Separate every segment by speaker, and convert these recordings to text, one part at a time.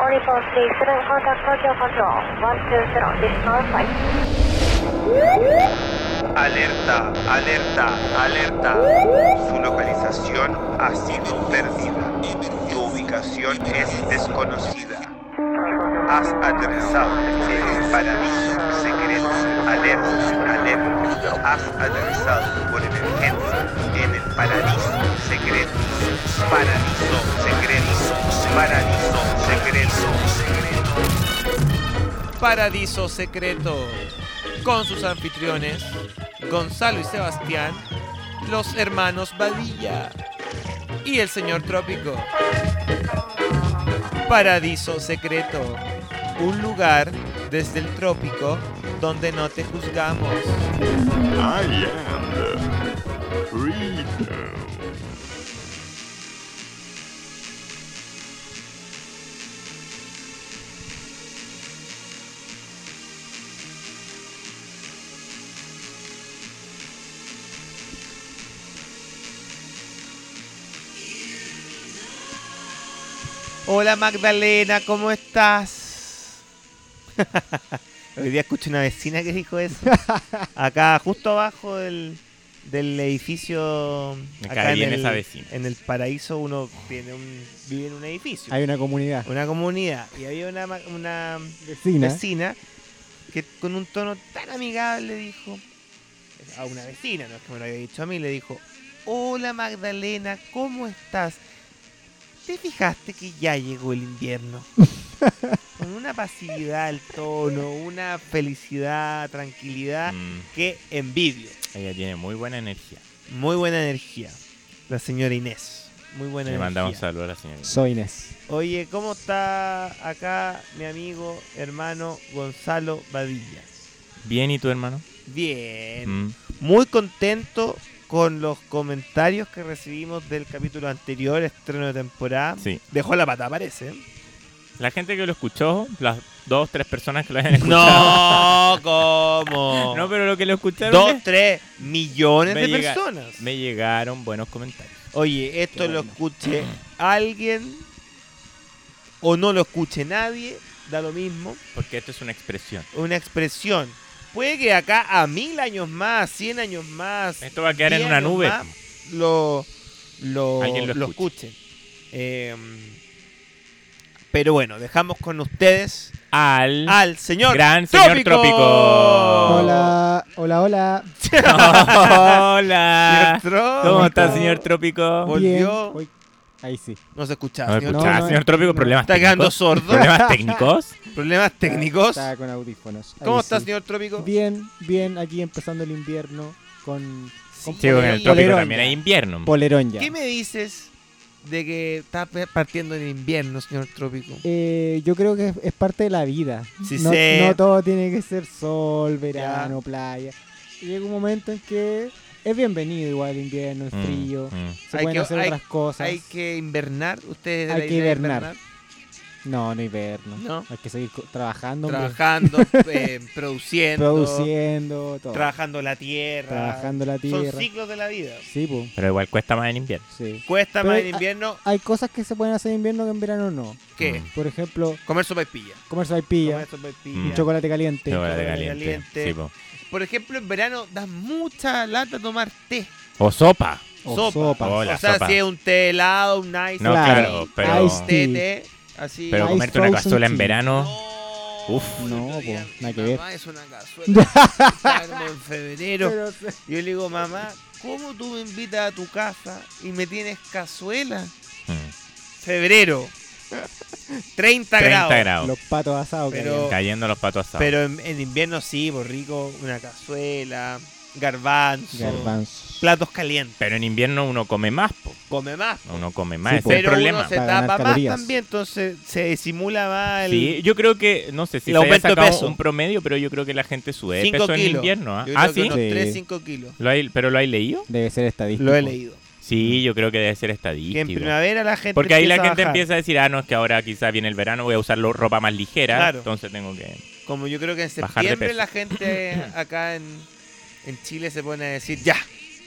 Speaker 1: 4437, contact Tokyo Control, 120, this is our flight.
Speaker 2: Alerta, alerta, alerta. Su localización ha sido perdida. Tu ubicación es desconocida. Has aterrizado en el paraíso secreto. Alerta, alerta. Has aterrizado por emergencia en el paraíso secreto. Paraíso secreto. Paraíso secreto. secreto.
Speaker 3: Paradiso Secreto, con sus anfitriones, Gonzalo y Sebastián, los hermanos Badilla y el señor Trópico. Paradiso Secreto, un lugar desde el trópico donde no te juzgamos.
Speaker 4: I am freedom.
Speaker 3: Hola Magdalena, ¿cómo estás? Hoy día escuché una vecina que dijo eso. Acá, justo abajo del, del edificio.
Speaker 5: Me
Speaker 3: acá
Speaker 5: cae
Speaker 3: en
Speaker 5: bien
Speaker 3: el-
Speaker 5: esa vecina.
Speaker 3: En el paraíso uno tiene un- vive en un edificio,
Speaker 6: Hay una comunidad
Speaker 3: una comunidad. Y había una, ma- una
Speaker 6: vecina.
Speaker 3: vecina que con un tono tan amigable dijo a una vecina, no es que me lo haya dicho a mí, le dijo, hola Magdalena, ¿cómo estás? ¿Te fijaste que ya llegó el invierno? con una pasividad al tono, una felicidad, tranquilidad,
Speaker 5: Mm,
Speaker 3: que envidio.
Speaker 5: ella tiene muy buena energía.
Speaker 3: Muy buena energía, la señora Inés. Muy buena
Speaker 5: Le
Speaker 3: energía.
Speaker 5: mandamos saludos a la señora.
Speaker 6: Soy Inés.
Speaker 3: Oye, ¿cómo está acá mi amigo, hermano Gonzalo Badilla?
Speaker 5: Bien, ¿y tu hermano?
Speaker 3: Bien.
Speaker 5: Mm,
Speaker 3: Muy contento con los comentarios que recibimos del capítulo anterior, estreno de temporada.
Speaker 5: sí.
Speaker 3: Dejó la pata, parece.
Speaker 5: La gente que lo escuchó, las dos, tres personas que lo hayan
Speaker 3: No,
Speaker 5: escuchado.
Speaker 3: ¿cómo?
Speaker 5: No, pero lo que lo escucharon.
Speaker 3: Dos,
Speaker 5: les-
Speaker 3: tres millones
Speaker 5: Me
Speaker 3: de
Speaker 5: llega-
Speaker 3: personas.
Speaker 5: Me llegaron buenos comentarios.
Speaker 3: Oye, esto
Speaker 6: Qué
Speaker 3: lo
Speaker 6: bueno.
Speaker 5: Mm.
Speaker 3: escuche alguien o no lo escuche nadie, da lo mismo.
Speaker 5: Porque esto es una expresión.
Speaker 3: Una expresión. Puede que acá a mil años más, cien años más,
Speaker 5: Esto va a quedar en
Speaker 3: Diez
Speaker 5: una nube.
Speaker 3: nomás. lo, lo,
Speaker 5: Alguien lo
Speaker 3: lo escuchen. Eh, pero bueno, dejamos con ustedes
Speaker 5: Al.
Speaker 3: al señor
Speaker 5: Gran señor Trópico.
Speaker 6: Hola, hola, hola.
Speaker 5: Hola.
Speaker 3: Señor Trópico.
Speaker 5: ¿Cómo estás, señor Trópico?
Speaker 3: Volvió.
Speaker 6: Bien. Uy, Ahí sí.
Speaker 3: No se escuchaba,
Speaker 5: No me
Speaker 3: señor
Speaker 6: escuchaba.
Speaker 5: escuchás,
Speaker 6: no,
Speaker 5: señor Trópico,
Speaker 6: no.
Speaker 5: problemas
Speaker 3: Está quedando
Speaker 5: técnicos.
Speaker 3: sordo.
Speaker 5: ¿Problemas técnicos?
Speaker 3: Problemas técnicos.
Speaker 6: Estaba con audífonos. Ahí
Speaker 3: ¿Cómo
Speaker 6: sí.
Speaker 3: está, señor Trópico?
Speaker 6: Bien, bien. Aquí empezando el invierno con
Speaker 3: Sí,
Speaker 5: Sí, porque en el
Speaker 3: Polerón.
Speaker 5: Trópico
Speaker 6: Polerón
Speaker 5: también
Speaker 6: ya.
Speaker 5: hay invierno.
Speaker 6: polerón ya.
Speaker 3: ¿Qué me dices de que está pe- partiendo en invierno, señor Trópico?
Speaker 6: Eh, yo creo que es, es parte de la vida.
Speaker 3: Sí,
Speaker 6: no,
Speaker 3: sé.
Speaker 6: no todo tiene que ser sol, verano, playa. Llega un momento en que es bienvenido igual el invierno, el
Speaker 5: Mm,
Speaker 6: frío.
Speaker 5: mm.
Speaker 6: Se
Speaker 3: Hay
Speaker 6: pueden
Speaker 3: que-
Speaker 6: hacer
Speaker 3: hay-
Speaker 6: otras cosas.
Speaker 3: ¿Hay que invernar? ¿Ustedes de
Speaker 6: Hay
Speaker 3: la
Speaker 6: que
Speaker 3: idea de
Speaker 6: hibernar. No, no invierno.
Speaker 3: No.
Speaker 6: Hay que seguir co- trabajando, hombre.
Speaker 3: Trabajando, eh, produciendo,
Speaker 6: produciendo, todo.
Speaker 3: trabajando la tierra.
Speaker 6: trabajando la
Speaker 3: Son
Speaker 6: tierra.
Speaker 3: ciclos de la vida.
Speaker 6: Sí, po,
Speaker 5: Pero igual cuesta más en invierno.
Speaker 6: sí.
Speaker 3: Cuesta
Speaker 6: Pero
Speaker 3: más en
Speaker 6: hay-
Speaker 3: invierno
Speaker 6: Hay cosas que se pueden hacer en invierno que en verano no.
Speaker 3: que
Speaker 6: Por ejemplo,
Speaker 3: comer sopa y pilla.
Speaker 6: comer sopaipilla,
Speaker 3: Comer sopa y
Speaker 5: Mm.
Speaker 3: pilla.
Speaker 6: un chocolate caliente.
Speaker 5: Chocolate
Speaker 3: caliente.
Speaker 5: caliente. Sí, po.
Speaker 3: Por ejemplo, en verano da mucha lata tomar té.
Speaker 5: O sopa.
Speaker 6: o
Speaker 3: sopa.
Speaker 6: sopa.
Speaker 5: O la
Speaker 3: o sea,
Speaker 5: sopa.
Speaker 3: si es un té helado, un nice
Speaker 5: No,
Speaker 6: Claro,
Speaker 5: claro, pero,
Speaker 6: ice
Speaker 3: té,
Speaker 6: Sí.
Speaker 3: té, así.
Speaker 5: pero
Speaker 6: Ice
Speaker 5: comerte una
Speaker 6: frozen
Speaker 5: cazuela en
Speaker 6: tea.
Speaker 5: verano.
Speaker 3: No,
Speaker 5: Uf.
Speaker 3: el
Speaker 6: No,
Speaker 3: otro día
Speaker 6: po,
Speaker 3: mi
Speaker 6: nada que ver.
Speaker 3: Mamá es una cazuela. está como en febrero.
Speaker 6: Pero-
Speaker 3: Yo le digo, mamá, ¿cómo tú me invitas a tu casa y me tienes cazuela?
Speaker 5: Mm.
Speaker 3: Febrero. 30,
Speaker 5: 30
Speaker 3: grados.
Speaker 5: grados.
Speaker 6: Los patos asados.
Speaker 3: Pero-
Speaker 6: cariño.
Speaker 5: Cayendo los patos asados.
Speaker 3: Pero en, en invierno sí, por rico, una cazuela, garbanzo,
Speaker 6: Garbanzos.
Speaker 3: platos calientes.
Speaker 5: Pero en invierno uno come más, po.
Speaker 3: Come más.
Speaker 5: Uno come más,
Speaker 6: Sí,
Speaker 5: ese
Speaker 6: po.
Speaker 5: es el
Speaker 3: Pero
Speaker 5: pues, problema.
Speaker 3: uno se
Speaker 6: Para ganar
Speaker 3: tapa más
Speaker 6: calorías.
Speaker 3: también, entonces se disimula más
Speaker 5: Sí,
Speaker 3: el...
Speaker 5: yo creo que, no sé si
Speaker 3: El
Speaker 5: se haya
Speaker 3: aumento de
Speaker 5: sacado
Speaker 3: peso.
Speaker 5: un promedio, pero yo creo que la gente sube de
Speaker 3: 5
Speaker 5: eh, peso en
Speaker 3: kilos.
Speaker 5: invierno. ¿ah?
Speaker 3: Yo
Speaker 5: Ah,
Speaker 3: creo que
Speaker 5: sí.
Speaker 3: unos
Speaker 6: Sí.
Speaker 3: 3-5 kilos.
Speaker 5: ¿Lo hay- ¿Pero lo hay leído?
Speaker 6: Debe ser estadístico.
Speaker 3: Lo he leído.
Speaker 5: Sí, yo creo que debe ser
Speaker 3: Mm. Que en
Speaker 5: estadístico.
Speaker 3: primavera la gente
Speaker 5: Porque ahí la gente
Speaker 3: a bajar.
Speaker 5: empieza a decir, ah, no, es que ahora quizás viene el verano, voy a usar lo- ropa más ligera,
Speaker 3: Claro.
Speaker 5: entonces tengo que...
Speaker 3: Como yo creo que en
Speaker 5: Bajar de
Speaker 3: septiembre
Speaker 5: peso.
Speaker 3: la gente acá en, en Chile se pone a decir, ya,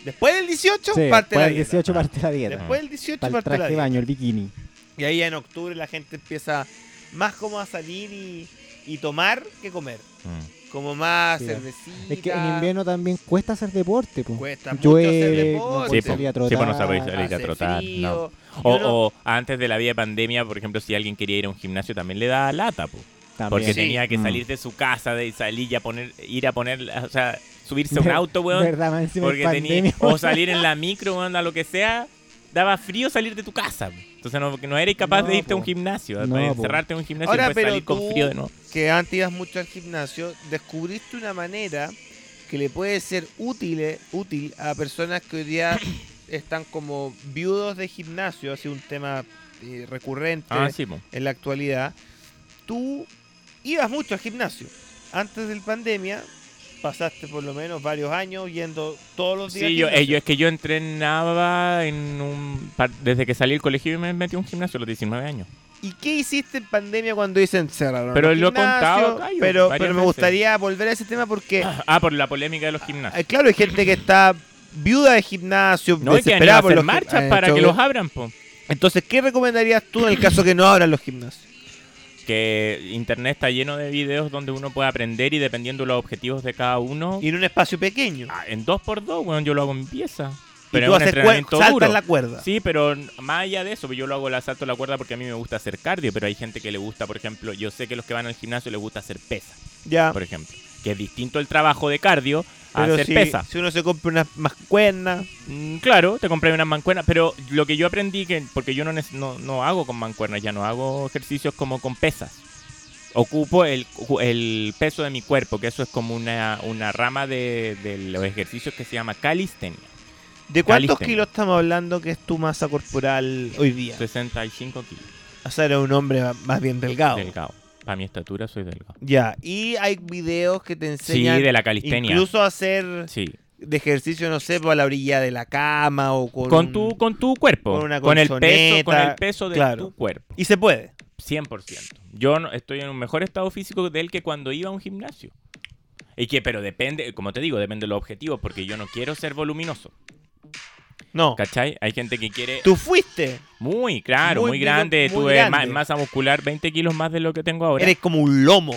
Speaker 3: después del 18
Speaker 6: Sí,
Speaker 3: parte la
Speaker 6: para el
Speaker 3: dieta.
Speaker 6: 18 parte la dieta.
Speaker 3: Después del 18
Speaker 6: Para el
Speaker 3: parte la
Speaker 6: traje de
Speaker 3: dieta.
Speaker 6: baño, el bikini.
Speaker 3: Y ahí en octubre la gente empieza más como a salir y, y tomar que comer.
Speaker 5: Mm.
Speaker 3: Como más
Speaker 6: Sí,
Speaker 3: cervecita.
Speaker 6: Es que en invierno también cuesta hacer deporte, pues.
Speaker 3: Cuesta mucho hacer
Speaker 6: Llueve, no
Speaker 3: deporte.
Speaker 5: Sí,
Speaker 6: puede
Speaker 5: po.
Speaker 6: salir a
Speaker 5: Sí, po, no
Speaker 6: trotar.
Speaker 5: sabéis salir.
Speaker 3: hace
Speaker 5: a trotar,
Speaker 3: frío, y
Speaker 5: O,
Speaker 3: uno-
Speaker 5: o antes de la vía de pandemia, por ejemplo, si alguien quería ir a un gimnasio, también le da lata, po.
Speaker 6: También.
Speaker 5: Porque
Speaker 3: Sí.
Speaker 5: tenía que
Speaker 6: Mm.
Speaker 5: salir de su casa, de salir y a poner, ir a poner, o sea, subirse a un
Speaker 6: Ver-
Speaker 5: auto, weón.
Speaker 6: Verdad, más encima
Speaker 5: Porque
Speaker 6: en
Speaker 5: tenía,
Speaker 6: pandemia.
Speaker 5: o salir en la micro, weón, a lo que sea, daba frío salir de tu casa. po. Entonces no, no eres capaz
Speaker 6: No,
Speaker 5: de irte a un
Speaker 6: po.
Speaker 5: gimnasio,
Speaker 6: No,
Speaker 5: de
Speaker 6: po.
Speaker 5: encerrarte en un gimnasio
Speaker 3: Ahora,
Speaker 5: y después
Speaker 3: pero
Speaker 5: salir con
Speaker 3: tú-
Speaker 5: frío de nuevo.
Speaker 3: que antes ibas mucho al gimnasio, descubriste una manera que le puede ser útil, eh, útil a personas que hoy día están como viudos de gimnasio, ha sido un tema eh, recurrente
Speaker 5: Ah, sí, po.
Speaker 3: en la actualidad. Tú ibas mucho al gimnasio. Antes de la pandemia pasaste por lo menos varios años yendo todos los días.
Speaker 5: Sí,
Speaker 3: al
Speaker 5: yo, eh,
Speaker 3: gimnasio.
Speaker 5: yo- es que yo entrenaba en un par- desde que salí del colegio y me metí a un gimnasio a los 19 años.
Speaker 3: ¿Y qué hiciste en pandemia cuando dicen cerraron?
Speaker 5: Pero
Speaker 3: los
Speaker 5: lo he contado,
Speaker 3: gimnasios?
Speaker 5: Cayo,
Speaker 3: Pero,
Speaker 5: varias
Speaker 3: pero me
Speaker 5: veces.
Speaker 3: gustaría volver a ese tema porque
Speaker 5: Ah, por la polémica de los gimnasios.
Speaker 3: Ah, Claro, hay gente que está viuda de gimnasio,
Speaker 5: No, y que han ido a
Speaker 3: desesperada por
Speaker 5: hacer
Speaker 3: los
Speaker 5: marchas
Speaker 3: eh,
Speaker 5: para
Speaker 3: shows.
Speaker 5: que los abran, po.
Speaker 3: Entonces, ¿qué recomendarías tú en el caso que no abran los gimnasios?
Speaker 5: Que internet está lleno de videos donde uno puede aprender y dependiendo los objetivos de cada uno.
Speaker 3: Y en un espacio pequeño.
Speaker 5: Ah, en 2x2, weón, yo lo hago en pieza.
Speaker 3: y
Speaker 5: Pero
Speaker 3: tú
Speaker 5: es un
Speaker 3: haces cuer-
Speaker 5: entrenamiento
Speaker 3: saltas
Speaker 5: duro.
Speaker 3: la cuerda.
Speaker 5: Sí, pero más allá de eso, pues yo lo hago el asalto a la cuerda porque a mí me gusta hacer cardio, pero hay gente que le gusta, por ejemplo, yo sé que los que van al gimnasio les gusta hacer pesa,
Speaker 3: ya.
Speaker 5: por ejemplo, que es distinto el trabajo de cardio a
Speaker 3: Pero
Speaker 5: hacer
Speaker 3: si,
Speaker 5: pesa.
Speaker 3: si uno se compra unas más cuernas,
Speaker 5: Mm, claro, te compré unas mancuernas, pero lo que yo aprendí, que porque yo no, nece- no, no hago con mancuernas, ya no hago ejercicios como con pesas. Ocupo el, cu- el peso de mi cuerpo, que eso es como una, una rama de, de los ejercicios que se llama calistenia.
Speaker 3: ¿de cuántos
Speaker 5: Calistenia.
Speaker 3: kilos estamos hablando que es tu masa corporal hoy día?
Speaker 5: 65 kilos.
Speaker 3: O sea, era un hombre ma- más bien delgado.
Speaker 5: Delgado. Para mi estatura soy delgado.
Speaker 3: Ya. Y hay videos que te
Speaker 5: Sí,
Speaker 3: enseñan
Speaker 5: de la calistenia.
Speaker 3: incluso a hacer
Speaker 5: Sí.
Speaker 3: de ejercicio, no sé, pues, a la orilla de la cama o con.
Speaker 5: Con
Speaker 3: un-
Speaker 5: tu, con tu cuerpo.
Speaker 3: con una
Speaker 5: Con el peso, con el
Speaker 3: colchoneta,
Speaker 5: peso de
Speaker 3: claro.
Speaker 5: tu cuerpo.
Speaker 3: Y se puede.
Speaker 5: 100%. Yo no, estoy en un mejor estado físico del que cuando iba a un gimnasio. Y que, pero depende, como te digo, depende de los objetivos, porque yo no quiero ser voluminoso.
Speaker 3: No.
Speaker 5: ¿Cachai? Hay gente que quiere
Speaker 3: Tú fuiste.
Speaker 5: muy, claro, muy,
Speaker 3: Muy big-
Speaker 5: grande.
Speaker 3: muy
Speaker 5: Tuve
Speaker 3: grande.
Speaker 5: ma- masa muscular, 20 kilos más de lo que tengo ahora.
Speaker 3: Eres como un lomo.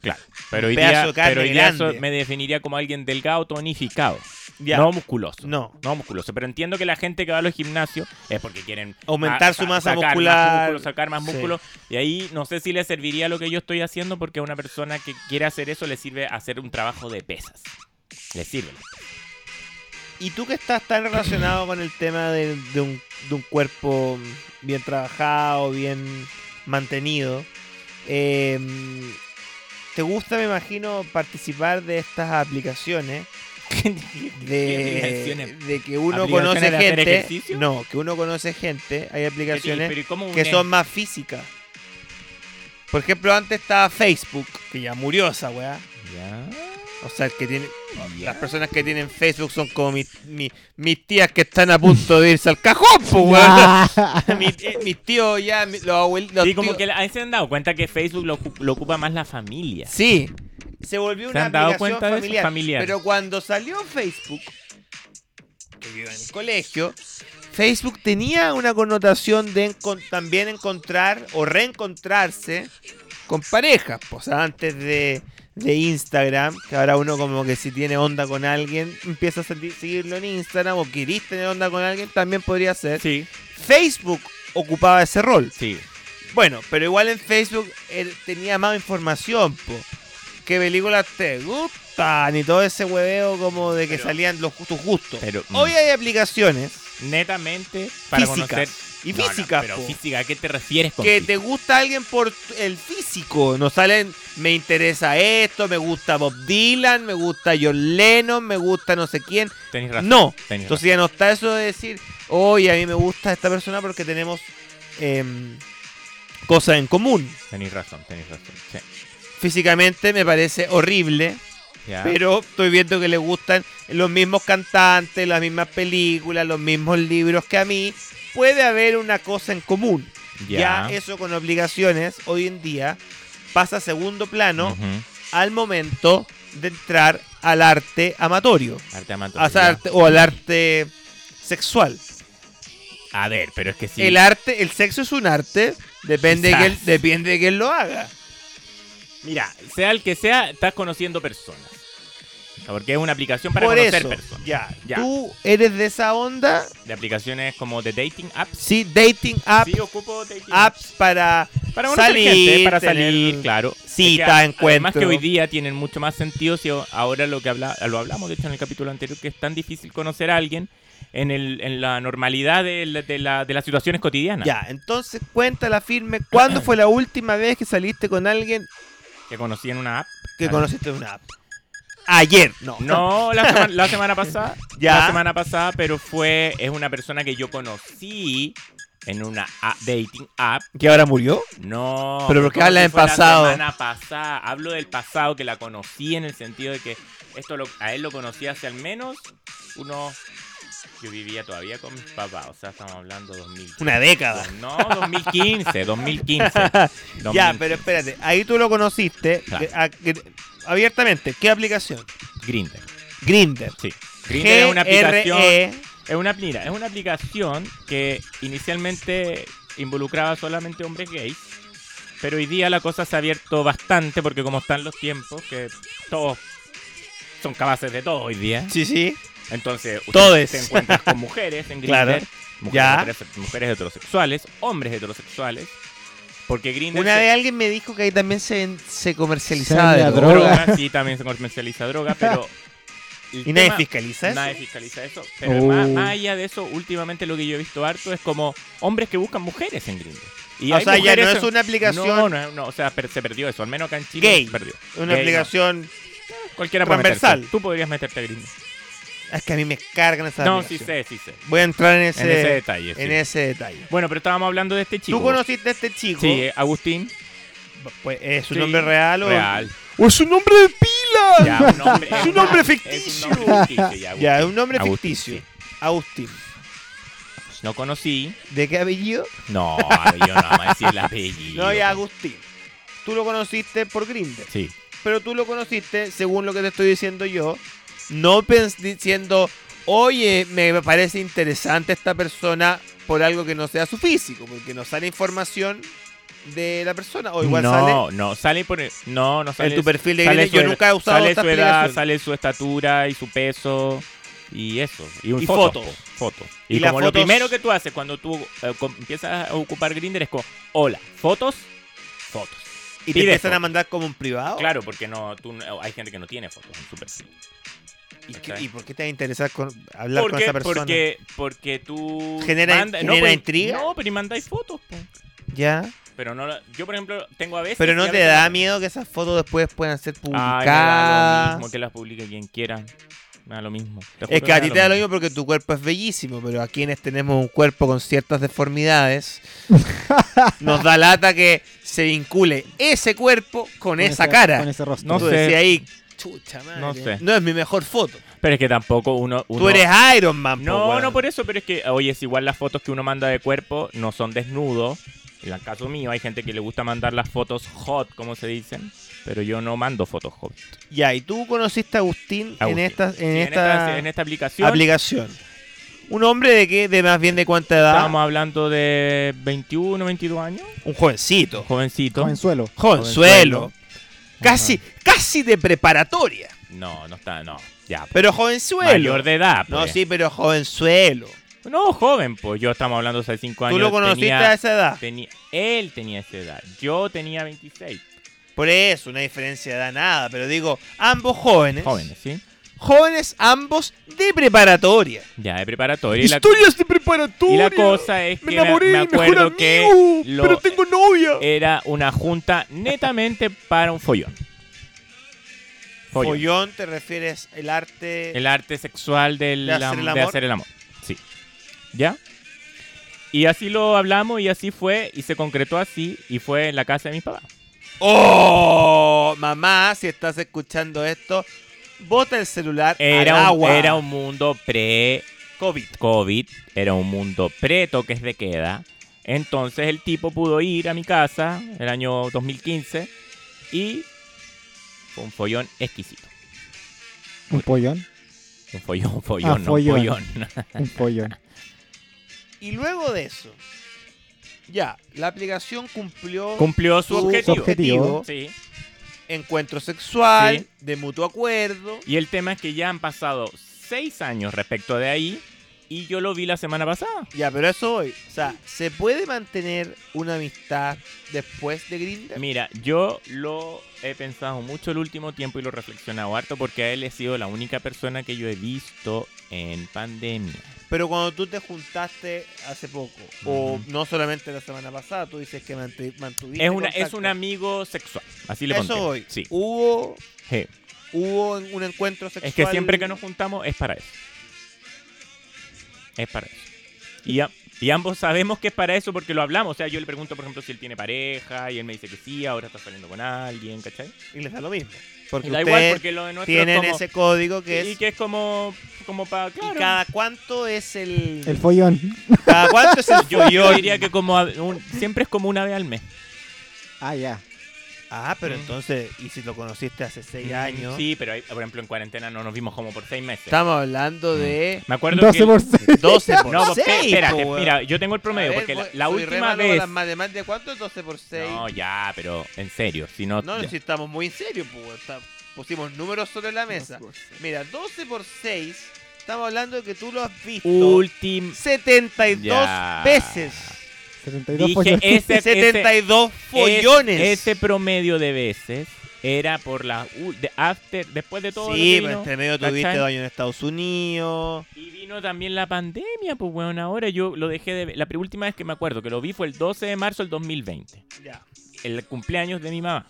Speaker 5: Claro. Pero
Speaker 3: un
Speaker 5: hoy
Speaker 3: pedazo
Speaker 5: día,
Speaker 3: de carne
Speaker 5: pero hoy día eso
Speaker 3: grande.
Speaker 5: me definiría como alguien delgado, tonificado.
Speaker 3: Ya.
Speaker 5: No musculoso.
Speaker 3: No.
Speaker 5: No musculoso, pero entiendo que la gente que va a los gimnasios es porque quieren
Speaker 3: Aumentar su
Speaker 5: sa-
Speaker 3: masa
Speaker 5: sacar más
Speaker 3: muscular.
Speaker 5: músculo, sacar más
Speaker 3: Sí.
Speaker 5: músculo. Y ahí no sé si le serviría lo que yo estoy haciendo porque a una persona que quiere hacer eso le sirve hacer un trabajo de pesas. Le sirve.
Speaker 3: Y tú que estás tan relacionado con el tema de, de un, de un cuerpo bien trabajado, bien mantenido, eh, ¿te gusta, me imagino, participar de estas aplicaciones?
Speaker 5: ¿Qué
Speaker 3: De,
Speaker 5: aplicaciones?
Speaker 3: de que uno
Speaker 5: ¿Aplicaciones
Speaker 3: conoce
Speaker 5: de hacer
Speaker 3: gente.
Speaker 5: ejercicio?
Speaker 3: No, que uno conoce gente. Hay aplicaciones
Speaker 5: Pero ¿y cómo
Speaker 3: que
Speaker 5: une-
Speaker 3: son más físicas. Por ejemplo, antes estaba Facebook, que ya murió esa weá.
Speaker 5: Ya,
Speaker 3: O sea, el que tiene,
Speaker 5: ya.
Speaker 3: Las personas que tienen Facebook son como mis, mi- mis tías que están a punto de irse al cajón, pues, weón.
Speaker 6: Ah,
Speaker 3: Mi- eh, mis tíos ya, mi- los abuelitos.
Speaker 5: Sí, como que la- ahí se han dado cuenta que Facebook lo, ocu- lo ocupa más la familia.
Speaker 3: Sí. Se volvió
Speaker 5: ¿Se
Speaker 3: una
Speaker 5: han dado
Speaker 3: aplicación
Speaker 5: cuenta de eso?
Speaker 3: familiar,
Speaker 5: Familiar.
Speaker 3: Pero cuando salió Facebook, que yo iba en el colegio, Facebook tenía una connotación de encon- también encontrar o reencontrarse con parejas. pues, O sea, antes de, de Instagram, que ahora uno como que si tiene onda con alguien, empieza a senti- seguirlo en Instagram o querís tener onda con alguien, también podría ser.
Speaker 5: Sí,
Speaker 3: Facebook ocupaba ese rol.
Speaker 5: sí.
Speaker 3: Bueno, pero igual en Facebook él tenía más información, po. ¿Qué películas te gustan? Y todo ese hueveo como de que
Speaker 5: Pero-
Speaker 3: salían los justos justos.
Speaker 5: pero, mm.
Speaker 3: Hoy hay aplicaciones
Speaker 5: Netamente para
Speaker 3: Físicas.
Speaker 5: conocer.
Speaker 3: y
Speaker 5: No, no,
Speaker 3: físicas,
Speaker 5: pero
Speaker 3: po,
Speaker 5: física, ¿a qué te refieres con
Speaker 3: que
Speaker 5: física?
Speaker 3: te gusta alguien por tu- el físico. Nos salen, me interesa esto, me gusta Bob Dylan, me gusta John Lennon, me gusta no sé quién.
Speaker 5: Tenés razón.
Speaker 3: No.
Speaker 5: tenés razón.
Speaker 3: Entonces ya no está eso de decir, oye, a mí me gusta esta persona porque tenemos em, cosas en común.
Speaker 5: Tenéis razón, tenéis razón. Sí.
Speaker 3: Físicamente me parece horrible,
Speaker 5: Ya.
Speaker 3: pero estoy viendo que le gustan los mismos cantantes, las mismas películas, los mismos libros que a mí. Puede haber una cosa en común. Ya,
Speaker 5: ya.
Speaker 3: eso con obligaciones hoy en día pasa a segundo plano
Speaker 5: Ujú.
Speaker 3: al momento de entrar al arte amatorio
Speaker 5: Arte amatorio,
Speaker 3: o sea,
Speaker 5: ya.
Speaker 3: arte- o al arte sexual.
Speaker 5: A ver, pero es que sí.
Speaker 3: El arte, el sexo es un arte Depende
Speaker 5: Quizás.
Speaker 3: que él, depende de que él lo haga.
Speaker 5: Mira, sea el que sea, estás conociendo personas. O sea, Porque es una aplicación para
Speaker 3: Por
Speaker 5: conocer
Speaker 3: eso,
Speaker 5: personas.
Speaker 3: ya,
Speaker 5: Ya.
Speaker 3: Tú eres de esa onda.
Speaker 5: De aplicaciones como de dating apps.
Speaker 3: Sí, dating apps,
Speaker 5: Sí, ocupo dating apps.
Speaker 3: apps para
Speaker 5: Para conocer
Speaker 3: salir,
Speaker 5: gente, para
Speaker 3: tener-
Speaker 5: salir, claro.
Speaker 3: cita,
Speaker 5: a- Además
Speaker 3: encuentro.
Speaker 5: que hoy día tienen mucho más sentido si o- ahora lo que habla, lo hablamos, de hecho, en el capítulo anterior, que es tan difícil conocer a alguien en, el, en la normalidad de, la- de la- de las situaciones cotidianas.
Speaker 3: Ya, entonces cuéntala firme. ¿Cuándo fue la última vez que saliste con alguien
Speaker 5: Que conocí en una app.
Speaker 3: que
Speaker 5: Ah,
Speaker 3: conociste en una app? Ayer, no.
Speaker 5: No, la, sema- la semana pasada.
Speaker 3: Ya.
Speaker 5: La semana pasada, pero fue. Es una persona que yo conocí en una a- dating app.
Speaker 3: ¿Que ahora murió?
Speaker 5: No.
Speaker 3: Pero ¿por qué
Speaker 5: como
Speaker 3: habla
Speaker 5: si
Speaker 3: en
Speaker 5: fue
Speaker 3: pasado?
Speaker 5: La semana pasada. Hablo del pasado que la conocí en el sentido de que esto lo- a él lo conocí hace al menos unos. Yo vivía todavía con mis papás, o sea, estamos hablando 2000.
Speaker 3: Una década.
Speaker 5: No, 2015, 2015.
Speaker 3: Ya,
Speaker 5: 2000.
Speaker 3: pero espérate. Ahí tú lo conociste
Speaker 5: Claro.
Speaker 3: eh, a- que- abiertamente. ¿Qué aplicación?
Speaker 5: Grindr,
Speaker 3: Grinder.
Speaker 5: sí. Grindr
Speaker 3: E
Speaker 5: es una aplicación.
Speaker 3: G-R-E.
Speaker 5: Es una, mira, es una aplicación que inicialmente involucraba solamente hombres gays, pero hoy día la cosa se ha abierto bastante porque como están los tiempos, que todos son capaces de todo hoy día.
Speaker 3: Sí, sí.
Speaker 5: Entonces, usted
Speaker 3: Todes.
Speaker 5: te encuentras con mujeres en Grindr,
Speaker 3: Claro,
Speaker 5: mujeres,
Speaker 3: ya.
Speaker 5: heterose- mujeres heterosexuales, hombres heterosexuales, porque Grindr
Speaker 3: Una
Speaker 5: se-
Speaker 3: vez alguien me dijo que ahí también se, ven- se comercializaba
Speaker 6: Se
Speaker 3: de
Speaker 6: vendía
Speaker 3: todo.
Speaker 6: droga.
Speaker 5: sí, también se comercializa droga, pero el
Speaker 3: Y nadie
Speaker 5: tema-
Speaker 3: fiscaliza eso.
Speaker 5: Nadie fiscaliza eso. Pero
Speaker 6: Oh.
Speaker 5: más, más allá de eso, últimamente lo que yo he visto harto es como hombres que buscan mujeres en Grindr. Y
Speaker 3: o
Speaker 5: hay
Speaker 3: sea, ya no
Speaker 5: mujeres
Speaker 3: es
Speaker 5: en-
Speaker 3: una aplicación,
Speaker 5: No, no, no, o sea, per- se perdió eso. Al menos acá en Chile
Speaker 3: Gay.
Speaker 5: se perdió.
Speaker 3: una
Speaker 5: Gay, no.
Speaker 3: aplicación...
Speaker 5: Cualquiera puede
Speaker 3: transversal.
Speaker 5: meterse. Tú podrías meterte a Grindr.
Speaker 3: Es que a mí me cargan esas
Speaker 5: No, sí
Speaker 3: aplicaciones.
Speaker 5: sé, sí sé.
Speaker 3: Voy a entrar en ese,
Speaker 5: En ese detalle, sí.
Speaker 3: en ese detalle.
Speaker 5: Bueno, pero estábamos hablando de este chico.
Speaker 3: ¿Tú conociste a este chico?
Speaker 5: Sí, eh, Agustín.
Speaker 3: Pues, ¿Es su
Speaker 5: Sí,
Speaker 3: nombre real o...?
Speaker 5: Real.
Speaker 3: ¡O ¡Oh, es un nombre de pila!
Speaker 5: Ya, un hombre,
Speaker 3: Es un hombre
Speaker 5: Es
Speaker 3: ficticio.
Speaker 5: un nombre ficticio, ya, Agustín.
Speaker 3: Ya, es un nombre
Speaker 5: Agustín,
Speaker 3: ficticio. Agustín.
Speaker 5: sí. No conocí.
Speaker 3: ¿De qué apellido?
Speaker 5: No, yo no vamos a decir el apellido.
Speaker 3: No, ya Agustín. Tú lo conociste por Grindr.
Speaker 5: Sí.
Speaker 3: Pero tú lo conociste, según lo que te estoy diciendo yo, no pens- diciendo, oye, me parece interesante esta persona por algo que no sea su físico, porque no sale información de la persona. O igual
Speaker 5: no,
Speaker 3: sale
Speaker 5: no, sale por el- no, no sale
Speaker 3: en tu perfil de
Speaker 5: sale
Speaker 3: Grindr. Yo
Speaker 5: su-
Speaker 3: nunca he usado
Speaker 5: sale
Speaker 3: esta
Speaker 5: su edad,
Speaker 3: aplicación.
Speaker 5: sale su estatura y su peso y eso, y, un
Speaker 3: Y
Speaker 5: foto,
Speaker 3: fotos.
Speaker 5: foto. Y,
Speaker 3: Y las
Speaker 5: como lo
Speaker 3: fotos-
Speaker 5: primero que tú haces cuando tú eh, com- empiezas a ocupar Grindr es como, hola, fotos, fotos.
Speaker 3: Y te
Speaker 5: pide
Speaker 3: empiezan
Speaker 5: foto.
Speaker 3: a mandar como un privado.
Speaker 5: Claro, porque no, tú, no- hay gente que no tiene fotos en su perfil.
Speaker 3: ¿Y, qué-
Speaker 5: ¿Cachai?
Speaker 3: y por qué te va a interesar con- hablar
Speaker 5: porque,
Speaker 3: con esa persona?
Speaker 5: porque, porque tú
Speaker 3: Genera- genera
Speaker 5: pues,
Speaker 3: intriga.
Speaker 5: No, pero y mandáis fotos. po.
Speaker 3: Ya.
Speaker 5: Pero no, la- yo por ejemplo tengo a veces.
Speaker 3: Pero
Speaker 5: y
Speaker 3: no
Speaker 5: a
Speaker 3: te
Speaker 5: veces
Speaker 3: da miedo que esas fotos después puedan ser
Speaker 5: Ay, me da lo
Speaker 3: publicadas.
Speaker 5: mismo que las publique quien quiera. Me da lo mismo. Te juro
Speaker 3: Es que a
Speaker 5: me
Speaker 3: ti te da lo mismo porque tu cuerpo es bellísimo, pero a quienes tenemos un cuerpo con ciertas deformidades, nos da lata que se vincule ese cuerpo con esa
Speaker 6: ese-
Speaker 3: cara.
Speaker 6: Con ese rostro.
Speaker 5: No
Speaker 3: Tú
Speaker 5: sé.
Speaker 3: decías ahí, chucha madre,
Speaker 5: No sé.
Speaker 3: no es mi mejor foto.
Speaker 5: Pero es que tampoco uno. uno-
Speaker 3: Tú eres Iron Man, po,
Speaker 5: No,
Speaker 3: weón.
Speaker 5: no por eso, pero es que, oye, es igual las fotos que uno manda de cuerpo no son desnudos. En el caso mío, hay gente que le gusta mandar las fotos hot, como se dicen. Pero yo no mando fotos hot.
Speaker 3: Ya, y tú conociste a Agustín, en
Speaker 5: Agustín.
Speaker 3: esta, en
Speaker 5: Sí,
Speaker 3: esta,
Speaker 5: en esta aplicación.
Speaker 3: aplicación. ¿Un hombre de qué? ¿De más bien de cuánta edad?
Speaker 5: Estábamos hablando de 21, 22 años.
Speaker 3: Un jovencito.
Speaker 5: Jovencito.
Speaker 6: Jovenzuelo.
Speaker 3: Jovenzuelo.
Speaker 5: Jovenzuelo.
Speaker 3: Casi, casi de preparatoria.
Speaker 5: No, no está, no. Ya.
Speaker 3: Pero jovenzuelo.
Speaker 5: Mayor de edad.
Speaker 3: No,
Speaker 5: pues.
Speaker 3: sí, pero jovenzuelo.
Speaker 5: No, joven, pues yo estamos hablando hace 5 años.
Speaker 3: Tú lo conociste
Speaker 5: tenía-
Speaker 3: a esa edad.
Speaker 5: Tenía- él tenía esa edad. Yo tenía 26.
Speaker 3: Por eso, una diferencia de edad nada. Pero digo, ambos jóvenes.
Speaker 5: Jóvenes, ¿sí?
Speaker 3: Jóvenes, ambos de preparatoria.
Speaker 5: Ya, de preparatoria. Y la,
Speaker 3: de preparatoria.
Speaker 5: y la cosa es que me, me acuerdo que lo- Eh,
Speaker 3: novia.
Speaker 5: era una junta netamente para un follón. Follón.
Speaker 3: Follón. te refieres el arte.
Speaker 5: El arte sexual del,
Speaker 3: De hacer
Speaker 5: am-
Speaker 3: el
Speaker 5: de
Speaker 3: amor.
Speaker 5: hacer el amor. Sí. ¿Ya? Y así lo hablamos y así fue y se concretó así y fue en la casa de mis papás.
Speaker 3: ¡Oh! Mamá, si estás escuchando esto, bota el celular al
Speaker 5: Era un,
Speaker 3: agua.
Speaker 5: era un mundo pre
Speaker 3: COVID.
Speaker 5: COVID, era un mundo pre-toques de queda. Entonces el tipo pudo ir a mi casa el año 2015 y fue un follón exquisito.
Speaker 6: Un pollón.
Speaker 5: Un follón, un follón, no un
Speaker 6: follón.
Speaker 5: follón.
Speaker 6: Un pollón.
Speaker 3: Y luego de eso, Ya, la aplicación cumplió
Speaker 5: Cumplió su,
Speaker 3: su
Speaker 5: objetivo.
Speaker 6: su objetivo.
Speaker 5: Sí.
Speaker 3: encuentro sexual,
Speaker 5: Sí.
Speaker 3: de mutuo acuerdo.
Speaker 5: Y el tema es que ya han pasado seis años respecto de ahí y yo lo vi la semana pasada.
Speaker 3: Ya, pero a eso voy. O sea, ¿se puede mantener una amistad después de Grindr?
Speaker 5: Mira, yo lo he pensado mucho el último tiempo y lo he reflexionado harto porque a él he sido la única persona que yo he visto en pandemia.
Speaker 3: Pero cuando tú te juntaste hace poco, o
Speaker 5: Ujú.
Speaker 3: no solamente la semana pasada, tú dices que mantu- mantuviste
Speaker 5: Mm. Es, una, es
Speaker 3: contacto.
Speaker 5: un amigo sexual, así le
Speaker 3: Eso
Speaker 5: pondría.
Speaker 3: voy.
Speaker 5: Sí.
Speaker 3: Hubo,
Speaker 5: Sí.
Speaker 3: hubo un encuentro sexual.
Speaker 5: Es que siempre que nos juntamos es para eso. Es para eso. Y, a- y ambos sabemos que es para eso porque lo hablamos. O sea, yo le pregunto, por ejemplo, si él tiene pareja y él me dice que sí, ahora está saliendo con alguien, ¿cachai?
Speaker 3: Y les da lo mismo. Porque
Speaker 5: Y da igual
Speaker 3: ustedes
Speaker 5: porque lo de nuestro
Speaker 3: tienen
Speaker 5: es como,
Speaker 3: ese código que
Speaker 5: Y
Speaker 3: es...
Speaker 5: que es como, como para...
Speaker 3: ¿Y cada cuánto es el...?
Speaker 6: El follón.
Speaker 3: ¿Cada cuánto es el
Speaker 5: yo, yo
Speaker 3: follón?
Speaker 5: diría que como a- un- siempre es como una vez al mes.
Speaker 6: Ah, ya.
Speaker 3: Ah, pero
Speaker 5: Mm.
Speaker 3: entonces, ¿y si lo conociste hace seis años?
Speaker 5: Sí, pero ahí, por ejemplo en cuarentena no nos vimos como por seis meses.
Speaker 3: Estamos hablando de
Speaker 5: Me acuerdo
Speaker 6: 12
Speaker 5: que...
Speaker 6: por 6.
Speaker 3: 12 Mm. por
Speaker 5: No, pe-
Speaker 3: 6.
Speaker 5: espérate,
Speaker 3: po, weón.
Speaker 5: mira, yo tengo el
Speaker 3: A
Speaker 5: promedio,
Speaker 3: ver,
Speaker 5: porque la,
Speaker 3: voy-
Speaker 5: la
Speaker 3: soy re
Speaker 5: última
Speaker 3: malo con
Speaker 5: vez...
Speaker 3: las matemáticas. ¿Cuánto es 12 por 6?
Speaker 5: No, ya, pero en serio, si no...
Speaker 3: No,
Speaker 5: ya.
Speaker 3: si estamos muy en serio, po, weón. Está- pusimos números sobre la mesa. Mira, 12 por 6, estamos hablando de que tú lo has visto
Speaker 5: Ultim-
Speaker 3: 72
Speaker 5: Ya.
Speaker 3: veces.
Speaker 6: 72
Speaker 5: Dije este,
Speaker 6: follones.
Speaker 5: ese, ese-
Speaker 3: 72 follones.
Speaker 5: Ese, promedio de veces era por la... u- de- after, después de todo
Speaker 3: sí, pues,
Speaker 5: lo que
Speaker 3: pero
Speaker 5: vino,
Speaker 3: entre medio tuviste
Speaker 5: ¿cachai?
Speaker 3: daño en Estados Unidos.
Speaker 5: Y vino también la pandemia, pues bueno, ahora yo lo dejé de... ver. La pri- última vez que me acuerdo que lo vi fue el 12 de marzo del 2020,
Speaker 3: Ya.
Speaker 5: el cumpleaños de mi mamá.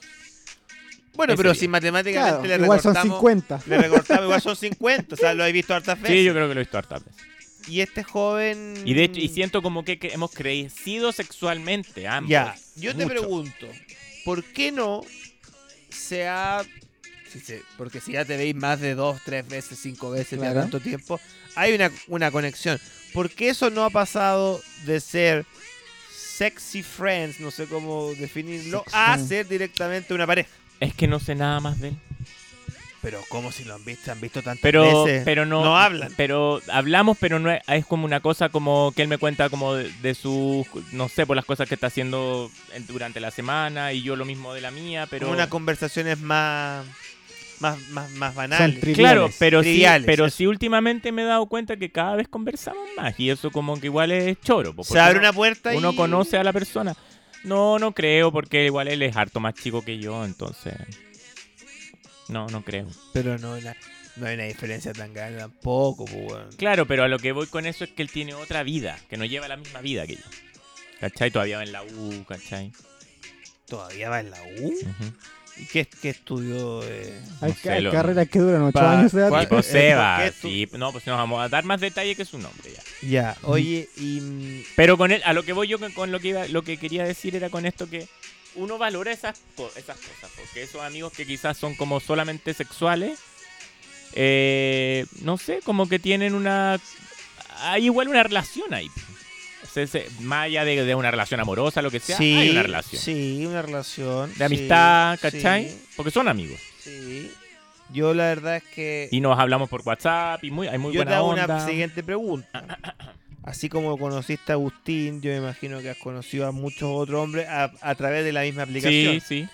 Speaker 3: Bueno,
Speaker 5: Ese
Speaker 3: pero
Speaker 5: día.
Speaker 3: si matemáticamente
Speaker 6: Claro,
Speaker 3: le
Speaker 6: igual son
Speaker 3: recortamos-
Speaker 6: 50.
Speaker 3: Le recortamos, igual son 50. O sea, lo he visto hartas veces.
Speaker 5: Sí, yo creo que lo he visto hartas veces.
Speaker 3: Y este joven.
Speaker 5: Y de hecho, y siento como que, que hemos crecido sexualmente ambos.
Speaker 3: Ya, yo te
Speaker 5: Mucho.
Speaker 3: pregunto, ¿por qué no se ha. si se- porque si ya te veis más de dos, tres veces, cinco veces, ya
Speaker 6: Claro.
Speaker 3: tanto tiempo, hay una, una conexión. ¿Por qué eso no ha pasado de ser sexy friends, no sé cómo definirlo,
Speaker 6: Sexy
Speaker 3: a
Speaker 6: friends.
Speaker 3: ser directamente una pareja?
Speaker 5: Es que no sé nada más de él.
Speaker 3: Pero, ¿cómo si lo han visto? Han visto tantas
Speaker 5: Pero,
Speaker 3: veces.
Speaker 5: pero no,
Speaker 3: No hablan.
Speaker 5: Pero hablamos, pero no es, es como una cosa como que él me cuenta como de, de sus, no sé, por las cosas que está haciendo en- durante la semana y yo lo mismo de la mía, pero...
Speaker 3: Como unas conversaciones más. más, más, más
Speaker 6: Son
Speaker 3: banales.
Speaker 6: tri-
Speaker 5: Claro,
Speaker 6: triviales,
Speaker 5: pero sí,
Speaker 3: triviales,
Speaker 5: pero
Speaker 3: eso.
Speaker 5: sí últimamente me he dado cuenta que cada vez conversamos más y eso como que igual es choro. po,
Speaker 3: se
Speaker 5: porque
Speaker 3: abre
Speaker 5: uno-
Speaker 3: una puerta y.
Speaker 5: Uno conoce a la persona. No, no creo, porque igual él es harto más chico que yo, entonces. No, no creo.
Speaker 3: Pero no, la- no hay una diferencia tan grande tampoco, pues, weón.
Speaker 5: Claro, pero a lo que voy con eso es que él tiene otra vida, que no lleva la misma vida que yo. ¿Cachai? Todavía va en la U, ¿cachai?
Speaker 3: ¿Todavía va en la U?
Speaker 5: Ujú.
Speaker 3: ¿Y qué, qué estudió? eh?
Speaker 6: Hay,
Speaker 5: no
Speaker 6: ca-
Speaker 5: sé,
Speaker 6: hay
Speaker 5: lo-
Speaker 6: carreras que duran 8
Speaker 3: Pa-
Speaker 6: años de edad.
Speaker 3: ¿cuál-
Speaker 5: Tipo
Speaker 3: eh,
Speaker 5: Seba,
Speaker 3: ¿por qué tú-
Speaker 5: sí. No, pues nos vamos a dar más detalle que su nombre ya.
Speaker 3: Ya, oye, y mm,
Speaker 5: Pero con él, a lo que voy yo con, con lo que iba, lo que quería decir era con esto que uno valora esas, co- esas cosas, porque esos amigos que quizás son como solamente sexuales, eh, no sé, como que tienen una... Hay igual una relación ahí. Se- se- más allá de, de una relación amorosa, lo que sea,
Speaker 3: sí,
Speaker 5: hay una relación.
Speaker 3: Sí, una relación. sí,
Speaker 5: De amistad, ¿cachai?
Speaker 3: Sí,
Speaker 5: Porque son amigos.
Speaker 3: sí. Yo la verdad es que...
Speaker 5: Y nos hablamos por WhatsApp y muy, hay muy
Speaker 3: yo te
Speaker 5: buena
Speaker 3: hago
Speaker 5: onda.
Speaker 3: una siguiente pregunta. Así como conociste a Agustín, yo me imagino que has conocido a muchos otros hombres a, a través de la misma aplicación.
Speaker 5: Sí, sí.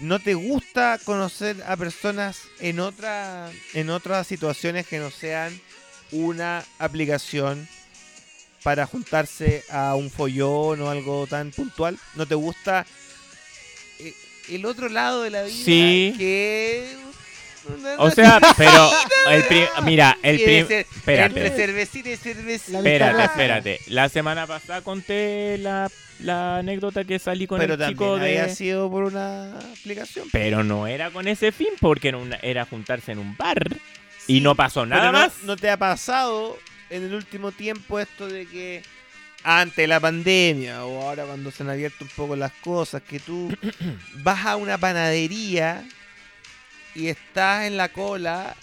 Speaker 3: ¿No te gusta conocer a personas en, otra, en otras situaciones que no sean una aplicación para juntarse a un follón o algo tan puntual? ¿No te gusta eh, el otro lado de la vida?
Speaker 5: Sí.
Speaker 3: Que... una-
Speaker 5: O sea, pero el pri- mira, el
Speaker 3: que
Speaker 5: prim-
Speaker 3: ser-
Speaker 5: espérate.
Speaker 3: Entre cervecita y cervecita.
Speaker 6: La mitad
Speaker 5: Espérate,
Speaker 6: Carajo.
Speaker 5: espérate. La semana pasada conté la, la anécdota que salí con
Speaker 3: Pero
Speaker 5: el chico
Speaker 3: también
Speaker 5: de.
Speaker 3: había sido por una aplicación.
Speaker 5: Pero no era con ese fin, porque era, una- era juntarse en un bar. Y no pasó
Speaker 3: Pero
Speaker 5: nada
Speaker 3: no-
Speaker 5: más.
Speaker 3: No, te ha pasado en el último tiempo esto de que ante la pandemia o ahora cuando se han abierto un poco las cosas, que tú vas a una panadería y estás en la cola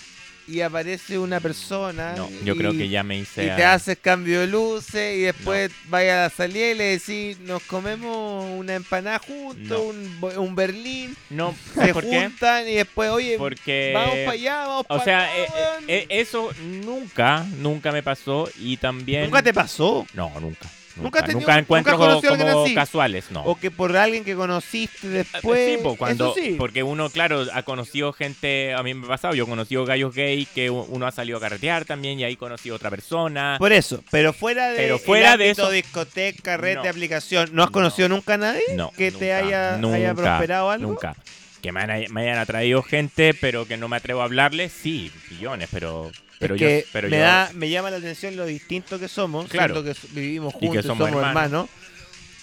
Speaker 3: y aparece una persona?
Speaker 5: No, yo
Speaker 3: y-
Speaker 5: creo que ya me hice.
Speaker 3: Y te
Speaker 5: a-
Speaker 3: haces cambio de luces y después vayas a la salida y le decís, nos comemos una empanada juntos,
Speaker 5: No.
Speaker 3: un, bo- un berlín,
Speaker 5: No,
Speaker 3: se
Speaker 5: ¿sabes por qué?
Speaker 3: juntan y después, oye,
Speaker 5: Porque.
Speaker 3: vamos para allá, vamos
Speaker 5: O
Speaker 3: para
Speaker 5: sea, eh, eh, eh, eso nunca, nunca me pasó. Y también.
Speaker 3: ¿Nunca te pasó?
Speaker 5: No, nunca.
Speaker 3: Nunca
Speaker 5: Nunca,
Speaker 3: has tenido-
Speaker 5: nunca
Speaker 3: nunca
Speaker 5: encuentros
Speaker 3: has conocido a alguien
Speaker 5: como
Speaker 3: así.
Speaker 5: casuales, no.
Speaker 3: O que por alguien que conociste
Speaker 5: Eh,
Speaker 3: después.
Speaker 5: sí, po, cuando,
Speaker 3: pues, eso sí.
Speaker 5: porque uno, claro, ha conocido gente, a mí me ha pasado, yo he conocido gallos gay que u- uno ha salido a carretear también y ahí conocí a otra persona.
Speaker 3: Por eso, pero fuera de,
Speaker 5: Pero fuera
Speaker 3: el
Speaker 5: de
Speaker 3: ámbito
Speaker 5: eso-
Speaker 3: discoteca, carrete,
Speaker 5: No.
Speaker 3: aplicación, ¿no has
Speaker 5: No.
Speaker 3: conocido nunca a nadie
Speaker 5: no,
Speaker 3: que te
Speaker 5: nunca,
Speaker 3: haya,
Speaker 5: nunca,
Speaker 3: haya prosperado algo?
Speaker 5: Nunca. Que me, han- me hayan atraído gente, pero que no me atrevo a hablarles, sí, millones, pero, pero
Speaker 3: es
Speaker 5: yo...
Speaker 3: que
Speaker 5: pero
Speaker 3: me,
Speaker 5: yo-
Speaker 3: da, me llama la atención lo distinto que somos,
Speaker 5: Claro.
Speaker 3: siendo que s- vivimos
Speaker 5: que
Speaker 3: juntos y somos,
Speaker 5: somos
Speaker 3: hermanos.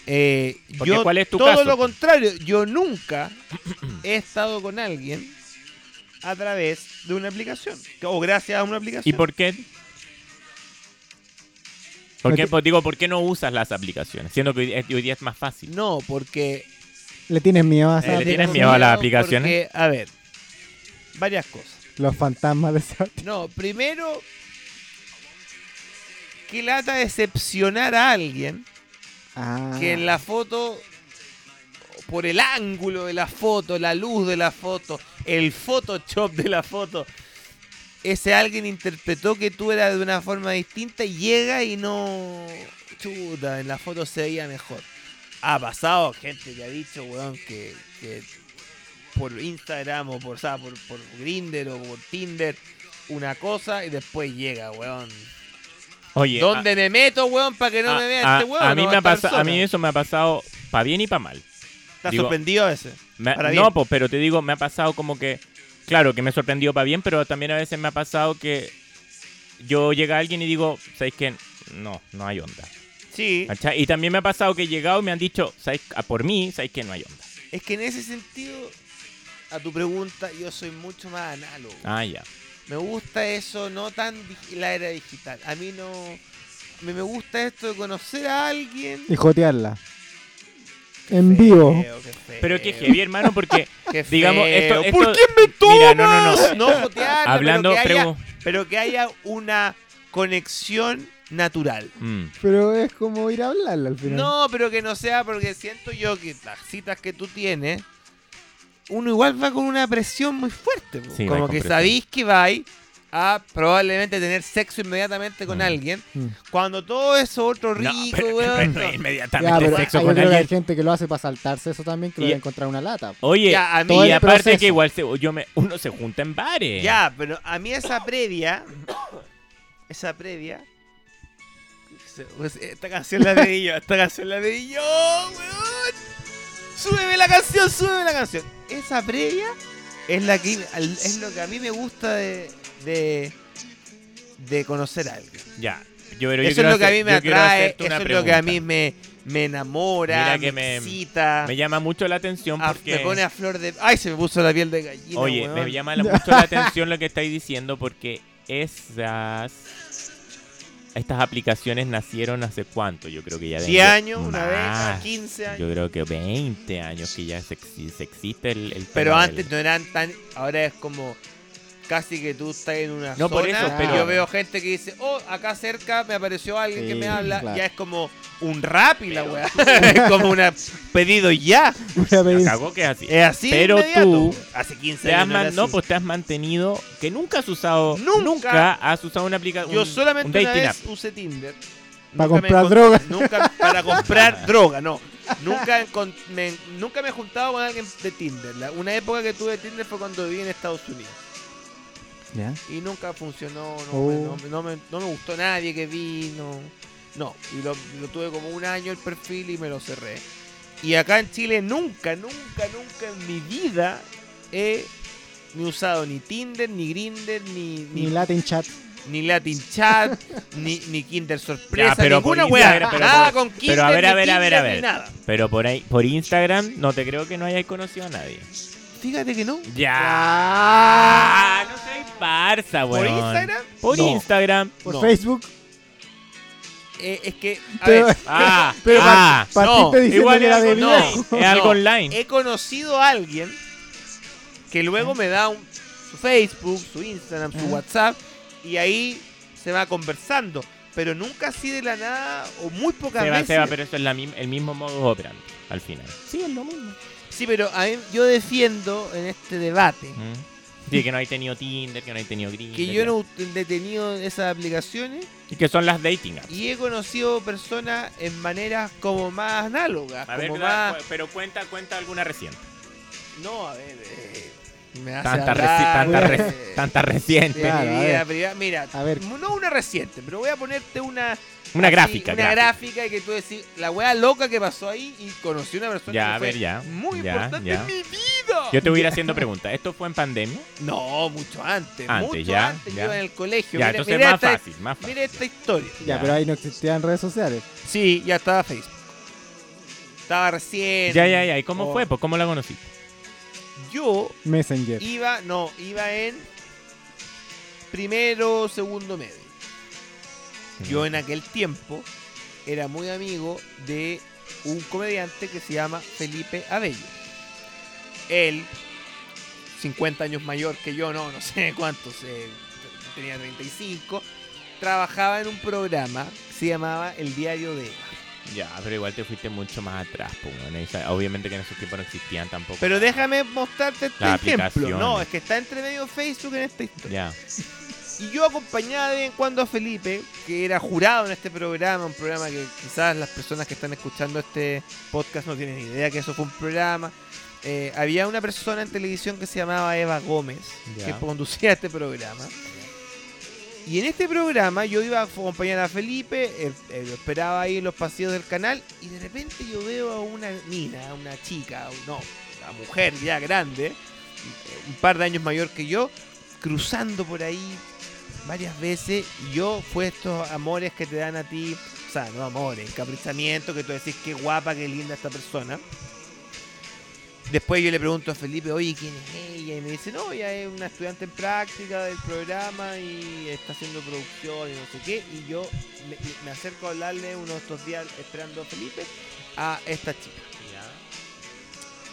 Speaker 3: Eh,
Speaker 5: Porque
Speaker 3: yo,
Speaker 5: ¿cuál es tu
Speaker 3: todo
Speaker 5: caso?
Speaker 3: lo contrario, yo nunca he estado con alguien a través de una aplicación o gracias a una aplicación.
Speaker 5: ¿Y por qué? ¿Por
Speaker 6: No
Speaker 5: qué?
Speaker 6: te-
Speaker 5: Pues digo, ¿por qué no usas las aplicaciones? Siendo que hoy, eh, hoy día es más fácil.
Speaker 3: No, porque
Speaker 6: Le tienes miedo a
Speaker 5: Eh,
Speaker 6: esas
Speaker 5: le tienes
Speaker 6: aplicaciones,
Speaker 5: miedo a las aplicaciones?
Speaker 3: porque, a ver, varias cosas.
Speaker 6: los fantasmas de esas
Speaker 3: No, primero, que lata decepcionar a alguien
Speaker 6: Ah,
Speaker 3: que en la foto, por el ángulo de la foto, la luz de la foto, el Photoshop de la foto, ese alguien interpretó que tú eras de una forma distinta y llega y no. Chuta, en la foto se veía mejor. Ha pasado, gente que ha dicho, weón, que, que por Instagram o por, o sea, por, por Grindr o por Tinder, una cosa y después llega, weón.
Speaker 5: Oye, a-
Speaker 3: ¿Dónde me meto, weón, para que no
Speaker 5: a-
Speaker 3: me
Speaker 5: a-
Speaker 3: vea este weón?
Speaker 5: ah, a mí,
Speaker 3: No,
Speaker 5: me ha
Speaker 3: esta
Speaker 5: pasa- a mí
Speaker 3: persona.
Speaker 5: eso me ha pasado para bien y para mal.
Speaker 3: ¿Estás
Speaker 5: Digo-
Speaker 3: sorprendido a veces?
Speaker 5: Me-
Speaker 3: Para bien.
Speaker 5: no, pues, pero te digo, me ha pasado como que, claro, que me sorprendió para bien, pero también a veces me ha pasado que yo llega alguien y digo, ¿sabes qué? No, no hay onda.
Speaker 3: Sí,
Speaker 5: ¿Cachai? Y también me ha pasado que he llegado y me han dicho, ¿sabes? A por mí, ¿sabes qué? No hay onda.
Speaker 3: es que en ese sentido, a tu pregunta, yo soy mucho más análogo.
Speaker 5: Ah, ya.
Speaker 3: Me gusta eso, no tan dig- la era digital. A mí no... Me, me gusta esto de conocer a alguien.
Speaker 6: Y jotearla. En
Speaker 3: Feo,
Speaker 6: vivo.
Speaker 3: qué feo,
Speaker 5: Pero que heavy, hermano, porque,
Speaker 3: qué
Speaker 5: digamos,
Speaker 3: feo.
Speaker 5: esto, esto...
Speaker 3: ¿Por qué
Speaker 5: me Mira, no, no, no.
Speaker 3: no jotearla,
Speaker 5: Hablando,
Speaker 3: pero, que haya,
Speaker 5: pregu-
Speaker 3: pero que haya una conexión natural?
Speaker 5: Mm.
Speaker 6: Pero es como ir a hablarla al final.
Speaker 3: No, pero que no sea porque siento yo que las citas que tú tienes, uno igual va con una presión muy fuerte. po.
Speaker 5: Sí, va
Speaker 3: Como
Speaker 5: con
Speaker 3: que
Speaker 5: presión.
Speaker 3: sabéis que vais a probablemente tener sexo inmediatamente con
Speaker 5: Mm.
Speaker 3: alguien.
Speaker 6: Mm.
Speaker 3: Cuando todo eso otro rico,
Speaker 5: no, pero,
Speaker 3: weón,
Speaker 5: no,
Speaker 3: no.
Speaker 5: inmediatamente
Speaker 6: Ya, pero
Speaker 5: sexo
Speaker 6: hay- yo
Speaker 5: con
Speaker 6: creo que
Speaker 5: alguien.
Speaker 6: hay gente que lo hace para saltarse eso también, que lo
Speaker 5: Y- Oh,
Speaker 6: va a encontrar una lata.
Speaker 5: Oye,
Speaker 3: Ya, a mí-
Speaker 6: todo
Speaker 5: y
Speaker 6: el
Speaker 5: aparte
Speaker 6: proceso.
Speaker 5: que igual se- yo me, uno se junta en bares.
Speaker 3: Ya, pero a mí esa previa, esa previa... pues, Esta canción la pedí yo, esta canción la pedí yo, weón. Súbeme la canción, súbeme la canción. Esa previa es la que al- es lo que a mí me gusta de de, de conocer a alguien.
Speaker 5: Ya. Yo, pero
Speaker 3: eso
Speaker 5: yo
Speaker 3: es
Speaker 5: quiero
Speaker 3: lo que a
Speaker 5: hacer-
Speaker 3: mí me
Speaker 5: yo quiero
Speaker 3: atrae,
Speaker 5: hacerte
Speaker 3: eso
Speaker 5: una
Speaker 3: es lo que a
Speaker 5: pregunta.
Speaker 3: mí me, me enamora,
Speaker 5: Mira que
Speaker 3: me,
Speaker 5: me-
Speaker 3: excita,
Speaker 5: Me llama mucho la atención
Speaker 3: a-
Speaker 5: porque.
Speaker 3: me pone a flor de... ¡Ay, se me puso la piel de gallina,
Speaker 5: Oye,
Speaker 3: weón.
Speaker 5: me llama la- mucho la atención lo que estáis diciendo porque esas. Estas aplicaciones nacieron hace cuánto, yo creo que ya.
Speaker 3: 10
Speaker 5: deben-
Speaker 3: años, una vez, a
Speaker 5: Más.
Speaker 3: 15 años.
Speaker 5: Yo creo que 20 años que ya se, exi- se existe el. el
Speaker 3: Pero
Speaker 5: tema
Speaker 3: antes
Speaker 5: del-
Speaker 3: no eran tan. Ahora es como. Casi que tú estás en una zona.
Speaker 5: No, por eso,
Speaker 3: y
Speaker 6: pero-
Speaker 3: Yo veo gente que dice, oh, acá cerca me apareció alguien que
Speaker 6: Sí,
Speaker 3: me habla.
Speaker 6: claro.
Speaker 3: Ya es como un rap y la weá. es como un pedido ya.
Speaker 6: Voy a pedir-
Speaker 5: La cagó que es así.
Speaker 3: Es así. de
Speaker 5: Pero
Speaker 3: inmediato.
Speaker 5: tú
Speaker 3: Hace 15
Speaker 5: Te has
Speaker 3: años. no
Speaker 5: man-
Speaker 3: era
Speaker 5: no,
Speaker 3: así.
Speaker 5: pues te has mantenido que nunca has usado.
Speaker 3: Nunca.
Speaker 5: Nunca, has usado una aplicación.
Speaker 3: Yo solamente una
Speaker 5: un dating
Speaker 3: vez
Speaker 5: app.
Speaker 3: usé Tinder.
Speaker 6: Para
Speaker 3: Nunca me
Speaker 6: comprar
Speaker 3: encon-
Speaker 6: droga.
Speaker 3: Nunca, para comprar droga, no. Nunca, encon- me, nunca me he juntado con alguien de Tinder. La- una época que tuve Tinder fue cuando viví en Estados Unidos.
Speaker 6: Ya.
Speaker 3: y nunca funcionó, no,
Speaker 6: Oh.
Speaker 3: me, no me- no me- no me gustó nadie que vino. No, y lo, lo tuve como un año el perfil y me lo cerré. Y acá en Chile nunca, nunca, nunca en mi vida he ni usado ni Tinder, ni Grindr, ni,
Speaker 6: Ni
Speaker 3: ni,
Speaker 6: Latin Chat.
Speaker 3: ni Latin Chat, ni, ni Kinder Sorpresa,
Speaker 5: Ya, pero por
Speaker 3: ninguna weá.
Speaker 5: Instagram, pero
Speaker 3: Nada
Speaker 5: por-
Speaker 3: con Kinder,
Speaker 5: pero a ver,
Speaker 3: ni
Speaker 5: a ver, a ver, a
Speaker 3: Tinder, ni
Speaker 5: ver.
Speaker 3: nada.
Speaker 5: Pero por ahí, por Instagram, no te creo que no hayas conocido a nadie.
Speaker 3: Fíjate que no.
Speaker 5: Ya. Ah, No soy parsa,
Speaker 3: ¿Por
Speaker 5: weón.
Speaker 3: Instagram?
Speaker 5: Por
Speaker 3: No.
Speaker 5: Instagram.
Speaker 6: Por
Speaker 3: No.
Speaker 6: Facebook.
Speaker 3: Eh, es que, a
Speaker 6: Pero,
Speaker 3: ver,
Speaker 5: Ah,
Speaker 6: pero
Speaker 5: ah.
Speaker 6: par- partiste
Speaker 3: no,
Speaker 6: diciendo
Speaker 5: Igual
Speaker 6: que
Speaker 5: es
Speaker 6: era
Speaker 5: algo,
Speaker 6: de
Speaker 5: no,
Speaker 6: vida.
Speaker 5: es algo
Speaker 3: No.
Speaker 5: online.
Speaker 3: he conocido a alguien que luego
Speaker 5: ¿Eh?
Speaker 3: me da un, su Facebook, su Instagram, su
Speaker 6: Ah.
Speaker 3: WhatsApp y ahí se va conversando. Pero nunca así de la nada o muy pocas
Speaker 5: Seba,
Speaker 3: veces.
Speaker 5: Seba, pero eso es la mim- el mismo modo operandi al final. Sí, es lo mismo. Mm,
Speaker 3: Sí, pero a mí- yo defiendo en este debate
Speaker 5: Sí, que no hay tenido Tinder, que no hay tenido Grindr.
Speaker 3: Que yo no he tenido esas aplicaciones
Speaker 5: Y que son las dating apps.
Speaker 3: y he conocido personas en maneras como más análogas.
Speaker 5: A
Speaker 3: como Ah,
Speaker 5: ver,
Speaker 3: más...
Speaker 5: cu- pero cuenta, cuenta alguna reciente.
Speaker 3: pues, No, a ver. eh, me hace
Speaker 5: Tanta,
Speaker 3: hablar, eh.
Speaker 5: reci- tanta,
Speaker 3: güey,
Speaker 5: re-
Speaker 3: de-
Speaker 5: tanta
Speaker 3: de
Speaker 5: reciente.
Speaker 6: Claro,
Speaker 3: mi
Speaker 6: a
Speaker 3: vida
Speaker 6: ver.
Speaker 3: privada. Mira,
Speaker 6: A ver.
Speaker 3: no una reciente, pero voy a ponerte una.
Speaker 5: Una
Speaker 3: así,
Speaker 5: gráfica.
Speaker 3: Una
Speaker 5: gráfica.
Speaker 3: gráfica que tú decís, la wea loca que pasó ahí y conocí una persona
Speaker 5: Ya,
Speaker 3: que
Speaker 5: a
Speaker 3: fue
Speaker 5: ver, ya,
Speaker 3: muy
Speaker 5: ya,
Speaker 3: importante
Speaker 5: ya.
Speaker 3: en mi vida.
Speaker 5: Yo te voy a ir haciendo preguntas. ¿Esto fue en pandemia?
Speaker 3: No, mucho antes.
Speaker 5: Antes,
Speaker 3: mucho
Speaker 5: ya,
Speaker 3: antes.
Speaker 5: ya.
Speaker 3: Yo iba en el colegio.
Speaker 5: ya,
Speaker 3: mira,
Speaker 5: entonces
Speaker 3: mira
Speaker 5: más
Speaker 3: esta,
Speaker 5: fácil, más fácil.
Speaker 3: mira esta historia.
Speaker 6: Ya,
Speaker 5: Ya.
Speaker 6: pero ahí no existían redes sociales.
Speaker 3: Sí, ya estaba Facebook. Estaba recién. Oh,
Speaker 5: Ya, ya, ya. ¿Y cómo
Speaker 3: o-
Speaker 5: fue? Pues, ¿Cómo la conociste?
Speaker 3: Yo
Speaker 6: Messenger.
Speaker 3: iba, no, iba en primero, segundo medio. Yo en aquel tiempo era muy amigo de un comediante que se llama Felipe Abello. Él, 50 años mayor que yo, no, no sé cuántos, eh, tenía 35, trabajaba en un programa que se llamaba El Diario de Eva.
Speaker 5: Ya, pero igual te fuiste mucho más atrás, pues, bueno, y sa- Obviamente que en esos tiempos no existían tampoco.
Speaker 3: Pero déjame mostrarte este
Speaker 5: Las
Speaker 3: ejemplo. No,
Speaker 5: aplicaciones.
Speaker 3: es que está entre medio Facebook en esta historia.
Speaker 5: Ya.
Speaker 3: Y yo acompañaba de vez en cuando a Felipe, que era jurado en este programa, un programa que quizás las personas que están escuchando este podcast no tienen idea que eso fue un programa. Eh, había una persona en televisión que se llamaba Eva Gómez,
Speaker 5: Ya.
Speaker 3: que conducía este programa. Y en este programa yo iba a acompañar a Felipe, eh, eh, lo esperaba ahí en los pasillos del canal, y de repente yo veo a una mina, a una chica, a- no, una mujer ya grande, eh, un par de años mayor que yo, cruzando por ahí varias veces. Y yo, fue estos amores que te dan a ti, o sea, no amores, encaprichamiento, que tú decís qué guapa, qué linda esta persona. Después yo le pregunto a Felipe, oye, ¿quién es ella? Y me dice, no, ella es una estudiante en práctica del programa y está haciendo producción y no sé qué. Y yo me, me acerco a hablarle uno de estos días esperando a Felipe a esta chica.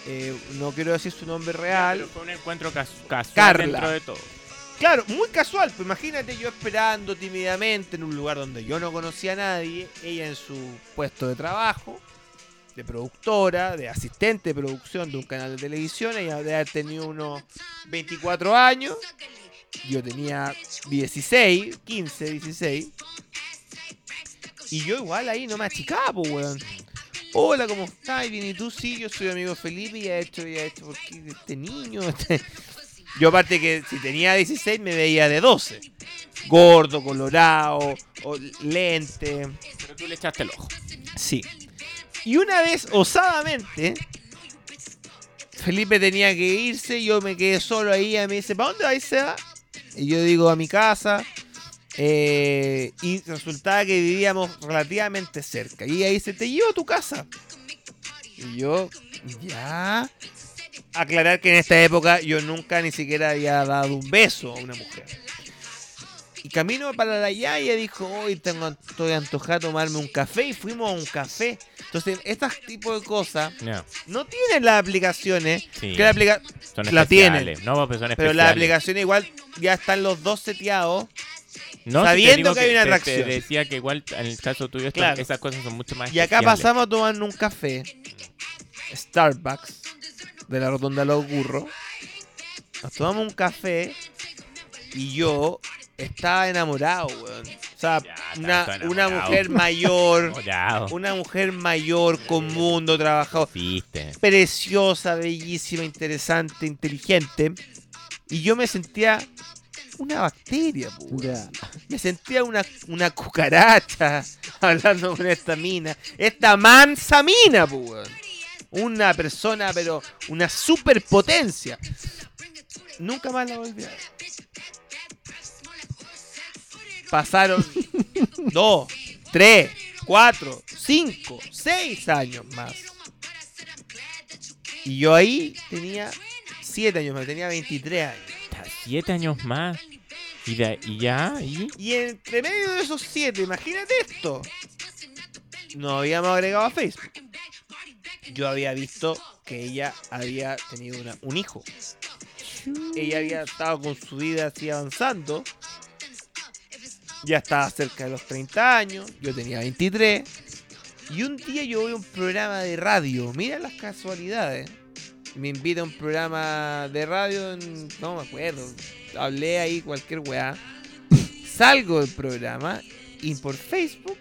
Speaker 3: Eh, no quiero decir su nombre real.
Speaker 5: Pero fue un encuentro cas- casual
Speaker 3: Carla.
Speaker 5: dentro de todo.
Speaker 3: Claro, muy casual. Pues imagínate yo esperando tímidamente en un lugar donde yo no conocía a nadie, ella en su puesto de trabajo, de productora, de asistente de producción de un canal de televisión, ella debe haber tenido unos 24 años, yo tenía 16, 15, 16, y yo igual ahí no me achicaba, pues, weón. Hola, ¿cómo estás? Bien, ¿y tú? Sí, yo soy amigo Felipe y ha hecho, y ha hecho, porque este niño, este... Yo aparte que si tenía 16 me veía de 12. Gordo, colorado, o- lente.
Speaker 5: Pero tú le echaste el ojo.
Speaker 3: Sí. Y una vez, osadamente, Felipe tenía que irse, yo me quedé solo ahí, ella me dice, ¿para dónde vais, Seba? Y yo digo, a mi casa. Eh, y resultaba que vivíamos relativamente cerca. Y ella dice, te llevo a tu casa. Y yo, ya. Aclarar que en esta época yo nunca ni siquiera había dado un beso a una mujer. Y camino para la allá y ella dijo, hoy tengo, estoy antojada de tomarme un café y fuimos a un café. Entonces, estos tipos de cosas
Speaker 5: No,
Speaker 3: no tienen las aplicaciones.
Speaker 5: Sí.
Speaker 3: Que la aplica-
Speaker 5: son
Speaker 3: La tienen.
Speaker 5: especiales. No, pues son especiales.
Speaker 3: pero las aplicaciones igual ya están los dos seteados.
Speaker 5: No, si te
Speaker 3: sabiendo
Speaker 5: digo
Speaker 3: que hay una
Speaker 5: te-
Speaker 3: atracción.
Speaker 5: Te decía que igual en el caso tuyo estas-
Speaker 3: Claro.
Speaker 5: esas cosas son mucho más
Speaker 3: Y acá
Speaker 5: especiales.
Speaker 3: pasamos a tomar un café. Starbucks. De la rotonda Los Burros. Nos tomamos un café. Y yo estaba enamorado, weón. O sea,
Speaker 5: Ya, tanto
Speaker 3: una,
Speaker 5: enamorado.
Speaker 3: una mujer mayor.
Speaker 5: Oh, ya, oh,
Speaker 3: una mujer mayor con mundo trabajado.
Speaker 5: viste.
Speaker 3: preciosa, bellísima, interesante, inteligente. Y yo me sentía una bacteria, po, weón.
Speaker 6: Ya.
Speaker 3: Me sentía una, una cucaracha hablando con esta mina. Esta mansa mina, po, weón. Una persona, pero una superpotencia. Nunca más la volví a ver. Pasaron dos, tres, cuatro, cinco, seis años más. Y yo ahí tenía siete años más, tenía 23 años.
Speaker 5: Está Siete años más. Y, de- y ya, y...
Speaker 3: Y entre medio de esos siete, imagínate esto. No habíamos agregado a Facebook. Yo había visto que ella había tenido una- un hijo. Ella había estado con su vida así avanzando. Ya estaba cerca de los 30 años. Yo tenía 23. Y un día yo veo un programa de radio. Mira las casualidades. me invita a un programa de radio, en- no me acuerdo, hablé ahí cualquier weá. Salgo del programa y por Facebook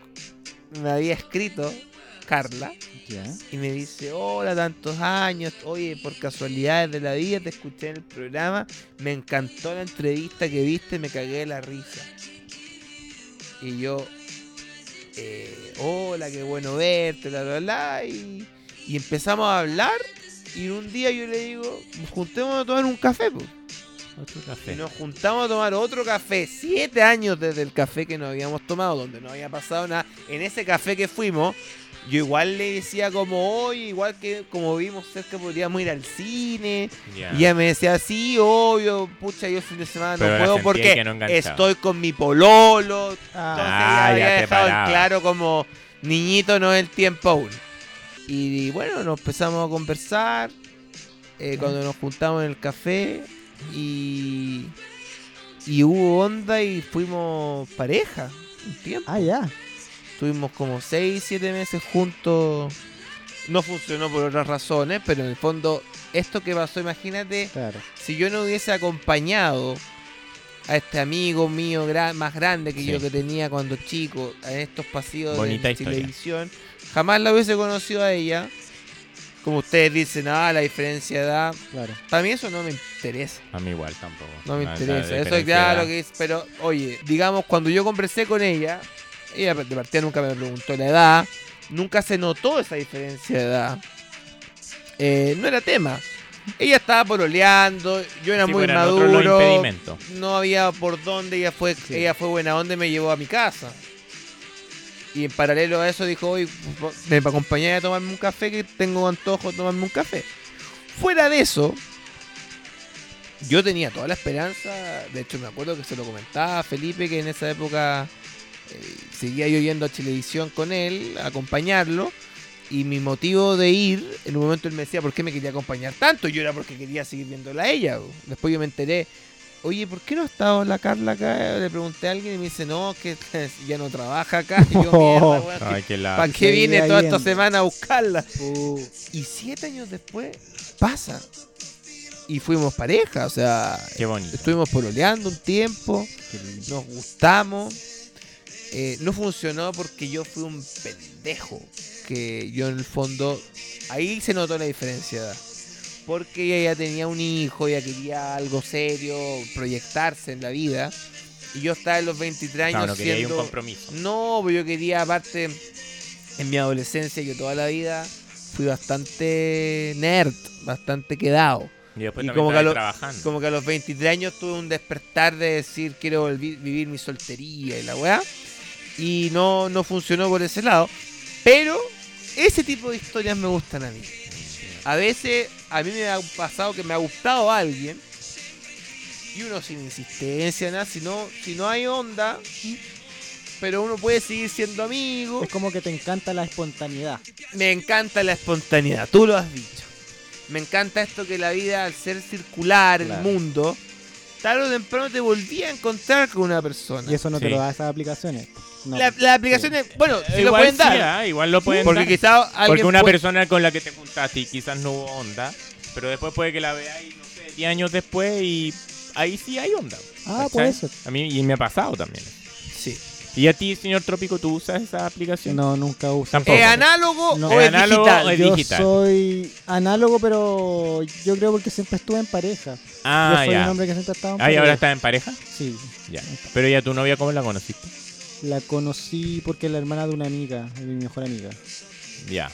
Speaker 3: me había escrito Carla
Speaker 6: Ya.
Speaker 3: y me dice, hola, tantos años, oye, por casualidades de la vida te escuché en el programa, me encantó la entrevista que viste, me cagué de la risa. Y yo, eh, hola, qué bueno verte, bla, bla, bla, y, y empezamos a hablar y un día yo le digo, juntémonos a tomar un café, pues.
Speaker 5: Otro
Speaker 3: Y
Speaker 5: café.
Speaker 3: nos juntamos a tomar otro café, siete años desde el café que nos habíamos tomado, donde no había pasado nada. En ese café que fuimos, yo igual le decía como hoy, igual que como vimos cerca podríamos ir al cine.
Speaker 5: Ya.
Speaker 3: Y ella me decía, sí, obvio, pucha, yo el fin de semana
Speaker 5: Pero
Speaker 3: no
Speaker 5: la
Speaker 3: puedo
Speaker 5: sentía
Speaker 3: porque
Speaker 5: que no enganchaba.
Speaker 3: estoy con mi pololo. Entonces
Speaker 5: Ah,
Speaker 3: ella
Speaker 5: ya
Speaker 3: había
Speaker 5: te
Speaker 3: dejado en
Speaker 5: paraba.
Speaker 3: claro como niñito no es el tiempo aún. Y, bueno, nos empezamos a conversar eh, cuando nos juntamos en el café y, y hubo onda y fuimos pareja un tiempo.
Speaker 6: Ah, ya.
Speaker 3: Estuvimos como 6, 7 meses juntos. No funcionó por otras razones, pero en el fondo, esto que pasó, imagínate,
Speaker 6: Claro.
Speaker 3: si yo no hubiese acompañado a este amigo mío gra- más grande que
Speaker 5: Sí.
Speaker 3: yo que tenía cuando chico en estos pasillos
Speaker 5: Bonita
Speaker 3: de
Speaker 5: historia.
Speaker 3: televisión, jamás la hubiese conocido a ella. Como ustedes dicen, ah, la diferencia de edad.
Speaker 6: Claro.
Speaker 3: Para mí eso no me interesa.
Speaker 5: A mí igual tampoco.
Speaker 3: No me
Speaker 5: La- la
Speaker 3: interesa. Eso es
Speaker 5: diferencia
Speaker 3: ya
Speaker 5: de
Speaker 3: lo
Speaker 5: edad.
Speaker 3: que es. Pero, oye, digamos, cuando yo conversé con ella, ella de partida nunca me preguntó la edad. Nunca se notó esa diferencia de edad. Eh, no era tema. Ella estaba pololeando, yo era
Speaker 5: Sí,
Speaker 3: muy
Speaker 5: pero eran otros los
Speaker 3: maduro.
Speaker 5: impedimentos.
Speaker 3: No había por dónde, ella fue,
Speaker 6: Sí.
Speaker 3: ella fue buena onda y me llevó a mi casa. Y en paralelo a eso dijo, hoy me acompañar a tomarme un café, que tengo antojo de tomarme un café. Fuera de eso, yo tenía toda la esperanza, de hecho me acuerdo que se lo comentaba a Felipe, que en esa época eh, seguía yo yendo a Chilevisión con él, a acompañarlo, y mi motivo de ir, en un momento él me decía, ¿por qué me quería acompañar tanto? Yo era porque quería seguir viéndola a ella. bo. Después yo me enteré, oye, ¿por qué no ha estado la Carla acá? Le pregunté a alguien y me dice, no, que ya no trabaja acá. Y yo, mierda, weón, ¿qué-
Speaker 5: Ay, que la-
Speaker 3: ¿Para qué
Speaker 6: seguía
Speaker 3: viene toda esta
Speaker 6: yendo.
Speaker 3: semana a buscarla?
Speaker 6: Uh,
Speaker 3: Y siete años después pasa. Y fuimos pareja, o sea,
Speaker 5: Qué bonito.
Speaker 3: estuvimos pololeando un tiempo,
Speaker 6: qué lindo.
Speaker 3: nos gustamos. Eh, no funcionó porque yo fui un pendejo. Que yo en el fondo, ahí se notó la diferencia. de edad. Porque ella ya tenía un hijo, ella quería algo serio, proyectarse en la vida. Y yo estaba en los 23 años
Speaker 5: No, no quería ir a un
Speaker 3: siendo-
Speaker 5: compromiso.
Speaker 3: no, pues yo quería, aparte, en mi adolescencia, yo toda la vida fui bastante nerd, bastante quedado.
Speaker 5: Y después
Speaker 3: Y
Speaker 5: también
Speaker 3: como que
Speaker 5: estaba
Speaker 3: lo-
Speaker 5: trabajando.
Speaker 3: Como que a los 23 años tuve un despertar de decir quiero volvi- vivir mi soltería y la weá. Y no, no funcionó por ese lado. Pero ese tipo de historias me gustan a mí. A veces a mí me ha pasado que me ha gustado alguien. Y uno sin insistencia, nada, si no, si no hay onda. Pero uno puede seguir siendo amigo.
Speaker 6: Es como que te encanta la espontaneidad.
Speaker 3: Me encanta la espontaneidad, tú lo has dicho. Me encanta esto que la vida, al ser circular,
Speaker 6: Claro.
Speaker 3: el mundo, tarde o temprano te volví a encontrar con una persona.
Speaker 6: Y eso no te
Speaker 5: Sí.
Speaker 6: lo da esas aplicaciones. No.
Speaker 3: la, las aplicaciones, bueno, si lo
Speaker 5: Igual
Speaker 3: pueden
Speaker 5: sí,
Speaker 3: dar.
Speaker 5: ah, igual lo pueden
Speaker 3: porque
Speaker 5: dar.
Speaker 3: quizás alguien.
Speaker 5: Porque una
Speaker 3: puede-
Speaker 5: persona con la que te juntaste y quizás no hubo onda, pero después puede que la veáis, no sé, 10 años después y ahí sí hay onda.
Speaker 6: Ah,
Speaker 5: ¿cachai?
Speaker 6: puede ser.
Speaker 5: A mí y me ha pasado también.
Speaker 3: Sí.
Speaker 5: ¿Y a ti, señor Trópico, tú usas esa aplicación?
Speaker 6: No, nunca uso.
Speaker 5: Tampoco.
Speaker 3: ¿Es análogo
Speaker 6: No.
Speaker 3: o es
Speaker 5: ¿Es análogo
Speaker 3: digital?
Speaker 5: o es
Speaker 6: Yo
Speaker 5: digital.
Speaker 6: soy análogo, pero yo creo porque siempre estuve en pareja.
Speaker 5: Ah,
Speaker 6: yo soy un
Speaker 5: ya.
Speaker 6: hombre que siempre ha estado en
Speaker 5: Ah, ¿y
Speaker 6: pareja.
Speaker 5: ahora estás en pareja?
Speaker 6: Sí,
Speaker 5: Ya. Pero ya tu novia, ¿cómo la conociste?
Speaker 6: la conocí porque es la hermana de una amiga, de mi mejor amiga.
Speaker 5: Ya.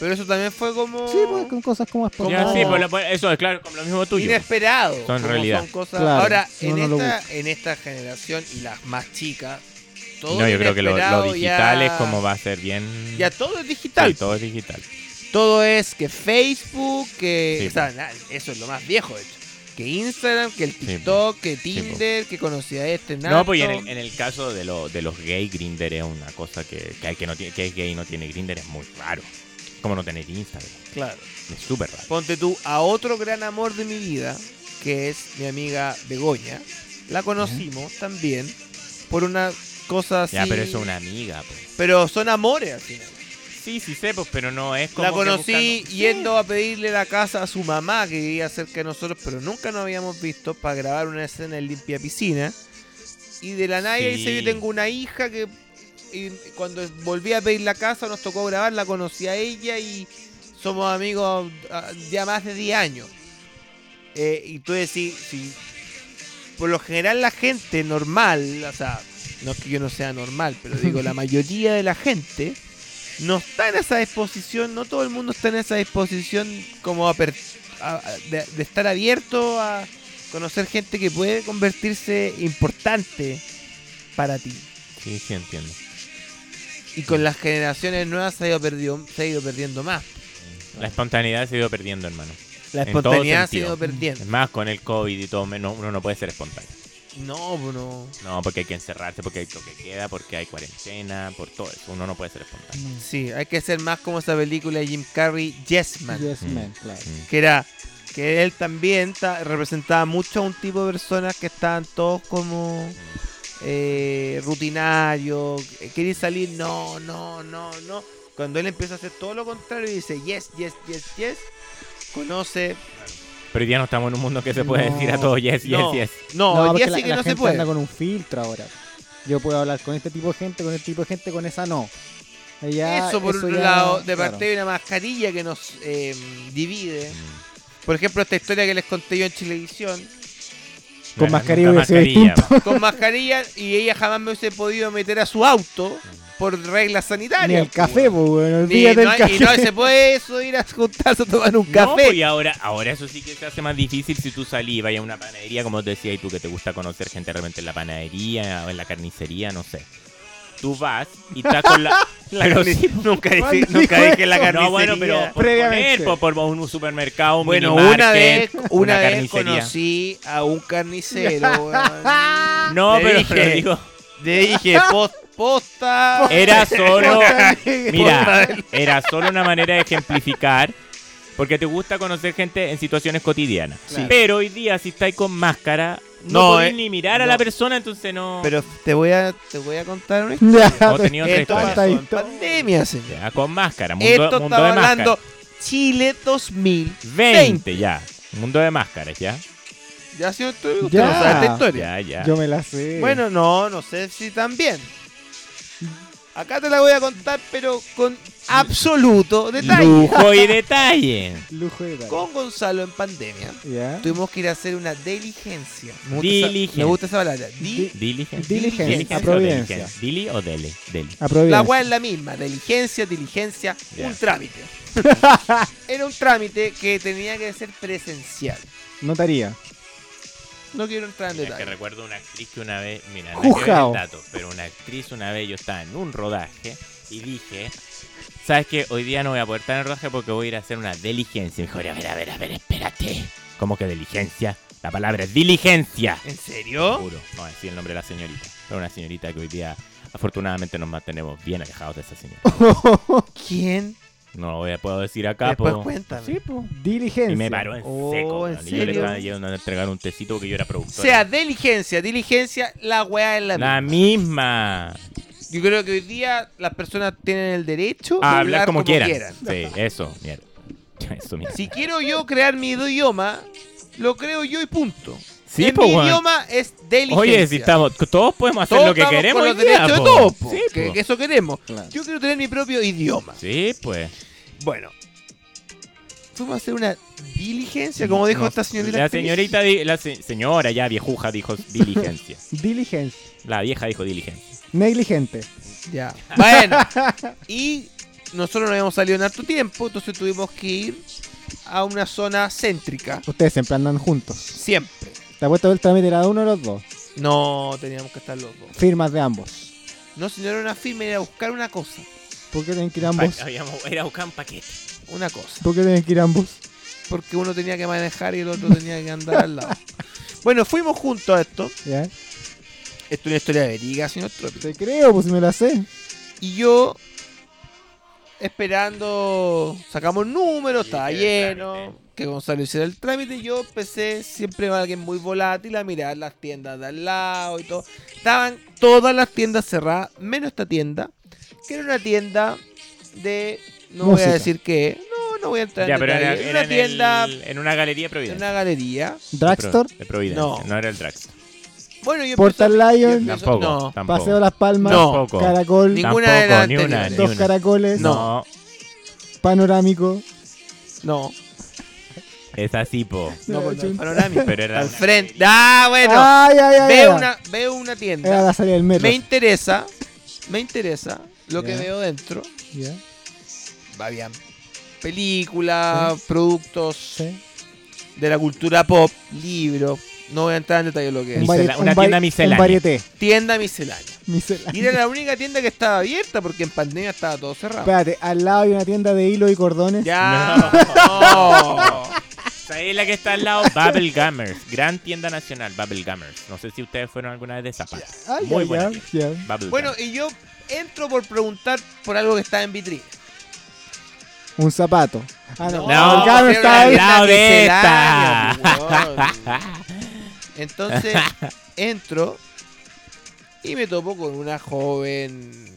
Speaker 3: Pero eso también fue como.
Speaker 6: Sí, pues con cosas como
Speaker 5: Ya,
Speaker 6: espontáneas.
Speaker 5: sí, pues, la- pues, eso es claro, como lo mismo tuyo.
Speaker 3: inesperado.
Speaker 5: Son
Speaker 3: como
Speaker 5: realidad.
Speaker 3: son cosas-
Speaker 6: Claro,
Speaker 3: Ahora,
Speaker 6: no,
Speaker 3: en,
Speaker 6: no lo
Speaker 3: esta, en esta generación y las más chicas, todo
Speaker 5: No, yo creo que lo, lo
Speaker 3: inesperado
Speaker 5: digital
Speaker 3: ya-
Speaker 5: es como va a ser bien...
Speaker 3: Ya todo es digital.
Speaker 5: Sí, todo es digital.
Speaker 3: todo es que Facebook, que.
Speaker 5: Sí, pues.
Speaker 3: o sea, na- eso es lo más viejo, de hecho. Que Instagram, que el
Speaker 5: Sí, pues.
Speaker 3: TikTok, que Tinder, que conocía este, nada.
Speaker 5: No, pues y en el, en el caso de, lo- de los gay, Grinder es una cosa que, que, hay que, no tiene, que es gay y no tiene Grinder es muy raro. Como no tener Instagram,
Speaker 3: Claro.
Speaker 5: es súper raro.
Speaker 3: eh, Ponte tú a otro gran amor de mi vida, que es mi amiga Begoña. La conocimos también por una cosa así.
Speaker 5: Ya, pero eso es una amiga, pues.
Speaker 3: Pero son amores al final.
Speaker 5: Sí, sí sé, pues, pero no es como
Speaker 3: La
Speaker 5: que
Speaker 3: conocí
Speaker 5: buscando-
Speaker 3: yendo a pedirle la casa a su mamá que vivía cerca de nosotros, pero nunca nos habíamos visto para grabar una escena en limpia piscina. Y de la nada
Speaker 5: Sí.
Speaker 3: ella dice, yo tengo una hija que y cuando volví a pedir la casa nos tocó grabar, la conocí a ella y somos amigos ah, ya más de 10 años. Eh, y tú decís, si por lo general la gente normal, o sea, no es que yo no sea normal, pero digo, la mayoría de la gente no está en esa disposición, no todo el mundo está en esa disposición como aper- a- a- de, de estar abierto a conocer gente que puede convertirse importante para ti.
Speaker 5: Sí, sí, entiendo.
Speaker 3: Y con las generaciones nuevas se ha ido, perdido- se ha ido perdiendo más.
Speaker 5: La espontaneidad se ha ido perdiendo, hermano.
Speaker 3: La
Speaker 5: En todo
Speaker 3: espontaneidad se ha
Speaker 5: sentido.
Speaker 3: ido perdiendo.
Speaker 5: Es más, con el COVID y todo, no- uno no puede ser espontáneo.
Speaker 3: No, bueno.
Speaker 5: No, porque hay que encerrarse, porque hay toque de queda, porque hay cuarentena, por todo eso. Uno no puede ser espontáneo.
Speaker 3: Sí, hay que ser más como esa película de Jim Carrey, Yes Man.
Speaker 6: Yes,
Speaker 5: Mm.
Speaker 6: man, claro.
Speaker 5: Mm.
Speaker 3: que era que él también ta- representaba mucho a un tipo de personas que estaban todos como eh, rutinarios, eh, quería salir, no, no, no, no. Cuando él empieza a hacer todo lo contrario y dice yes, yes, yes, yes, conoce.
Speaker 5: Pero hoy día no estamos en un mundo que se puede
Speaker 6: No.
Speaker 5: decir a todo yes, yes,
Speaker 3: no,
Speaker 5: yes.
Speaker 3: no,
Speaker 6: porque
Speaker 3: yes
Speaker 6: la,
Speaker 3: sí que
Speaker 6: la
Speaker 3: no se
Speaker 6: gente
Speaker 3: puede.
Speaker 6: anda con un filtro ahora. Yo puedo hablar con este tipo de gente, con este tipo de gente, con esa no. Ya,
Speaker 3: eso por un
Speaker 6: ya-
Speaker 3: lado, de
Speaker 6: claro.
Speaker 3: parte de una mascarilla que nos eh, divide. Por ejemplo, esta historia que les conté yo en Chilevisión,
Speaker 6: Con
Speaker 5: Bueno,
Speaker 6: mascarilla
Speaker 5: nunca
Speaker 6: hubiese sido
Speaker 5: mascarilla,
Speaker 6: distinto.
Speaker 3: con mascarilla y ella jamás me hubiese podido meter a su auto por reglas sanitarias.
Speaker 6: Ni el
Speaker 3: pues,
Speaker 6: café,
Speaker 3: weón.
Speaker 6: pues, bueno,
Speaker 3: Y
Speaker 6: olvídate del
Speaker 3: no,
Speaker 6: café.
Speaker 3: y no se puede eso ir a juntarse a tomar un
Speaker 5: No, pues, y
Speaker 3: café.
Speaker 5: ahora, ahora eso sí que se hace más difícil si tú salís y vas a una panadería, como te decía, y tú que te gusta conocer gente realmente en la panadería o en la carnicería, no sé. Tú vas y estás con la... la
Speaker 3: Pero
Speaker 5: carnicería.
Speaker 3: sí, nunca dije,
Speaker 6: ¿Cuándo
Speaker 3: nunca
Speaker 6: dijo
Speaker 3: dije la carnicería.
Speaker 5: No, bueno, pero por
Speaker 6: Previamente.
Speaker 5: poner, po, por un supermercado, un
Speaker 3: Bueno,
Speaker 5: minimarket,
Speaker 3: una vez, una vez
Speaker 5: carnicería.
Speaker 3: conocí a un carnicero, weón.
Speaker 5: No,
Speaker 3: Le
Speaker 5: pero,
Speaker 3: dije-
Speaker 5: pero digo,
Speaker 3: Le dije, "Pos- posta.
Speaker 5: era solo... Mira,
Speaker 3: Posta.
Speaker 5: era solo una manera de ejemplificar, porque te gusta conocer gente en situaciones cotidianas.
Speaker 3: Sí.
Speaker 5: Pero hoy día, si estáis con máscara, no,
Speaker 3: No,
Speaker 5: podéis
Speaker 3: eh,
Speaker 5: ni mirar a
Speaker 3: no.
Speaker 5: la persona, entonces no...
Speaker 3: Pero te voy a, te voy a contar una historia.
Speaker 6: Ya,
Speaker 5: O tenía otra
Speaker 3: Esto
Speaker 5: historia.
Speaker 3: pasó en pandemia, señor.
Speaker 5: Ya, con máscara, mundo,
Speaker 3: Esto
Speaker 5: mundo
Speaker 3: estaba
Speaker 5: de
Speaker 3: hablando
Speaker 5: máscara.
Speaker 3: Chile 2000.
Speaker 5: 20 ya. Mundo de máscaras, ya.
Speaker 3: Ya se usted no
Speaker 6: Ya.
Speaker 3: sabe esta historia.
Speaker 5: Ya, ya.
Speaker 6: yo me la sé.
Speaker 3: Bueno, no, no sé si también. Acá te la voy a contar, pero con absoluto detalle.
Speaker 5: Lujo y detalle.
Speaker 6: lujo de detalle.
Speaker 3: Con Gonzalo en pandemia,
Speaker 6: Ya.
Speaker 3: tuvimos que ir a hacer una diligencia. Me gusta esa-
Speaker 5: Diligencia.
Speaker 3: me gusta esa palabra. Di-
Speaker 5: Diligencia.
Speaker 6: Diligencia,
Speaker 5: Diligencia
Speaker 6: a
Speaker 5: o
Speaker 6: Providencia.
Speaker 5: diligencia. Dili o dele. Deli.
Speaker 6: A Providencia.
Speaker 3: la cual es la misma. Diligencia, diligencia,
Speaker 5: Ya.
Speaker 3: un trámite. Era un trámite que tenía que ser presencial.
Speaker 6: Notaría.
Speaker 3: No quiero entrar en
Speaker 5: Mira, que
Speaker 3: detalle.
Speaker 5: recuerdo una actriz que una vez, mira, no
Speaker 6: Juzgado.
Speaker 5: el dato, pero una actriz una vez yo estaba en un rodaje y dije, ¿sabes qué? Hoy día no voy a poder estar en el rodaje porque voy a ir a hacer una diligencia. Y me dijo, a ver, a ver, a ver, espérate. ¿Cómo que diligencia? La palabra es diligencia.
Speaker 3: ¿En serio?
Speaker 5: Juro, no voy a decir el nombre de la señorita. Pero una señorita que hoy día, afortunadamente, nos mantenemos bien alejados de esa señora.
Speaker 3: ¿Quién?
Speaker 5: No lo voy a, puedo decir acá,
Speaker 3: Después
Speaker 5: po.
Speaker 3: cuéntame.
Speaker 6: Diligencia.
Speaker 5: Y me paró en
Speaker 3: Oh,
Speaker 5: seco.
Speaker 3: ¿en
Speaker 5: weón. Y yo le
Speaker 3: serio?
Speaker 5: estaba llevando a entregar un tecito porque yo era
Speaker 3: O
Speaker 5: productor.
Speaker 3: sea, diligencia, diligencia, la weá es la misma.
Speaker 5: la misma.
Speaker 3: Yo creo que hoy día las personas tienen el derecho
Speaker 5: A hablar como, quieran. Sí, eso, mierda. Eso, mierda.
Speaker 3: Si quiero yo crear mi idioma, lo creo yo y punto.
Speaker 5: Sí,
Speaker 3: El-
Speaker 5: po,
Speaker 3: mi
Speaker 5: weón.
Speaker 3: idioma es diligencia.
Speaker 5: Oye, si estamos, todos podemos hacer
Speaker 3: Todos
Speaker 5: lo que
Speaker 3: estamos
Speaker 5: queremos.
Speaker 3: con
Speaker 5: hoy
Speaker 3: los
Speaker 5: día,
Speaker 3: derechos de
Speaker 5: po.
Speaker 3: todos, po,
Speaker 5: Sí,
Speaker 3: que,
Speaker 5: po.
Speaker 3: que eso queremos.
Speaker 6: Claro.
Speaker 3: Yo quiero tener mi propio idioma.
Speaker 5: Sí, pues.
Speaker 3: Bueno, fuimos a hacer una diligencia, como dijo
Speaker 5: No,
Speaker 3: esta señorita.
Speaker 5: La
Speaker 3: actriz.
Speaker 5: señorita, di- la se- señora ya viejuja dijo diligencia.
Speaker 6: Diligencia.
Speaker 5: la vieja dijo diligencia.
Speaker 6: Negligente.
Speaker 3: Ya. Bueno, y nosotros no habíamos salido en harto tiempo, entonces tuvimos que ir a una zona céntrica.
Speaker 6: Ustedes siempre andan juntos.
Speaker 3: Siempre.
Speaker 6: Te ha puesto el trámite era de uno de los dos.
Speaker 3: No, teníamos que estar los dos.
Speaker 6: Firmas de ambos.
Speaker 3: No, señor, era una firma, era buscar una cosa.
Speaker 6: ¿Por qué tienen que ir ambos?
Speaker 5: Pa- habíamos- Era buscar un paquete.
Speaker 3: Una cosa.
Speaker 6: ¿Por qué tienen que ir ambos?
Speaker 3: Porque uno tenía que manejar y el otro tenía que andar al lado. Bueno, fuimos juntos a esto.
Speaker 6: ¿Ya?
Speaker 3: Esto es una historia verídica, señor Tropi.
Speaker 6: Te creo, pues si me la sé.
Speaker 3: Y yo, esperando, sacamos números, estaba
Speaker 5: que era el
Speaker 3: lleno.
Speaker 5: trámite.
Speaker 3: Que Gonzalo hiciera el trámite. y Yo empecé siempre con alguien muy volátil a mirar las tiendas de al lado y todo. Estaban todas las tiendas cerradas, menos esta tienda, que era una tienda de. No voy
Speaker 6: Música.
Speaker 3: a decir qué. No, no voy a entrar
Speaker 5: Ya,
Speaker 3: en
Speaker 5: pero
Speaker 3: detalle.
Speaker 5: era,
Speaker 3: En
Speaker 5: era
Speaker 3: una
Speaker 5: en
Speaker 3: tienda,
Speaker 5: el- en una galería de
Speaker 3: en
Speaker 5: Providencia.
Speaker 3: una galería.
Speaker 6: Drugstore,
Speaker 5: De Providencia.
Speaker 3: No.
Speaker 5: No. era el Dragstore.
Speaker 3: Bueno, yo
Speaker 6: Portal
Speaker 3: empiezo- yo
Speaker 6: Lion.
Speaker 3: empiezo-
Speaker 5: Tampoco.
Speaker 3: No,
Speaker 5: tampoco.
Speaker 6: Paseo Las Palmas,
Speaker 3: No.
Speaker 5: Tampoco.
Speaker 6: Caracol,
Speaker 3: Ni-
Speaker 5: Tampoco,
Speaker 3: Ninguna de las
Speaker 5: ni una,
Speaker 3: anteriores.
Speaker 5: ni
Speaker 6: dos
Speaker 5: una.
Speaker 6: caracoles,
Speaker 5: No.
Speaker 6: panorámico.
Speaker 3: no.
Speaker 5: Es así, po.
Speaker 3: No, pues no,
Speaker 6: Chun-
Speaker 3: panorámico.
Speaker 5: Pero era
Speaker 3: Al
Speaker 5: una-
Speaker 3: frente. Ah, bueno.
Speaker 6: ay, ay, ay,
Speaker 3: veo,
Speaker 6: ay.
Speaker 3: una, veo una
Speaker 6: Era
Speaker 3: tienda.
Speaker 6: la salida del metro.
Speaker 3: Me interesa. Me interesa lo que
Speaker 6: Ya.
Speaker 3: veo dentro.
Speaker 6: Ya,
Speaker 3: Va bien. Películas, productos
Speaker 6: sí.
Speaker 3: de la cultura pop, libros. No voy a entrar en detalle lo que es.
Speaker 5: Miscelá- una
Speaker 6: Un vari- un vari-
Speaker 5: tienda miscelánea.
Speaker 6: Un varieté.
Speaker 3: Tienda miscelánea.
Speaker 6: Miscelánea.
Speaker 3: Y era la única tienda que estaba abierta porque en pandemia estaba todo cerrado.
Speaker 6: Espérate, al lado hay una tienda de hilo y cordones.
Speaker 3: Ah. Ya. No.
Speaker 5: Ahí la que está al lado, Bubblegummers. Gran tienda nacional, Bubblegummers. No sé si ustedes fueron alguna vez de esa parte.
Speaker 6: Ay,
Speaker 5: Muy
Speaker 6: ya,
Speaker 5: buena
Speaker 6: ya,
Speaker 5: tienda.
Speaker 6: ya.
Speaker 5: Bubblegummers.
Speaker 3: Bueno, y yo entro por preguntar por algo que está en vitrina.
Speaker 6: Un zapato. Ah,
Speaker 3: No,
Speaker 6: no.
Speaker 5: No,
Speaker 6: el cabro
Speaker 3: pero
Speaker 6: está
Speaker 3: la-
Speaker 6: ahí.
Speaker 3: la-
Speaker 5: ¡La
Speaker 3: miscelánea,
Speaker 5: beta!
Speaker 3: Entonces entro y me topo con una joven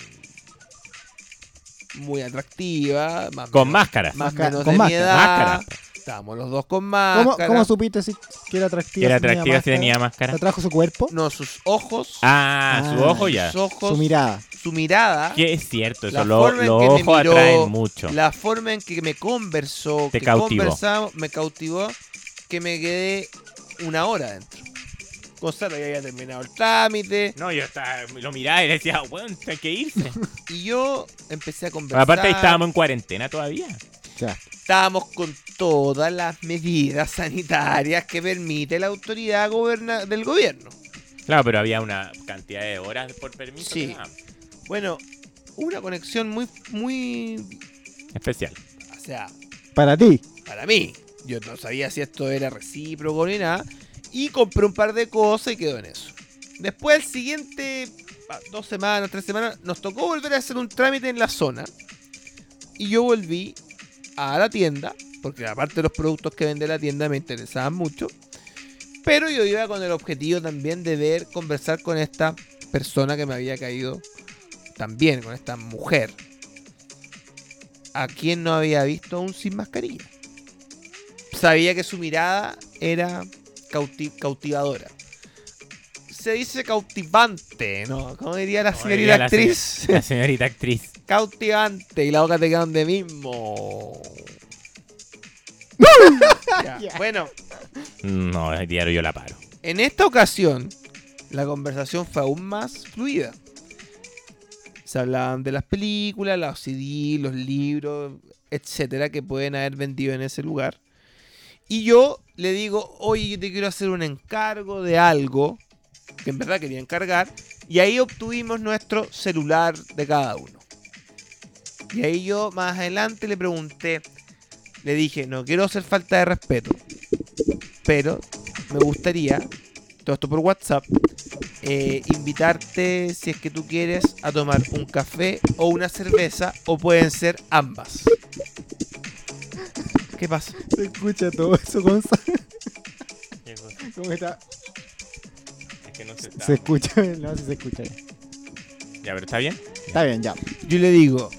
Speaker 3: muy atractiva. Más
Speaker 5: Con
Speaker 3: menos-
Speaker 5: máscaras.
Speaker 3: Más
Speaker 6: Máscara-
Speaker 3: menos
Speaker 6: con
Speaker 3: de mi
Speaker 6: máscara.
Speaker 3: edad.
Speaker 5: Máscara.
Speaker 3: Estábamos los dos con máscara.
Speaker 6: ¿Cómo, ¿Cómo supiste si que era
Speaker 5: Que
Speaker 6: atractiva?
Speaker 5: era
Speaker 6: si tenía
Speaker 5: atractiva si tenía máscara.
Speaker 6: ¿Te trajo su cuerpo?
Speaker 3: No, sus ojos.
Speaker 5: Ah, su
Speaker 6: Ah.
Speaker 5: ojo ya.
Speaker 3: Sus ojos.
Speaker 6: Su mirada.
Speaker 3: su mirada.
Speaker 5: Que es cierto, eso.
Speaker 3: La
Speaker 5: lo-
Speaker 3: forma
Speaker 5: Los
Speaker 3: en que me
Speaker 5: ojos
Speaker 3: miró,
Speaker 5: atraen mucho.
Speaker 3: La forma en que me conversó,
Speaker 5: Te
Speaker 3: que
Speaker 5: cautivó.
Speaker 3: conversamos, me cautivó, que me quedé una hora dentro. Gonzalo ya había terminado el trámite
Speaker 5: No, yo estaba, lo miraba y decía, bueno, hay que irse.
Speaker 3: y yo empecé a conversar.
Speaker 5: Aparte, ahí estábamos en cuarentena todavía.
Speaker 6: Ya.
Speaker 3: Estábamos con todas las medidas sanitarias que permite la autoridad goberna- del gobierno.
Speaker 5: Claro, pero había una cantidad de horas por permiso.
Speaker 3: Sí.
Speaker 5: que daban.
Speaker 3: Bueno, una conexión muy, muy,
Speaker 5: Especial.
Speaker 3: o sea,
Speaker 6: Para ti.
Speaker 3: para mí. Yo no sabía si esto era recíproco ni nada. Y compré un par de cosas y quedó en eso. Después, el siguiente, ah, dos semanas, tres semanas, nos tocó volver a hacer un trámite en la zona. Y yo volví a la tienda, porque aparte de los productos que vende la tienda me interesaban mucho. Pero yo iba con el objetivo también de ver, conversar con esta persona que me había caído también, con esta mujer. A quien no había visto aún sin mascarilla sabía que su mirada era cauti- cautivadora. Se dice cautivante, ¿no? Como diría la
Speaker 5: Como
Speaker 3: señorita
Speaker 5: diría la
Speaker 3: actriz.
Speaker 5: señor- La señorita actriz.
Speaker 3: cautivante. Y la boca te quedan de mismo. Ya. Bueno,
Speaker 5: No, el diario yo la paro.
Speaker 3: en esta ocasión, la conversación fue aún más fluida. Se hablaban de las películas, los CD, los libros, etcétera, que pueden haber vendido en ese lugar. Y yo le digo, oye, yo te quiero hacer un encargo de algo que en verdad quería encargar. Y ahí obtuvimos nuestro celular de cada uno. Y ahí yo más adelante le pregunté, le dije, no quiero hacer falta de respeto, pero me gustaría, todo esto por WhatsApp, eh, invitarte, si es que tú quieres, a tomar un café o una cerveza, o pueden ser ambas. ¿Qué pasa?
Speaker 6: Se escucha todo eso, Gonzalo. ¿Cómo está? Se escucha. No, sí se escucha. bien.
Speaker 5: Ya, pero está bien.
Speaker 6: Está bien, ya.
Speaker 3: Yo le digo,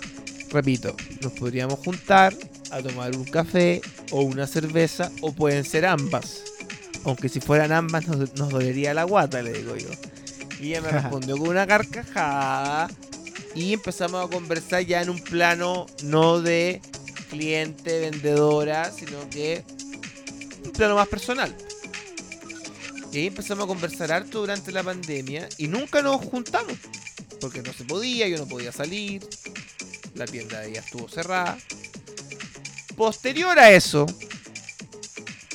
Speaker 3: repito, nos podríamos juntar a tomar un café o una cerveza, o pueden ser ambas. Aunque si fueran ambas nos, nos dolería la guata, le digo yo. Y ella me respondió con una carcajada y empezamos a conversar ya en un plano no de cliente, vendedora, sino que un plano más personal. Y ahí empezamos a conversar harto durante la pandemia y nunca nos juntamos. Porque no se podía, yo no podía salir. La tienda de ella estuvo cerrada. Posterior a eso,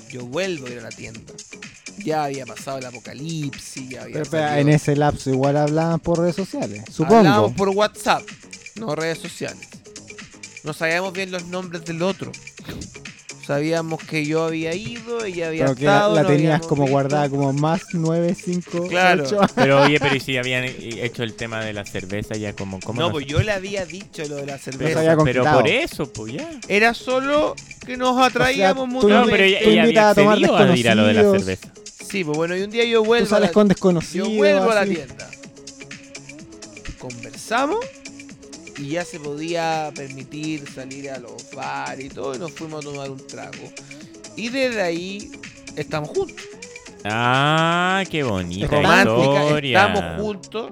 Speaker 3: yo vuelvo a ir a la tienda. Ya había pasado el apocalipsis, ya había
Speaker 6: Pero, espera,
Speaker 3: salido-
Speaker 6: en ese lapso igual hablaban por redes sociales. Supongo.
Speaker 3: Hablábamos por WhatsApp, no redes sociales. No sabíamos bien los nombres del otro. Sabíamos que yo había ido, ella había
Speaker 6: Pero que la,
Speaker 3: estado.
Speaker 6: la
Speaker 3: no
Speaker 6: tenías
Speaker 3: habíamos
Speaker 6: como
Speaker 3: visto.
Speaker 6: guardada como más 9, 5,
Speaker 3: Claro.
Speaker 6: 8.
Speaker 5: Pero oye, pero ¿y si habían eh, hecho el tema de la cerveza ya como... ¿cómo
Speaker 3: No,
Speaker 5: nos-
Speaker 3: pues yo le había dicho lo de la
Speaker 5: pero,
Speaker 3: cerveza.
Speaker 6: había
Speaker 5: pero
Speaker 6: conquistado.
Speaker 5: por eso, pues ya.
Speaker 3: Era solo que nos atraíamos
Speaker 6: tú
Speaker 3: mutuamente.
Speaker 5: No, pero ella,
Speaker 6: tú
Speaker 5: ella había
Speaker 6: invitas a tomar
Speaker 5: accedido a ir a lo de la
Speaker 6: desconocidos.
Speaker 5: cerveza.
Speaker 3: Sí, pues bueno, y un día yo
Speaker 6: Tú
Speaker 3: vuelvo. a la-
Speaker 6: sales con desconocidos.
Speaker 3: Yo vuelvo a la
Speaker 6: así.
Speaker 3: tienda. Conversamos y ya se podía permitir salir a los bares y todo, y nos fuimos a tomar un trago. Y desde ahí estamos juntos.
Speaker 5: Ah, qué bonita
Speaker 3: Romántica,
Speaker 5: historia.
Speaker 3: estamos juntos.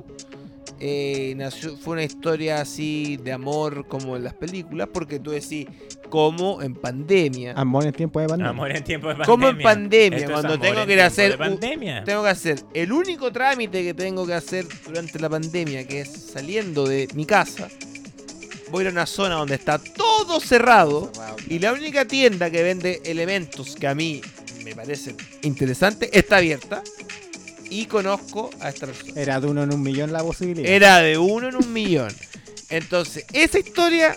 Speaker 3: Eh, nació- fue una historia así de amor como en las películas, porque tú decís, como en pandemia.
Speaker 6: Amor en tiempo de pandemia.
Speaker 5: Amor en tiempo de pandemia.
Speaker 3: Como en pandemia,
Speaker 5: Esto es
Speaker 3: cuando
Speaker 5: amor
Speaker 3: tengo
Speaker 5: en
Speaker 3: que ir a
Speaker 5: tiempo de
Speaker 3: hacer un-
Speaker 5: pandemia.
Speaker 3: Tengo que hacer el único trámite que tengo que hacer durante la pandemia, que es saliendo de mi casa. Voy a ir a una zona donde está todo cerrado y la única tienda que vende elementos que a mí me parecen interesantes está abierta y conozco a esta persona.
Speaker 6: Era de uno en un millón la posibilidad.
Speaker 3: Era de uno en un millón. Entonces, esa historia,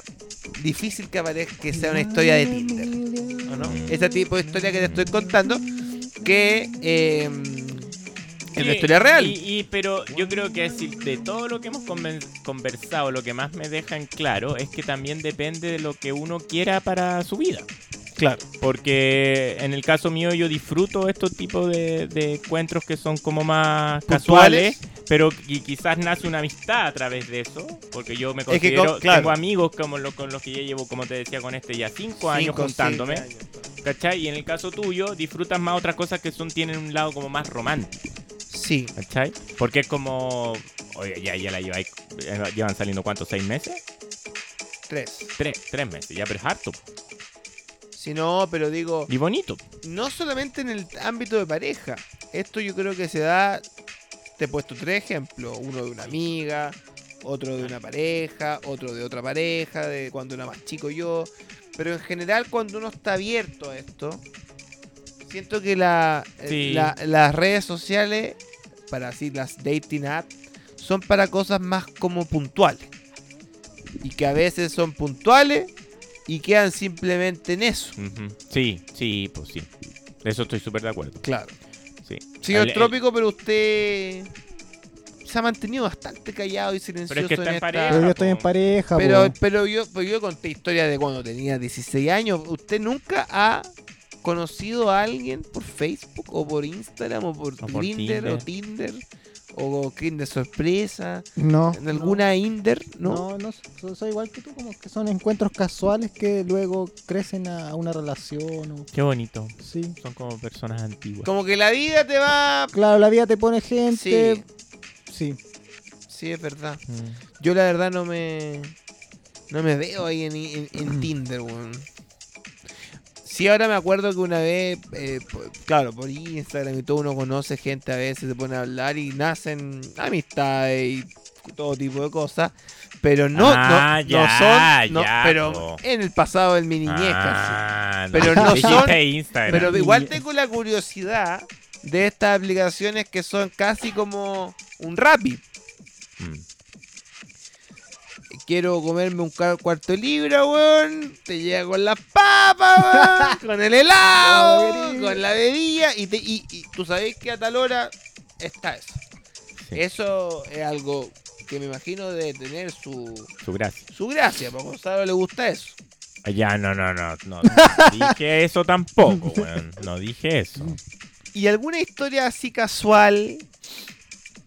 Speaker 3: difícil que aparezca que sea una historia de Tinder. ¿o no? Ese tipo de historia que te estoy contando, que eh, es una
Speaker 5: Sí,
Speaker 3: historia real.
Speaker 5: Y, y- pero yo creo que decir, de todo lo que hemos conven- conversado, lo que más me deja en claro es que también depende de lo que uno quiera para su vida.
Speaker 3: claro.
Speaker 5: Porque en el caso mío yo disfruto estos tipos de, de encuentros que son como más
Speaker 3: Puntuales.
Speaker 5: casuales, pero y quizás nace una amistad a través de eso, porque yo me
Speaker 3: que
Speaker 5: considero,
Speaker 3: co- claro.
Speaker 5: tengo amigos como los, con los que ya llevo, como te decía, con este ya cinco, años
Speaker 3: Cinco,
Speaker 5: juntándome,
Speaker 3: siete años.
Speaker 5: ¿cachai? Y en el caso tuyo disfrutas más otras cosas que son tienen un lado como más romántico,
Speaker 3: Sí,
Speaker 5: ¿cachai? Porque es como, oye, ya, ya la lleváis, llevan saliendo cuántos, seis meses?
Speaker 3: tres.
Speaker 5: Tres, tres meses, ya, pero es harto po,
Speaker 3: Si no, pero digo,
Speaker 5: y bonito.
Speaker 3: no solamente en el ámbito de pareja. Esto yo creo que se da. Te he puesto tres ejemplos: uno de una amiga, otro de una pareja, otro de otra pareja, de cuando era más chico yo. Pero en general, cuando uno está abierto a esto, siento que la, eh,
Speaker 5: Sí.
Speaker 3: la- las redes sociales, para así las dating apps, son para cosas más como puntuales. Y que a veces son puntuales y quedan simplemente en eso.
Speaker 5: Ujú. Sí, sí, pues sí. De eso estoy súper de acuerdo.
Speaker 3: Claro.
Speaker 5: Sí.
Speaker 3: Señor
Speaker 5: El- el-
Speaker 3: Trópico, pero usted se ha mantenido bastante callado y silencioso
Speaker 5: Pero es que está
Speaker 3: en
Speaker 5: en
Speaker 3: esta-
Speaker 5: pareja.
Speaker 6: Pero yo estoy en
Speaker 5: po.
Speaker 6: pareja,
Speaker 3: Pero,
Speaker 6: po.
Speaker 3: pero yo, pero yo conté historias de cuando tenía 16 años. ¿Usted nunca ha conocido a alguien por Facebook o por Instagram o por,
Speaker 5: O por
Speaker 3: Grindr o Tinder o Kinder Sorpresa?
Speaker 6: No.
Speaker 3: ¿En alguna Inder? ¿No?
Speaker 6: No, no, so- soy igual que tú, como que son encuentros casuales que luego crecen a una relación. o-
Speaker 5: Qué bonito.
Speaker 6: sí.
Speaker 5: Son como personas antiguas.
Speaker 3: Como que la vida te va...
Speaker 6: Claro, la vida te pone gente.
Speaker 3: Sí,
Speaker 6: Sí.
Speaker 3: sí, es verdad.
Speaker 5: Mm.
Speaker 3: Yo la verdad no me. No me veo ahí en, en- en Tinder, weón. Sí, ahora me acuerdo que una vez, eh, po- claro, por Instagram y todo uno conoce gente a veces, se pone a hablar y nacen amistades y todo tipo de cosas. Pero no,
Speaker 5: Ah,
Speaker 3: no,
Speaker 5: ya,
Speaker 3: no son. no,
Speaker 5: ya,
Speaker 3: pero
Speaker 5: po.
Speaker 3: en el pasado en mi niñez casi.
Speaker 5: Ah,
Speaker 3: Pero no
Speaker 5: Dijiste
Speaker 3: son-
Speaker 5: Instagram.
Speaker 3: Pero
Speaker 6: Niñez.
Speaker 3: igual tengo la curiosidad de estas aplicaciones que son casi como un Rappi.
Speaker 5: Mm.
Speaker 3: quiero comerme un cua- cuarto de libra, weón. Te llega con las papas, weón. con el helado,
Speaker 6: Con la
Speaker 3: weón,
Speaker 6: bebida.
Speaker 3: con la bebida. Y, te, y, y tú sabés que a tal hora está eso.
Speaker 5: Sí.
Speaker 3: Eso es algo que me imagino debe tener su,
Speaker 5: Su gracia.
Speaker 3: su gracia, porque a Gonzalo le gusta eso.
Speaker 5: Ah, Ya, no, no, no. No dije eso tampoco, weón. No dije eso.
Speaker 3: ¿Y alguna historia así casual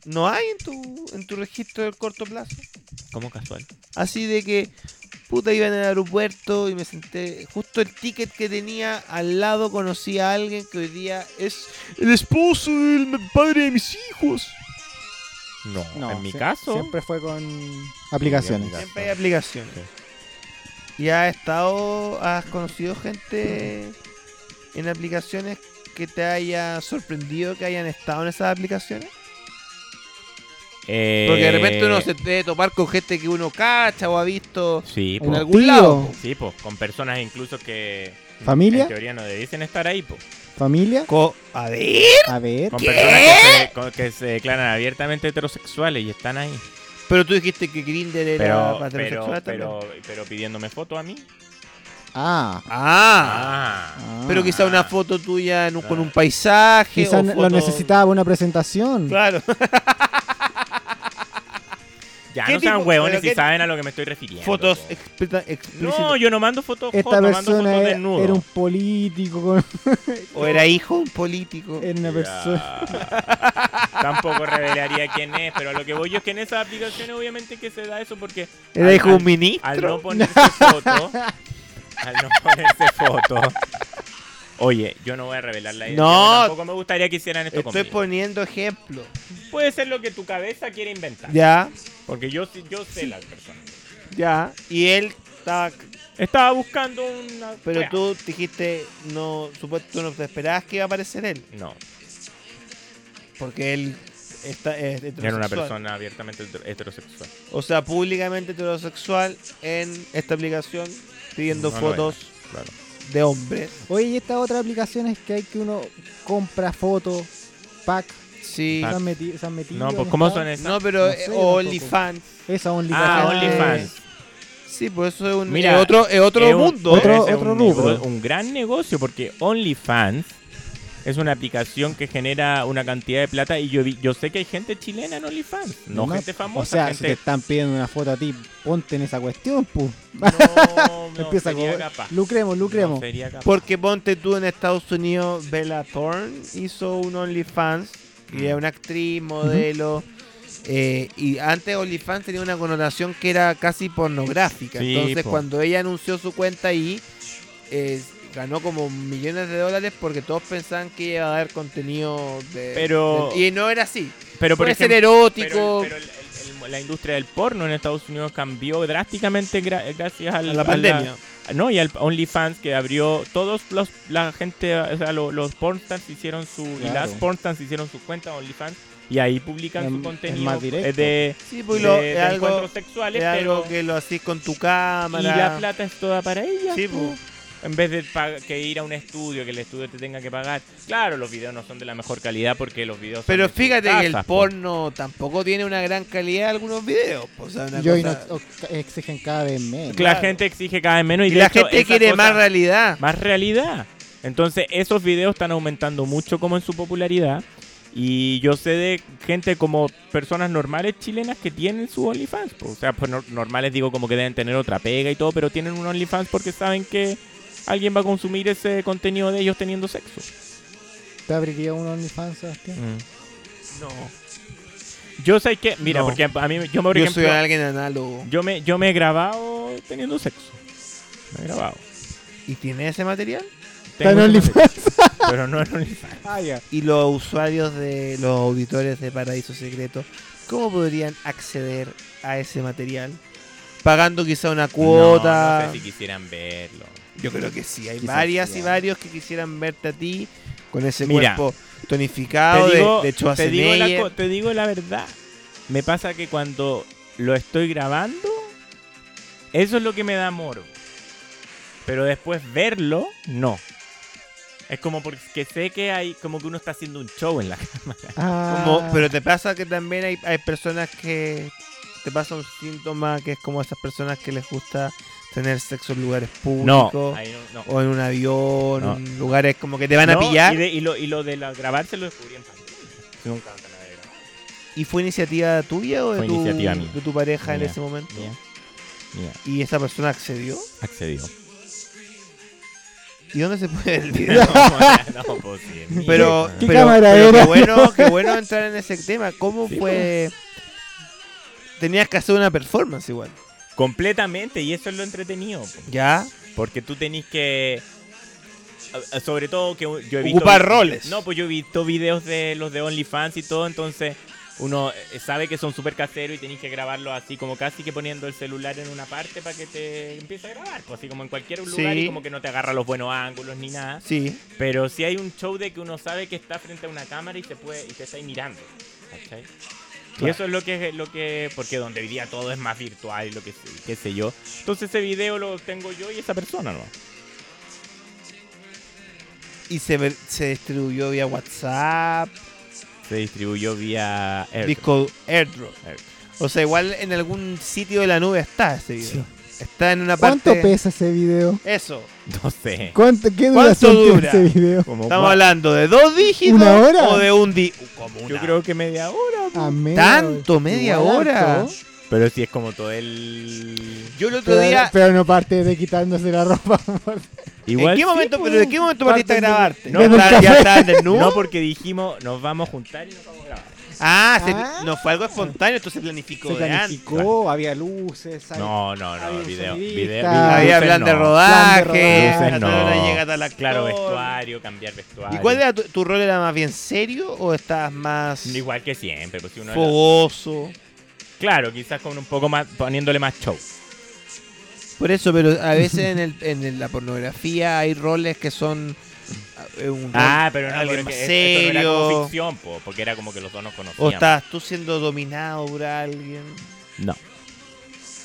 Speaker 3: no hay en tu, en tu registro del corto plazo?
Speaker 5: Como casual.
Speaker 3: Así de que, puta, iba en el aeropuerto y me senté. Justo el ticket que tenía al lado conocí a alguien que hoy día es el esposo del m- padre de mis hijos.
Speaker 5: No,
Speaker 6: No,
Speaker 5: en mi
Speaker 6: sie-
Speaker 5: caso.
Speaker 6: Siempre fue con aplicaciones.
Speaker 5: Sí,
Speaker 3: Siempre hay aplicaciones. Y has estado, has conocido gente en aplicaciones que te haya sorprendido que hayan estado en esas aplicaciones.
Speaker 5: Eh,
Speaker 3: Porque de repente uno se debe topar con gente que uno cacha o ha visto
Speaker 5: Sí,
Speaker 3: en
Speaker 5: po.
Speaker 3: algún lado.
Speaker 5: Sí, po, Con personas incluso que. mm,
Speaker 6: ¿Familia?
Speaker 5: En teoría no debiesen estar ahí, po.
Speaker 6: Familia,
Speaker 3: Co- a ver.
Speaker 6: a ver.
Speaker 5: Con personas que se, con- que se declaran abiertamente heterosexuales y están ahí.
Speaker 3: Pero tú dijiste que Grindr era
Speaker 5: Pero,
Speaker 3: para
Speaker 5: pero,
Speaker 3: heterosexual también.
Speaker 5: pero, pero pidiéndome foto a mí.
Speaker 6: Ah.
Speaker 3: Ah.
Speaker 5: Ah.
Speaker 3: Pero
Speaker 6: que
Speaker 3: quizá una foto tuya en un- con un paisaje. o
Speaker 6: Quizás
Speaker 3: foto-
Speaker 6: lo necesitaba una presentación.
Speaker 3: Claro.
Speaker 5: Ya, Ya
Speaker 3: qué
Speaker 5: no sean
Speaker 3: tipo-
Speaker 5: hueones
Speaker 3: pero
Speaker 5: si
Speaker 3: qué-
Speaker 5: saben a lo que me estoy refiriendo.
Speaker 3: Fotos
Speaker 5: po.
Speaker 3: explícitas.
Speaker 5: No, yo no mando fotos
Speaker 6: Esta
Speaker 5: hot, no mando
Speaker 6: persona
Speaker 5: fotos
Speaker 6: era,
Speaker 5: desnudo.
Speaker 6: era un político, con-
Speaker 3: O era hijo de un político.
Speaker 6: era una persona.
Speaker 5: Ya. Tampoco revelaría quién es, pero a lo que voy yo es que en esas aplicaciones obviamente que se da eso porque
Speaker 3: Era
Speaker 5: al-
Speaker 3: hijo de
Speaker 5: al-
Speaker 3: un ministro.
Speaker 5: al no ponerse foto, al no ponerse foto. Oye, yo no voy a revelar la idea.
Speaker 3: No.
Speaker 5: Tampoco me gustaría que hicieran esto
Speaker 3: Estoy
Speaker 5: conmigo.
Speaker 3: poniendo ejemplo.
Speaker 5: Puede ser lo que tu cabeza quiere inventar.
Speaker 3: Ya,
Speaker 5: Porque yo, sí- yo sé las personas.
Speaker 3: ya. Y él estaba.
Speaker 5: Estaba buscando una.
Speaker 3: Pero
Speaker 5: wea.
Speaker 3: tú dijiste, no, supuesto, no te esperabas que iba a aparecer él.
Speaker 5: No,
Speaker 3: Porque él está, es heterosexual.
Speaker 5: era una persona abiertamente heter- heterosexual.
Speaker 3: O sea, públicamente heterosexual en esta aplicación pidiendo
Speaker 5: No lo
Speaker 3: fotos
Speaker 5: era, claro.
Speaker 3: de hombres.
Speaker 6: Oye, y estas otras aplicaciones que hay que uno compra fotos, pack,
Speaker 3: Sí.
Speaker 5: Ah.
Speaker 6: se han meti- se han metido.
Speaker 5: No, pues
Speaker 6: en
Speaker 5: ¿cómo
Speaker 6: esta-
Speaker 5: son esas?
Speaker 3: Ah. No, pero
Speaker 6: No
Speaker 3: eh,
Speaker 6: sé,
Speaker 3: OnlyFans.
Speaker 6: Esa OnlyFans.
Speaker 5: ah,
Speaker 3: OnlyFans.
Speaker 5: OnlyFans.
Speaker 3: Este, Sí, pues eso es, un,
Speaker 5: Mira,
Speaker 3: es otro, es otro
Speaker 5: Es un-
Speaker 3: mundo. ¿eh?
Speaker 6: Otro-
Speaker 5: ese es un
Speaker 6: rubro.
Speaker 5: nego- un gran negocio porque OnlyFans es una aplicación que genera una cantidad de plata y yo vi- yo sé que hay gente chilena en OnlyFans, no, gente famosa,
Speaker 6: O sea, si te
Speaker 5: gente
Speaker 6: están pidiendo una foto a ti, ponte en esa cuestión, pu.
Speaker 5: no, no
Speaker 6: Empieza
Speaker 5: sería
Speaker 6: como-
Speaker 5: capaz.
Speaker 6: Lucremos,
Speaker 5: No
Speaker 6: lucremos.
Speaker 5: sería capaz.
Speaker 3: Porque ponte tú en Estados Unidos, Bella Thorne hizo un OnlyFans, que
Speaker 5: Mm.
Speaker 3: era una actriz, modelo. eh, y antes OnlyFans tenía una connotación que era casi pornográfica.
Speaker 5: Sí,
Speaker 3: Entonces,
Speaker 5: po.
Speaker 3: cuando ella anunció su cuenta ahí, eh, ganó como millones de dólares porque todos pensaban que ella iba a dar contenido de.
Speaker 5: Pero-
Speaker 3: de- y no era así.
Speaker 5: pero por
Speaker 3: Puede ser
Speaker 5: ejemplo-
Speaker 3: erótico.
Speaker 5: Pero, el- pero el- el- el- la industria del porno en Estados Unidos cambió drásticamente gra- gracias al-
Speaker 3: a la pandemia.
Speaker 5: no, y al OnlyFans que abrió todos los la gente, o sea, lo- los, pornstars hicieron su y
Speaker 6: Claro.
Speaker 5: las pornstars hicieron su cuenta de OnlyFans y ahí publican
Speaker 6: Es-
Speaker 5: su
Speaker 6: es
Speaker 5: contenido
Speaker 6: más directo.
Speaker 5: eh, de,
Speaker 3: Sí, pues
Speaker 5: de-
Speaker 3: lo-
Speaker 5: de
Speaker 3: es, algo,
Speaker 5: encuentros sexuales,
Speaker 3: es algo
Speaker 5: pero
Speaker 3: que lo hacís con tu
Speaker 5: y
Speaker 3: cámara.
Speaker 5: la plata es toda para ella.
Speaker 3: Sí,
Speaker 5: po. En vez de pa- que ir a un estudio, que el estudio te tenga que pagar. Claro, los videos no son de la mejor calidad porque los videos son
Speaker 3: Pero
Speaker 5: de sus
Speaker 3: fíjate que el
Speaker 5: casas, po.
Speaker 3: porno tampoco tiene una gran calidad de algunos videos. po, o sea, una
Speaker 6: Y hoy
Speaker 3: cosa-
Speaker 6: nos o- exigen cada vez menos.
Speaker 5: La
Speaker 3: claro.
Speaker 5: gente exige cada vez menos y,
Speaker 3: Y
Speaker 5: de
Speaker 3: la
Speaker 5: hecho,
Speaker 3: gente
Speaker 5: esa
Speaker 3: quiere
Speaker 5: cosa-
Speaker 3: más realidad.
Speaker 5: más realidad. Entonces, esos videos están aumentando mucho como en su popularidad. Y yo sé de gente como personas normales chilenas que tienen su OnlyFans. po. O sea, pues no- normales digo como que deben tener otra pega y todo, pero tienen un OnlyFans porque saben que alguien va a consumir ese contenido de ellos teniendo sexo.
Speaker 6: ¿Te abriría un OnlyFans, Sebastián?
Speaker 5: No. Yo sé que, mira,
Speaker 3: Mm. No.
Speaker 5: porque a a mí, yo me, por
Speaker 3: Yo
Speaker 5: ejemplo,
Speaker 3: soy alguien análogo.
Speaker 5: yo, me, yo me he grabado teniendo sexo. Me he grabado.
Speaker 3: ¿Y tiene ese material?
Speaker 6: ¿Está en
Speaker 5: Tengo ese
Speaker 6: OnlyFans?
Speaker 5: material, Pero no en OnlyFans.
Speaker 6: Ah, ya.
Speaker 3: ¿Y los usuarios de los auditores de Paraíso Secreto, cómo podrían acceder a ese material? Pagando quizá una cuota.
Speaker 5: No, no sé si quisieran verlo.
Speaker 3: Yo creo que sí. Hay
Speaker 6: Quizás
Speaker 3: varias
Speaker 6: sí,
Speaker 3: y
Speaker 6: ah.
Speaker 3: varios que quisieran verte a ti con ese
Speaker 5: Mira,
Speaker 3: cuerpo tonificado Ah, de- de,
Speaker 5: te, digo
Speaker 3: Schwarzenegger.
Speaker 5: la, co- te digo la verdad. Me pasa que cuando lo estoy grabando, eso es lo que me da moro. Pero después verlo, no. Es como porque sé que hay como que uno está haciendo un show en la
Speaker 6: Ah,
Speaker 3: Como- pero te pasa que también hay, hay personas que te pasa un síntoma que es como esas personas que les gusta tener sexo en lugares públicos
Speaker 5: Ahí no, no.
Speaker 3: o en un avión,
Speaker 5: No.
Speaker 3: en lugares como que te van a
Speaker 5: No,
Speaker 3: pillar.
Speaker 5: Y,
Speaker 3: Y,
Speaker 5: de- y lo, y lo de la, grabarse lo descubrí en pandemia. Nunca antes me había grabado.
Speaker 3: fue iniciativa tuya o de,
Speaker 5: Fue
Speaker 3: tu,
Speaker 5: iniciativa mía.
Speaker 3: de tu pareja en
Speaker 5: Mía.
Speaker 3: ese momento?
Speaker 5: Mía, mía,
Speaker 3: ¿Y esa persona accedió?
Speaker 5: accedió.
Speaker 3: ¿Y dónde se puede ver el video?
Speaker 5: no, no, pues, sí, mía.
Speaker 3: Pero,
Speaker 6: ¿Qué
Speaker 3: pero-
Speaker 6: cámara
Speaker 3: pero
Speaker 6: era?
Speaker 3: qué bueno, qué bueno entrar en ese tema. ¿Cómo
Speaker 5: Sí, pues.
Speaker 3: fue? Tenías que hacer una performance igual.
Speaker 5: Completamente, y eso es lo entretenido. po.
Speaker 3: ¿Ya?
Speaker 5: Porque tú tenés que. a- a- Sobre todo que u- yo he visto.
Speaker 3: Ocupar roles.
Speaker 5: No, pues yo he visto videos de los de OnlyFans y todo, entonces uno eh, sabe que son súper caseros y tenés que grabarlo así, como casi que poniendo el celular en una parte para que te empiece a grabar. Pues así como en cualquier lugar
Speaker 3: Sí.
Speaker 5: y como que no te agarra los buenos ángulos ni nada.
Speaker 3: Sí.
Speaker 5: Pero sí hay un show de que uno sabe que está frente a una cámara y te puede y te está ahí mirando. ¿cachai? Y
Speaker 3: Claro.
Speaker 5: eso es lo que lo que porque donde hoy día todo es más virtual y lo que sé- qué sé yo. Entonces ese video lo tengo yo y esa persona, ¿no?
Speaker 3: Y se, ver- se distribuyó vía WhatsApp,
Speaker 5: Se distribuyó vía Airdrop.
Speaker 3: disco AirDrop.
Speaker 5: Airdrop.
Speaker 3: O sea, igual en algún sitio de la nube está ese video. Está en una
Speaker 6: ¿Cuánto
Speaker 3: parte.
Speaker 6: pesa ese video?
Speaker 3: Eso.
Speaker 5: No sé.
Speaker 6: ¿Cuánto, ¿Qué duración
Speaker 3: dura?
Speaker 6: tiene ese video?
Speaker 5: Como
Speaker 3: Estamos
Speaker 5: cua-
Speaker 3: hablando de dos dígitos
Speaker 6: ¿Una hora?
Speaker 3: o de un di. uh, Como
Speaker 5: Yo
Speaker 3: una-
Speaker 5: creo que media hora.
Speaker 6: A media hora.
Speaker 3: Tanto, media
Speaker 6: Igual
Speaker 3: hora.
Speaker 6: harto.
Speaker 5: Pero sí es como todo el.
Speaker 3: Yo el otro
Speaker 6: Pero,
Speaker 3: día.
Speaker 6: pero no parte de quitándose la ropa.
Speaker 3: ¿En
Speaker 5: Igual. pues,
Speaker 3: qué momento, pero ¿En qué momento partiste a
Speaker 6: Parten de-
Speaker 3: grabarte?
Speaker 5: No,
Speaker 6: ¿En un
Speaker 5: está- ya
Speaker 6: café?
Speaker 5: está desnudo. No, porque dijimos, nos vamos a juntar y nos vamos a grabar.
Speaker 3: Ah, se-
Speaker 6: Ah.
Speaker 3: no fue algo espontáneo, entonces planificó
Speaker 6: Se
Speaker 3: de antes.
Speaker 6: planificó, había luces. había-
Speaker 5: No, no, no,
Speaker 6: Había un
Speaker 5: video. video,
Speaker 6: sonidista.
Speaker 5: video-
Speaker 3: Había
Speaker 5: luces
Speaker 3: plan de
Speaker 5: no.
Speaker 6: Plan de
Speaker 3: rodaje,
Speaker 6: rodaje.
Speaker 3: la
Speaker 5: Luces no.
Speaker 3: señora llega Eh, a la
Speaker 5: Claro, vestuario, cambiar vestuario.
Speaker 3: ¿Y cuál era tu, tu rol? ¿Era más bien serio o estabas más
Speaker 5: Igual que siempre, pues si uno era-
Speaker 3: fogoso?
Speaker 5: Claro, quizás con un poco más, poniéndole más show.
Speaker 3: Por eso, pero a veces en, el, en el- la pornografía hay roles que son eh, un rol-
Speaker 5: Ah, pero no,
Speaker 3: alguien
Speaker 5: porque
Speaker 3: más
Speaker 5: es- esto no era como
Speaker 3: serio.
Speaker 5: ficción, po, porque era como que los dos nos conocíamos.
Speaker 3: o estabas tú siendo dominado por alguien.
Speaker 5: No.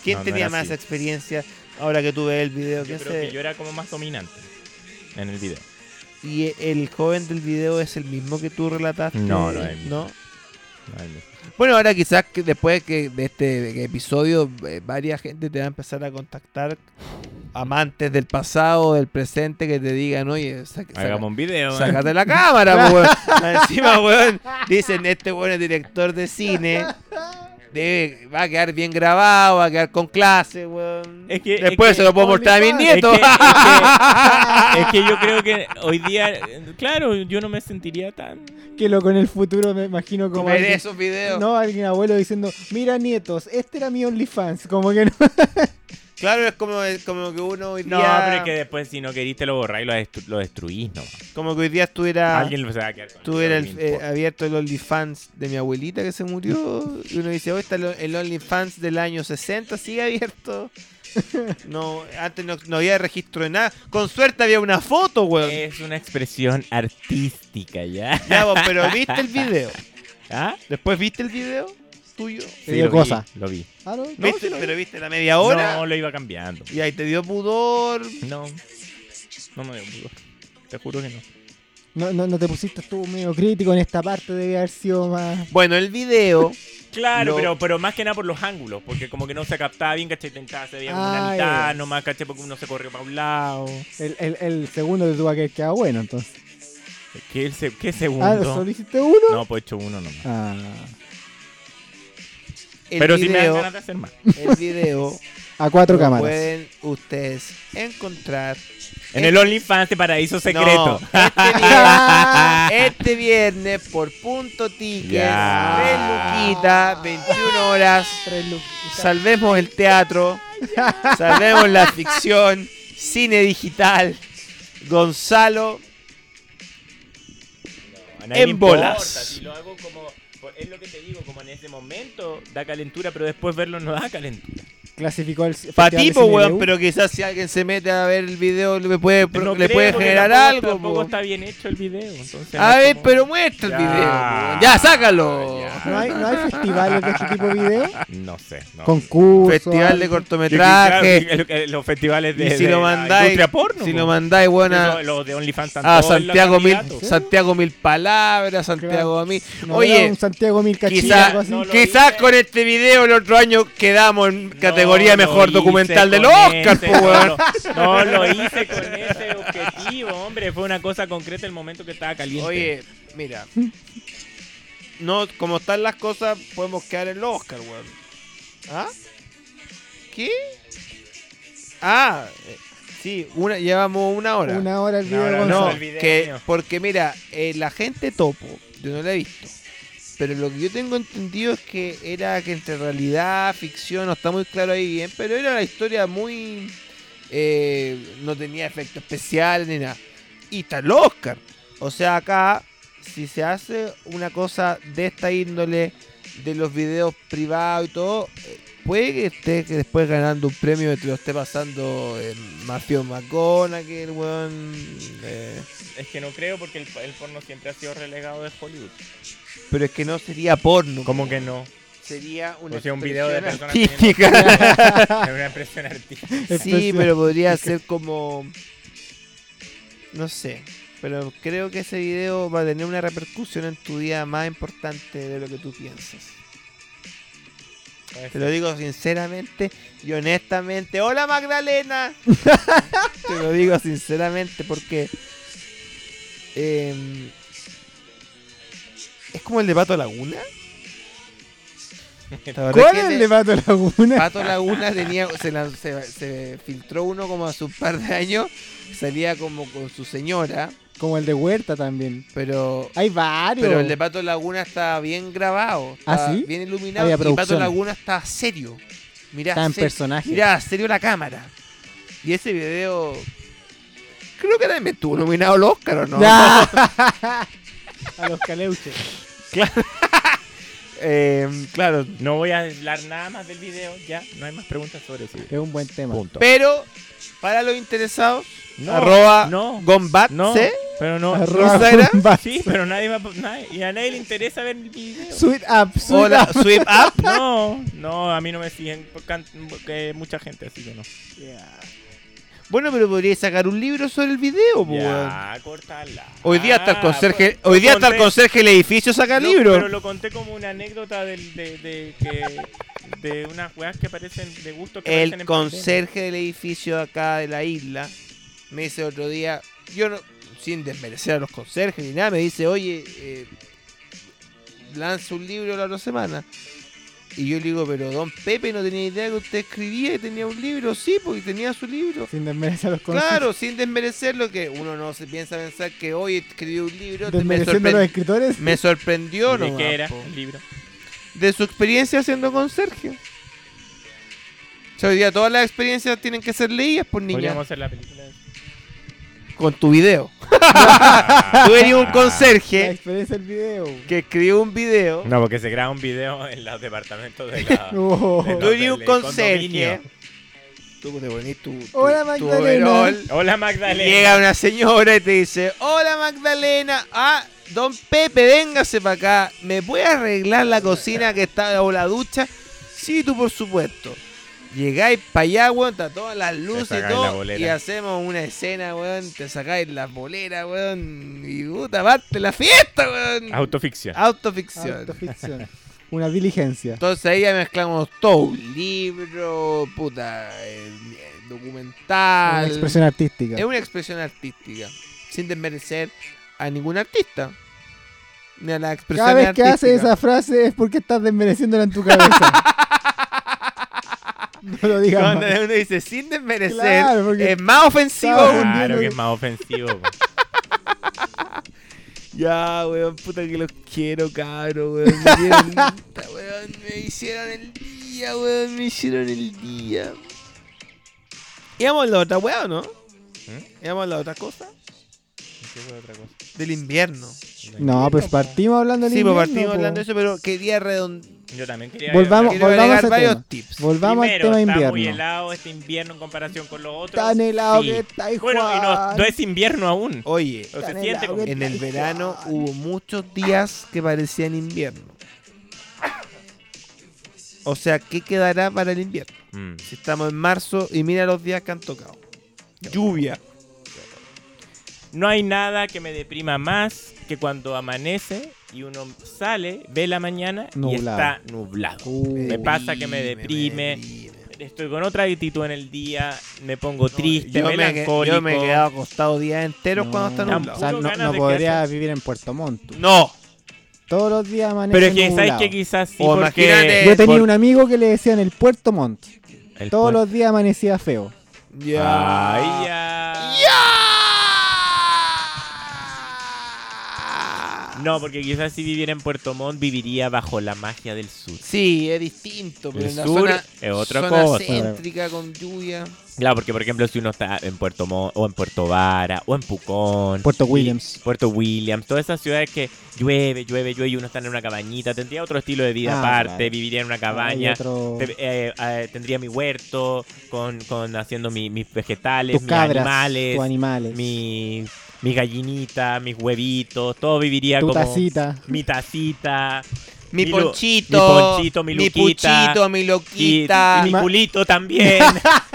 Speaker 3: ¿Quién
Speaker 5: No, no
Speaker 3: tenía
Speaker 5: era
Speaker 3: más
Speaker 5: así.
Speaker 3: experiencia ahora que tú ves el video?
Speaker 5: Yo
Speaker 3: ¿Quién
Speaker 5: creo
Speaker 3: se-
Speaker 5: que yo era como más dominante en el video.
Speaker 3: ¿Y e- el joven del video es el mismo que tú relataste?
Speaker 5: No, no es el mismo.
Speaker 3: ¿No? Bueno, ahora quizás que después que de este episodio, eh, varias gente te va a empezar a contactar amantes del pasado, del presente, que te digan, oye, sa- saca-
Speaker 5: Hagamos un video. ¿eh?
Speaker 3: sácate la cámara, po, weón. Más Encima, weón, dicen, este weón es director de cine. debe- va a quedar bien grabado, va a quedar con clase, weón.
Speaker 5: Es que- es
Speaker 3: Después
Speaker 5: que-
Speaker 3: se lo puedo mostrar a mis
Speaker 5: Es que,
Speaker 3: nietos.
Speaker 5: es que- es que yo creo que hoy día, eh, claro, yo no me sentiría tan.
Speaker 6: Que lo con el futuro me imagino como.
Speaker 3: Ver
Speaker 6: alguien-
Speaker 3: esos videos.
Speaker 6: No, alguien abuelo diciendo, mira nietos, este era mi OnlyFans. Como que no.
Speaker 3: Claro, es como, es como que uno hoy día...
Speaker 5: No, pero es que después, si no queriste, lo borráis y lo, destru- lo destruís nomás.
Speaker 3: Como que hoy día estuviera...
Speaker 5: Alguien lo se va a quedar con eso,
Speaker 3: Tuve
Speaker 5: no
Speaker 3: el,
Speaker 5: me
Speaker 3: eh,
Speaker 5: importa.
Speaker 3: abierto el OnlyFans de mi abuelita que se murió. Y uno dice, oh, está el, el OnlyFans del año 60, sigue abierto. No, antes no, no había registro de nada. Con suerte había una foto, weón.
Speaker 5: Es una expresión artística, ¿ya?
Speaker 3: Ya, vos, pero viste el video.
Speaker 5: ¿Ah?
Speaker 3: Después viste el video tuyo.
Speaker 6: Te dio
Speaker 5: lo
Speaker 6: cosa.
Speaker 5: Vi, lo vi.
Speaker 6: Ah, no, no,
Speaker 3: ¿Viste?
Speaker 6: sí lo-
Speaker 3: pero viste la media hora.
Speaker 5: No, lo iba cambiando.
Speaker 3: Y ahí te dio pudor.
Speaker 5: No. No me dio pudor. Te juro que no.
Speaker 6: no, no- no te pusiste tú medio crítico en esta parte, debe haber sido más.
Speaker 3: Bueno, el video.
Speaker 5: Claro,
Speaker 3: Lo-
Speaker 5: pero, pero más que nada por los ángulos, porque como que no se captaba bien, ¿cachai? Tentaba, se veía como una
Speaker 6: Ah,
Speaker 5: mitad
Speaker 6: ya.
Speaker 5: nomás, ¿cachai? Porque uno se corrió para un lado.
Speaker 6: El, el- el segundo te tuvo que haber quedado bueno, entonces.
Speaker 5: ¿Qué, se- qué
Speaker 6: Ah,
Speaker 5: segundo?
Speaker 6: ¿solo hiciste uno?
Speaker 5: no, pues hecho uno nomás.
Speaker 6: Ah,
Speaker 3: El
Speaker 5: pero sí me dan
Speaker 3: video.
Speaker 5: ganas de hacer más.
Speaker 3: el video.
Speaker 6: a cuatro
Speaker 3: lo
Speaker 6: cámaras.
Speaker 3: pueden ustedes encontrar
Speaker 5: En el OnlyFans de Paraíso Secreto.
Speaker 3: No, este, viernes, este viernes por punto tickets,
Speaker 5: Ya.
Speaker 3: tres luquitas, 21 horas.
Speaker 6: Tres luquitas.
Speaker 3: Salvemos el teatro, salvemos la ficción, cine digital. Gonzalo,
Speaker 5: A nadie
Speaker 3: En
Speaker 5: le importa,
Speaker 3: bolas.
Speaker 5: Si lo hago como. pues, Es lo que te digo, como en ese momento da calentura, pero después verlo no da calentura.
Speaker 6: Clasificó el. festival
Speaker 3: pa'
Speaker 6: de
Speaker 3: tipo,
Speaker 6: cine
Speaker 3: weón,
Speaker 6: BU.
Speaker 3: pero quizás si alguien se mete a ver el video le puede,
Speaker 5: No
Speaker 3: le
Speaker 5: creo,
Speaker 3: puede
Speaker 5: porque
Speaker 3: generar
Speaker 5: tampoco-
Speaker 3: algo.
Speaker 5: Tampoco
Speaker 3: po.
Speaker 5: está bien hecho el video. entonces no
Speaker 3: A
Speaker 5: es
Speaker 3: ver,
Speaker 5: como-
Speaker 3: pero muestra el
Speaker 5: Ya.
Speaker 3: video. weón. Ya, sácalo.
Speaker 5: Ya.
Speaker 6: ¿No hay, no hay festivales de este tipo de video?
Speaker 5: No sé. No.
Speaker 6: Concurso.
Speaker 3: Festival de
Speaker 6: algo.
Speaker 3: cortometraje.
Speaker 5: Yo- claro, los festivales de,
Speaker 3: Y si
Speaker 5: de
Speaker 3: lo
Speaker 5: la
Speaker 3: mandáis,
Speaker 5: industria porno,
Speaker 3: si
Speaker 5: po.
Speaker 3: lo mandáis, buena
Speaker 5: Los, los de OnlyFans están
Speaker 3: a
Speaker 5: todos en la
Speaker 3: Ah, Santiago mil,
Speaker 5: candidato.
Speaker 6: ¿Sí?
Speaker 3: Santiago mil palabras, Santiago a mí.
Speaker 6: No, era
Speaker 3: Oye,
Speaker 6: un Santiago Mil Cachillas,
Speaker 3: quizá-
Speaker 6: algo así.
Speaker 5: no lo-
Speaker 3: quizás
Speaker 5: hice.
Speaker 3: con este video el otro año quedamos en categoría
Speaker 5: No lo
Speaker 3: mejor
Speaker 5: hice
Speaker 3: documental del
Speaker 5: con
Speaker 3: Oscar,
Speaker 5: ese,
Speaker 3: po, weón.
Speaker 5: No, lo- no lo hice con ese objetivo, hombre. Fue una cosa concreta el momento que estaba caliente.
Speaker 3: Oye, mira. No, como están las cosas, podemos quedar en el Oscar, weón. ¿Ah? ¿Qué? Ah, eh, sí, una, llevamos una hora.
Speaker 6: Una hora el
Speaker 5: Una
Speaker 6: video.
Speaker 5: hora,
Speaker 6: Gonzalo.
Speaker 3: No,
Speaker 5: el video
Speaker 3: que,
Speaker 5: mío.
Speaker 3: porque mira, eh, la gente topo, yo no la he visto. Pero lo que yo tengo entendido es que era que entre realidad, ficción, no está muy claro ahí bien, pero era una historia muy... eh, no tenía efectos especiales ni nada. Y está el Oscar. O sea, acá, si se hace una cosa de esta índole, de los videos privados y todo, eh, puede que esté que después ganando un premio te lo esté pasando eh, Mafio McConaughey, el weón. eh,
Speaker 5: Es que no creo porque el, el porno siempre ha sido relegado de Hollywood.
Speaker 3: pero es que no sería porno.
Speaker 5: ¿Cómo que no?
Speaker 3: Sería una
Speaker 5: O sea, un video de
Speaker 3: expresión
Speaker 5: personas teniendo-
Speaker 3: artística.
Speaker 5: Es una impresión artística.
Speaker 3: sí, pero podría ser como. No sé. Pero creo que ese video va a tener una repercusión en tu día más importante de lo que tú piensas. Te lo digo sinceramente y honestamente. ¡Hola Magdalena! Te lo digo sinceramente porque. em, eh, es como el de Pato Laguna. ¿Te acordás
Speaker 6: ¿Cuál
Speaker 3: que
Speaker 6: es
Speaker 3: le-
Speaker 6: el de Pato Laguna?
Speaker 3: Pato Laguna tenía, se, lan- se- se filtró uno como hace un par de años, salía como con su señora,
Speaker 6: Como el de Huerta también.
Speaker 3: pero
Speaker 6: Hay varios.
Speaker 3: pero el de Pato Laguna está bien grabado,
Speaker 6: ¿Ah,
Speaker 3: está
Speaker 6: sí?
Speaker 3: bien iluminado
Speaker 6: Había
Speaker 3: y Pato
Speaker 6: producción.
Speaker 3: Laguna está serio. Mirá,
Speaker 6: Está en
Speaker 3: se-
Speaker 6: personaje.
Speaker 3: mirá, serio la cámara. Y ese video creo que también estuvo nominado al Oscar o no.
Speaker 6: Ya. A los caleuches.
Speaker 3: Eh, claro.
Speaker 5: No voy a hablar nada más del video, ya. No hay más preguntas sobre eso.
Speaker 6: Es un buen tema.
Speaker 5: Punto.
Speaker 3: Pero para los interesados,
Speaker 5: No,
Speaker 3: arroba
Speaker 5: no,
Speaker 3: Gombat,
Speaker 5: No,
Speaker 3: ¿sí?
Speaker 5: pero no.
Speaker 6: Arroba
Speaker 3: Instagram.
Speaker 6: Bomba.
Speaker 5: Sí, pero nadie va a- nadie- y a nadie le interesa ver el video.
Speaker 6: Sweet up, sweet
Speaker 3: Hola,
Speaker 6: up.
Speaker 3: Sweep Up.
Speaker 5: No, no, a mí no me siguen por can- que mucha gente, así que no.
Speaker 3: Bueno, pero podrías sacar un libro sobre el video, po, weón.
Speaker 5: Ya, córtala.
Speaker 3: Oh, Hoy día hasta el
Speaker 5: Ah,
Speaker 3: conserje,
Speaker 5: pues,
Speaker 3: hoy
Speaker 5: lo
Speaker 3: día hasta el
Speaker 5: conté-
Speaker 3: conserje del edificio saca
Speaker 5: lo-
Speaker 3: libro.
Speaker 5: Pero lo conté como una anécdota del, de, de, que- de unas weas que aparecen de gusto que aparecen
Speaker 3: el
Speaker 5: en pandemia.
Speaker 3: conserje del edificio de acá de la isla me dice otro día, yo no, sin desmerecer a los conserjes ni nada, me dice, oye, eh, lanza un libro la otra semana. Y yo le digo, pero don Pepe no tenía idea que usted escribía y tenía un libro, sí, porque tenía su libro.
Speaker 6: Sin desmerecer a los conceptos.
Speaker 3: Claro, sin desmerecer lo que uno no se piensa pensar que hoy escribió un libro. te- Me,
Speaker 6: Desmereciendo a los
Speaker 3: sorpren-
Speaker 6: escritores.
Speaker 3: me sorprendió,
Speaker 5: ¿De
Speaker 3: nomás,
Speaker 5: qué era
Speaker 3: po.
Speaker 5: el libro?
Speaker 3: de su experiencia haciendo con Sergio. O sea, hoy día todas las experiencias tienen que ser leídas por niños.
Speaker 5: Podríamos hacer la película. de-
Speaker 3: Con tu video. Tú eres un
Speaker 6: La
Speaker 3: conserje
Speaker 6: experiencia del video.
Speaker 3: que escribió un video.
Speaker 5: No, porque se graba un video en los departamentos de la...
Speaker 6: Oh.
Speaker 5: de
Speaker 3: Tú
Speaker 5: los
Speaker 3: eres un
Speaker 5: del
Speaker 3: conserje.
Speaker 5: condominio.
Speaker 3: Tú te ponís tu, tu-
Speaker 6: Hola,
Speaker 3: tu
Speaker 6: Magdalena.
Speaker 3: overall,
Speaker 5: Hola
Speaker 3: y
Speaker 5: Magdalena.
Speaker 3: Llega una señora y te dice, hola Magdalena, ah, don Pepe, véngase para acá, ¿me puede arreglar la cocina que está o la ducha? Sí, tú por supuesto. Llegáis para allá, weón, está todas las luces y
Speaker 5: sacáis la
Speaker 3: todo,
Speaker 5: bolera.
Speaker 3: y hacemos una escena, weón, te sacáis las boleras, weón, y puta, parte la fiesta, weón.
Speaker 5: Autoficción.
Speaker 6: Ah,
Speaker 3: Autoficción.
Speaker 6: Autoficción. Una diligencia.
Speaker 3: Entonces ahí ya mezclamos todo, un libro, puta, eh,
Speaker 6: Una
Speaker 3: documental.
Speaker 6: expresión artística.
Speaker 3: Es una expresión artística, sin desmerecer a ningún artista. Ni a la expresión
Speaker 6: Cada vez que haces esa frase es porque estás desmereciéndola en tu cabeza. no lo digas
Speaker 3: Cuando
Speaker 6: más.
Speaker 3: uno dice sin desmerecer,
Speaker 6: Claro, porque-
Speaker 3: es más ofensivo
Speaker 6: Claro.
Speaker 3: aún.
Speaker 5: Claro que es más ofensivo. po.
Speaker 3: Ya, weón, puta que los quiero, cabro, weón. Me dieron- puta, weón, me hicieron el día, weón, me hicieron el día. Íbamos a la otra, weón, ¿no?
Speaker 6: ¿Mm?
Speaker 3: Íbamos a la otra cosa del invierno.
Speaker 6: No, pues partimos hablando del
Speaker 3: Sí, pues
Speaker 6: invierno,
Speaker 3: partimos
Speaker 6: po.
Speaker 3: hablando de eso, pero quería redondear.
Speaker 5: Yo también quería
Speaker 6: Volvamos-
Speaker 3: Quiero
Speaker 6: a
Speaker 3: agregar
Speaker 6: ese
Speaker 3: varios
Speaker 6: tema.
Speaker 3: tips.
Speaker 6: Volvamos
Speaker 5: Primero,
Speaker 6: al tema
Speaker 5: está
Speaker 6: invierno.
Speaker 5: muy helado este invierno en comparación con los otros.
Speaker 6: Tan helado
Speaker 5: Sí.
Speaker 6: que está, hijo.
Speaker 5: Bueno, y no, no es invierno aún.
Speaker 3: Oye,
Speaker 5: No se
Speaker 6: tan
Speaker 5: siente
Speaker 6: helado
Speaker 5: como-
Speaker 6: que-
Speaker 3: En el verano hubo muchos días que parecían invierno. O sea, ¿qué quedará para el invierno?
Speaker 5: Mm.
Speaker 3: Si estamos en marzo y mira los días que han tocado. Lluvia.
Speaker 5: No hay nada que me deprima más que cuando amanece y uno sale, ve la mañana
Speaker 6: Nublado.
Speaker 5: y está nublado.
Speaker 6: Uh,
Speaker 5: Me pasa que me deprime. Estoy con otra actitud en el día, me pongo triste,
Speaker 3: Yo me, que-
Speaker 5: melancólico.
Speaker 3: yo me he quedado acostado días enteros cuando está
Speaker 6: o sea,
Speaker 3: nublado.
Speaker 6: no,
Speaker 5: Ganas
Speaker 6: no
Speaker 5: de
Speaker 6: podría
Speaker 5: quedarse-
Speaker 6: vivir en Puerto Montt. tú.
Speaker 3: No.
Speaker 6: Todos los días amanece
Speaker 5: Pero es que,
Speaker 6: nublado.
Speaker 5: ¿sabes que Quizás sí,
Speaker 3: O imagínate-
Speaker 5: porque...
Speaker 6: Yo tenía
Speaker 3: Por-
Speaker 6: un amigo que le decían el Puerto Montt.
Speaker 5: El
Speaker 6: Todos
Speaker 5: puer-
Speaker 6: los días amanecía feo.
Speaker 3: Ya.
Speaker 5: Ay, ya. No, porque quizás si viviera en Puerto Montt viviría bajo la magia del sur.
Speaker 3: Sí, es distinto, pero
Speaker 5: El
Speaker 3: en la
Speaker 5: sur
Speaker 3: zona,
Speaker 5: es otra
Speaker 3: zona
Speaker 5: cosa.
Speaker 3: céntrica con lluvia.
Speaker 5: Claro, porque por ejemplo si uno está en Puerto Montt o en Puerto Vara o en Pucón,
Speaker 6: Puerto Williams.
Speaker 5: Puerto Williams, todas esas ciudades que llueve, llueve, llueve y uno está en una cabañita, tendría otro estilo de vida
Speaker 6: Ah,
Speaker 5: aparte,
Speaker 6: claro.
Speaker 5: viviría en una
Speaker 6: Hay
Speaker 5: cabaña,
Speaker 6: otro-
Speaker 5: te- eh, eh, tendría mi huerto con, con haciendo mi- mis vegetales,
Speaker 6: tus
Speaker 5: mis
Speaker 6: cabras,
Speaker 5: animales,
Speaker 6: tus animales,
Speaker 5: mi, mi gallinita, mis huevitos, todo viviría
Speaker 6: tu
Speaker 5: como
Speaker 6: tacita.
Speaker 5: mi tacita,
Speaker 3: Mi,
Speaker 5: Mi lu- mi
Speaker 3: ponchito,
Speaker 5: ponchito, mi
Speaker 3: mi
Speaker 5: luquita,
Speaker 3: puchito, mi
Speaker 5: y,
Speaker 3: loquita.
Speaker 5: y mi
Speaker 6: Ma-
Speaker 5: culito también.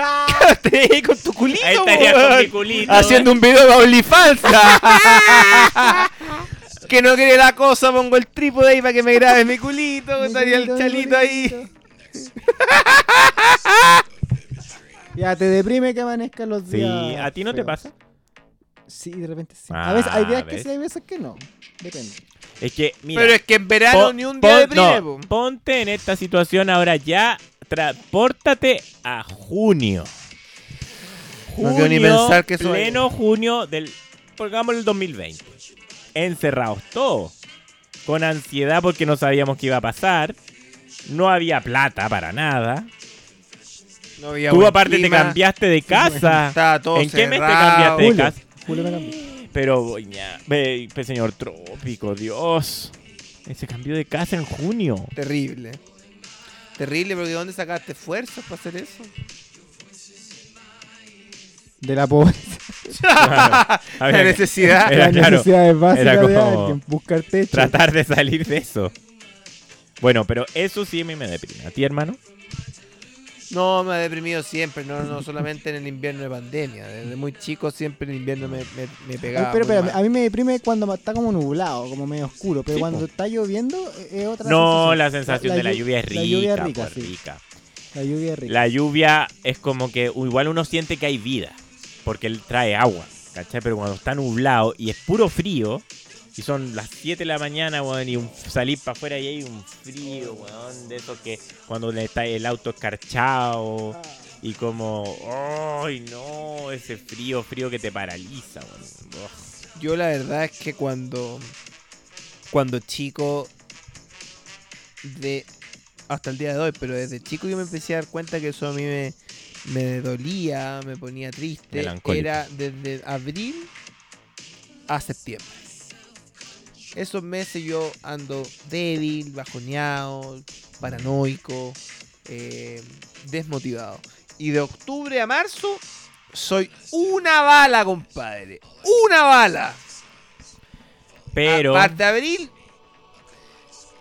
Speaker 3: Te- con tu culito,
Speaker 5: Ahí estaría con mi
Speaker 3: weón.
Speaker 5: culito. eh.
Speaker 3: Haciendo un video de OnlyFans. que no quiere la cosa, pongo el trípode ahí para que me grabe mi culito. estaría el chalito ahí.
Speaker 6: Ya, te deprime que amanezcan los
Speaker 5: Sí,
Speaker 6: días.
Speaker 5: ¿a ti no te
Speaker 6: feos.
Speaker 5: pasa?
Speaker 6: Sí, de repente sí.
Speaker 5: Ah,
Speaker 6: a veces hay días que
Speaker 5: ¿ves?
Speaker 6: sí, hay veces que no. Depende.
Speaker 5: Es que, mira.
Speaker 3: Pero es que en verano
Speaker 5: pon-
Speaker 3: ni un día de
Speaker 5: pon- no,
Speaker 3: primer
Speaker 5: ponte en esta situación ahora ya. Transpórtate a junio.
Speaker 3: No quiero ni pensar que eso hay.
Speaker 5: Pleno junio del. Pongámoslo el 2020. Encerrados todos. Con ansiedad porque no sabíamos qué iba a pasar. No había plata para nada.
Speaker 3: No había
Speaker 5: Tú
Speaker 3: buen
Speaker 5: aparte te
Speaker 3: clima,
Speaker 5: cambiaste de casa.
Speaker 3: Estaba todo
Speaker 5: ¿En qué mes te
Speaker 3: cerrado.
Speaker 5: cambiaste de
Speaker 6: Julio.
Speaker 5: casa?
Speaker 6: Julio me cambió.
Speaker 5: Pero, boña, ve, pe- señor Trópico, Dios. Se cambió de casa en junio.
Speaker 3: Terrible. Terrible, porque ¿de dónde sacaste fuerzas para hacer eso?
Speaker 6: De la pobreza.
Speaker 5: A
Speaker 3: La
Speaker 5: ver,
Speaker 3: necesidad.
Speaker 5: Era
Speaker 6: Las
Speaker 5: claro,
Speaker 6: necesidades básicas
Speaker 5: era
Speaker 6: de
Speaker 5: como
Speaker 6: alguien. Buscar techo.
Speaker 5: Tratar de salir de eso. Bueno, pero eso sí a mí me deprime. ¿A ti, hermano?
Speaker 3: No, me ha deprimido siempre, no, no solamente en el invierno de pandemia. Desde muy chico siempre el invierno me, me, me
Speaker 6: Ay,
Speaker 3: pegaba.
Speaker 6: pero,
Speaker 3: muy
Speaker 6: pero,
Speaker 3: mal.
Speaker 6: a mí me deprime cuando está como nublado, como medio oscuro. Pero
Speaker 5: Sí,
Speaker 6: cuando
Speaker 5: po.
Speaker 6: está lloviendo eh, es otra
Speaker 5: No,
Speaker 6: sensación.
Speaker 5: la sensación de la
Speaker 6: llu-
Speaker 5: lluvia es rica.
Speaker 6: La lluvia es
Speaker 5: rica,
Speaker 6: rica, sí. La lluvia es rica.
Speaker 5: La lluvia es como que u- igual uno siente que hay vida, porque él trae agua, ¿cachai? Pero cuando está nublado y es puro frío, y son las 7 de la mañana, weón, y un, salir para afuera y hay un frío, weón, de esos que cuando le está el auto escarchado y como, ¡ay no! Ese frío, frío que te paraliza, weón.
Speaker 6: Ah,
Speaker 5: Ugh.
Speaker 3: Yo la verdad es que cuando cuando chico de hasta el día de hoy, pero desde chico yo me empecé a dar cuenta que eso a mí me, me dolía, me ponía triste.
Speaker 5: Melancólico.
Speaker 3: Era desde abril a septiembre. Esos meses yo ando débil, bajoneado, paranoico, eh, desmotivado. Y de octubre a marzo soy una bala, compadre. Una bala.
Speaker 5: Pero
Speaker 3: Aparte de abril.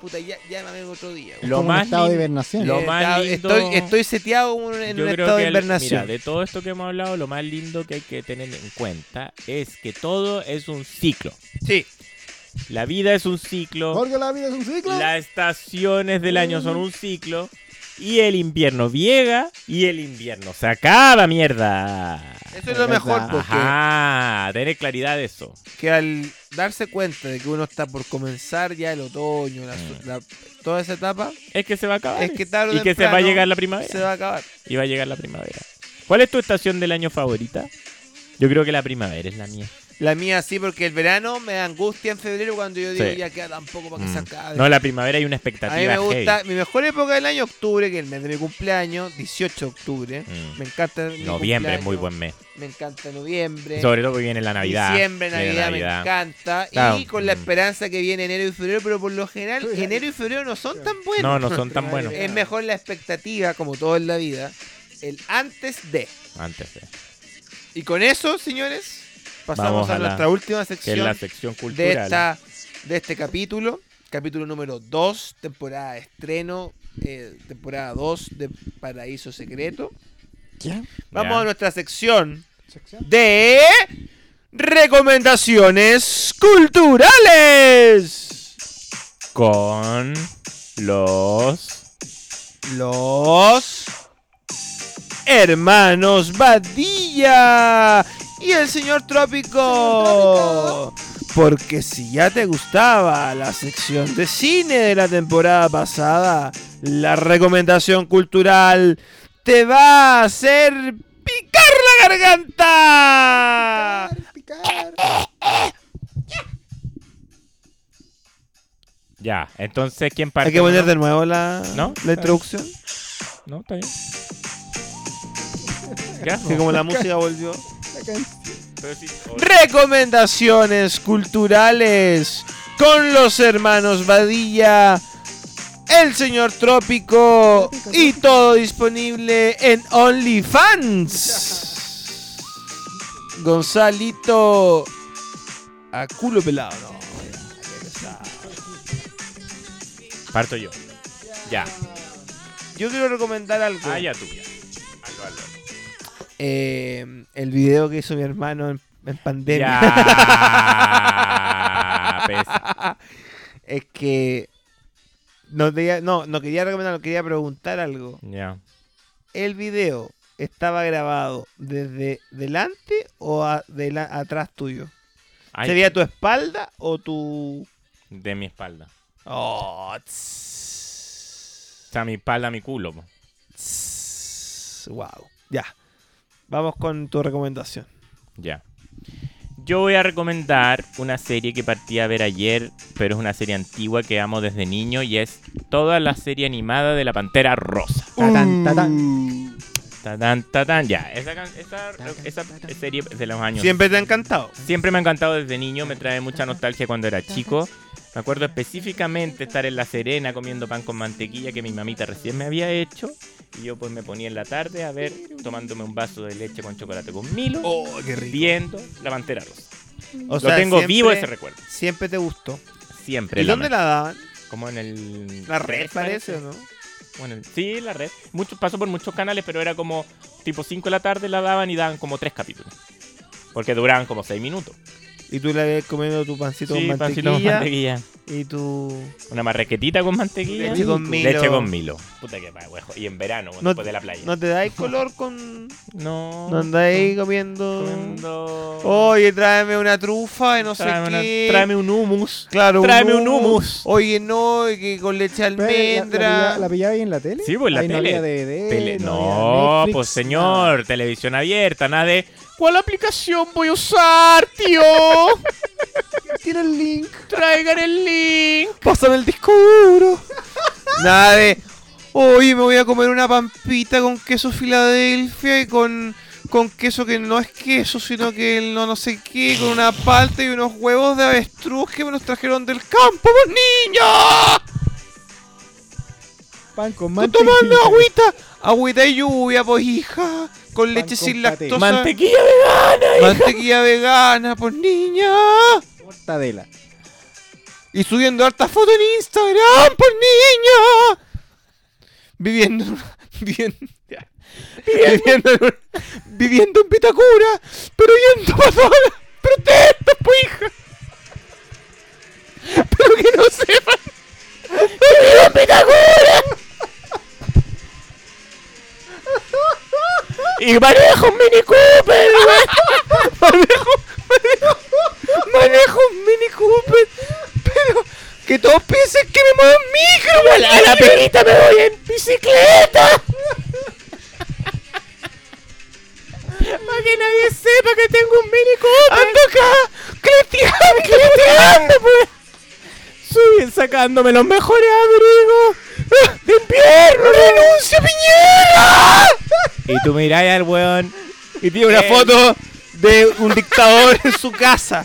Speaker 3: Puta, ya, ya me vengo otro día. güey.
Speaker 5: lo
Speaker 6: como un
Speaker 5: más
Speaker 6: estado de
Speaker 5: lin-
Speaker 6: hibernación.
Speaker 5: lo
Speaker 3: Eh,
Speaker 5: más
Speaker 3: está-
Speaker 5: lindo-
Speaker 3: estoy, estoy seteado como en en
Speaker 5: Yo
Speaker 3: un
Speaker 5: creo
Speaker 3: estado
Speaker 5: que
Speaker 3: de
Speaker 5: el-
Speaker 3: invernación.
Speaker 5: mira, de todo esto que hemos hablado, lo más lindo que hay que tener en cuenta es que todo es un ciclo.
Speaker 3: Sí.
Speaker 5: La vida es un ciclo,
Speaker 6: Porque la vida es un ciclo.
Speaker 5: las estaciones del año son un ciclo y el invierno llega y el invierno se acaba, mierda.
Speaker 3: Eso es lo mejor, porque
Speaker 5: Ajá, tener claridad de eso.
Speaker 3: que al darse cuenta de que uno está por comenzar ya el otoño, la-
Speaker 5: Mm.
Speaker 3: la- toda esa etapa,
Speaker 5: Es que se va a acabar.
Speaker 3: es que tarde o
Speaker 5: y que se va a
Speaker 3: temprano
Speaker 5: llegar la primavera.
Speaker 3: se va a acabar.
Speaker 5: Y va a llegar la primavera. ¿Cuál es tu estación del año favorita? Yo creo que la primavera es la mía.
Speaker 3: La mía sí, porque el verano me da angustia en febrero cuando yo digo
Speaker 5: Sí.
Speaker 3: ya queda tampoco para que se
Speaker 5: Mm.
Speaker 3: acabe.
Speaker 5: No, la primavera hay una expectativa.
Speaker 3: a mí me gusta,
Speaker 5: heavy.
Speaker 3: mi mejor época del año octubre, que es el mes de mi cumpleaños, 18 de octubre.
Speaker 5: Mm.
Speaker 3: Me encanta. mi
Speaker 5: Noviembre es muy
Speaker 3: cumpleaños,
Speaker 5: buen mes.
Speaker 3: Me encanta noviembre.
Speaker 5: Sobre todo porque viene la Navidad.
Speaker 3: Diciembre,
Speaker 5: viene
Speaker 3: Navidad, me encanta. Y
Speaker 5: Claro.
Speaker 3: con la
Speaker 5: Mm.
Speaker 3: esperanza que viene enero y febrero, pero por lo general enero y febrero no son tan buenos.
Speaker 5: No, no son tan buenos.
Speaker 3: Es mejor la expectativa, como todo en la vida, el antes de.
Speaker 5: Antes de.
Speaker 3: Y con eso, señores, pasamos
Speaker 5: Vamos
Speaker 3: a,
Speaker 5: a la-
Speaker 3: nuestra última
Speaker 5: Que es la
Speaker 3: sección
Speaker 5: sección
Speaker 3: de,
Speaker 5: cultural.
Speaker 3: esta, de este capítulo. Capítulo número 2, temporada de estreno, eh, temporada 2 de Paraíso Secreto.
Speaker 6: ¿Ya?
Speaker 3: Vamos
Speaker 5: Ya.
Speaker 3: a nuestra sección de recomendaciones culturales.
Speaker 5: Con los.
Speaker 3: Los hermanos Badilla y el señor Trópico. Porque si ya te gustaba la sección de cine de la temporada pasada, la recomendación cultural te va a hacer picar la garganta.
Speaker 6: Picar.
Speaker 5: Ya. Entonces, ¿quién parte?
Speaker 3: Hay que poner de
Speaker 5: primero?
Speaker 3: nuevo la,
Speaker 5: ¿No?
Speaker 3: la introducción.
Speaker 5: No, está bien. Ya.
Speaker 3: Que como la música volvió.
Speaker 6: La canción.
Speaker 5: Pero sí, o-
Speaker 3: Recomendaciones culturales con los hermanos Badilla, el señor Trópico y todo disponible en OnlyFans. Gonzalito a culo pelado. no, ya, ya está.
Speaker 5: Parto yo. Ya.
Speaker 3: Yo quiero recomendar algo.
Speaker 5: Ah, ya tú. ya. Hazlo, hazlo.
Speaker 3: Eh, el video que hizo mi hermano en, en pandemia.
Speaker 5: Ya. Pesa.
Speaker 3: es que no, te- no, no quería recomendarlo, quería preguntar algo.
Speaker 5: Ya.
Speaker 3: ¿El video estaba grabado desde delante o a- dela- atrás tuyo?
Speaker 5: Ay,
Speaker 3: ¿Sería tu espalda o tu
Speaker 5: de mi espalda.
Speaker 3: Oh, tss,
Speaker 5: O sea, mi espalda, mi culo. po.
Speaker 3: tss, wow. Ya. Vamos con tu recomendación.
Speaker 5: Ya. Yo voy a recomendar una serie que partí a ver ayer, pero es una serie antigua que amo desde niño y es toda la serie animada de la Pantera Rosa.
Speaker 6: Tatán,
Speaker 3: Mm.
Speaker 6: tatán.
Speaker 5: Tatán, tatán, ya. Esa, can- esa- esa serie de los años
Speaker 3: Siempre te ha encantado.
Speaker 5: Siempre me ha encantado desde niño, me trae mucha nostalgia cuando era chico. Me acuerdo específicamente estar en La Serena comiendo pan con mantequilla que mi mamita recién me había hecho. Y yo pues me ponía en la tarde a ver, tomándome un vaso de leche con chocolate con Milo,
Speaker 3: Oh, qué rico.
Speaker 5: viendo La Pantera Rosa.
Speaker 3: O
Speaker 5: Lo
Speaker 3: sea,
Speaker 5: tengo
Speaker 3: siempre-
Speaker 5: vivo ese recuerdo.
Speaker 3: Siempre te gustó.
Speaker 5: Siempre.
Speaker 3: ¿Y dónde la daban?
Speaker 5: Como en el...
Speaker 3: La red parece, ¿o ¿no?
Speaker 5: Bueno, sí, la red. Muchos, pasó por muchos canales, pero era como tipo 5 de la tarde la daban y daban como 3 capítulos. Porque duraban como 6 minutos.
Speaker 3: Y tú la ves comiendo tu pancito
Speaker 5: Sí,
Speaker 3: con
Speaker 5: pancito con
Speaker 3: mantequilla.
Speaker 5: mantequilla.
Speaker 3: Y tu
Speaker 5: Una marraquetita con mantequilla.
Speaker 3: leche con milo.
Speaker 5: Leche con Milo. Puta que pa- huejo. Y en verano,
Speaker 3: No-
Speaker 5: después de la playa.
Speaker 3: No te dais color con...
Speaker 5: No.
Speaker 3: No andáis comiendo...
Speaker 5: Comiendo-
Speaker 3: Oye, tráeme una trufa y no
Speaker 5: tráeme,
Speaker 3: sé
Speaker 5: una-
Speaker 3: qué.
Speaker 5: tráeme un hummus.
Speaker 3: Claro,
Speaker 5: tráeme un hummus.
Speaker 3: Oye, no, y que con leche de
Speaker 6: Pero, ¿La, la,
Speaker 3: almendra.
Speaker 6: pillaba- la pillaba ahí en la tele?
Speaker 5: Sí, pues, en la
Speaker 6: Ahí
Speaker 5: tele.
Speaker 6: No, había DVD,
Speaker 5: Tele-
Speaker 6: no
Speaker 5: No,
Speaker 6: había
Speaker 5: pues
Speaker 6: Netflix,
Speaker 5: señor, televisión abierta, nada de. ¿Cuál aplicación voy a usar, tío?
Speaker 3: Tiene el link.
Speaker 5: Traigan el link.
Speaker 3: Pásame el disco duro. Nada de. Oye, me voy a comer una pampita con queso Filadelfia y con, con queso que no es queso, sino que el no no sé qué, con una palta y unos huevos de avestruz que me los trajeron del campo, pues niño.
Speaker 6: nada. Pan con
Speaker 3: Estoy
Speaker 6: mantequilla.
Speaker 3: tomando agüita, agüita de lluvia, pues hija, con leche
Speaker 6: con
Speaker 3: sin
Speaker 6: paté.
Speaker 3: lactosa,
Speaker 5: Mantequilla vegana.
Speaker 3: mantequilla vegana, pues niña.
Speaker 6: Mortadela.
Speaker 3: Y subiendo hartas fotos en Instagram, por niño. Viviendo en una- vivien- viviendo, en un- viviendo en Pitacura, pero yendo a Pasola. Protesta, pues hija. Pero que no sepan. que vivo en Pitacura.
Speaker 5: Y manejo un Mini Cooper, güey.
Speaker 3: Manejo, manejo, manejo un Mini Cooper, pero que todos piensen que me muevo en micro,
Speaker 5: A la, a la perrita me voy en bicicleta. Para que nadie sepa que tengo un Mini Cooper.
Speaker 3: Ando acá, cleteando, cleteando, pues.
Speaker 5: Subí sacándome los mejores abrigos de invierno.
Speaker 3: ¡Renuncio, Piñera!
Speaker 5: Y tú miráis al weón.
Speaker 3: Y tiene una
Speaker 5: Eh.
Speaker 3: foto de un dictador en su casa.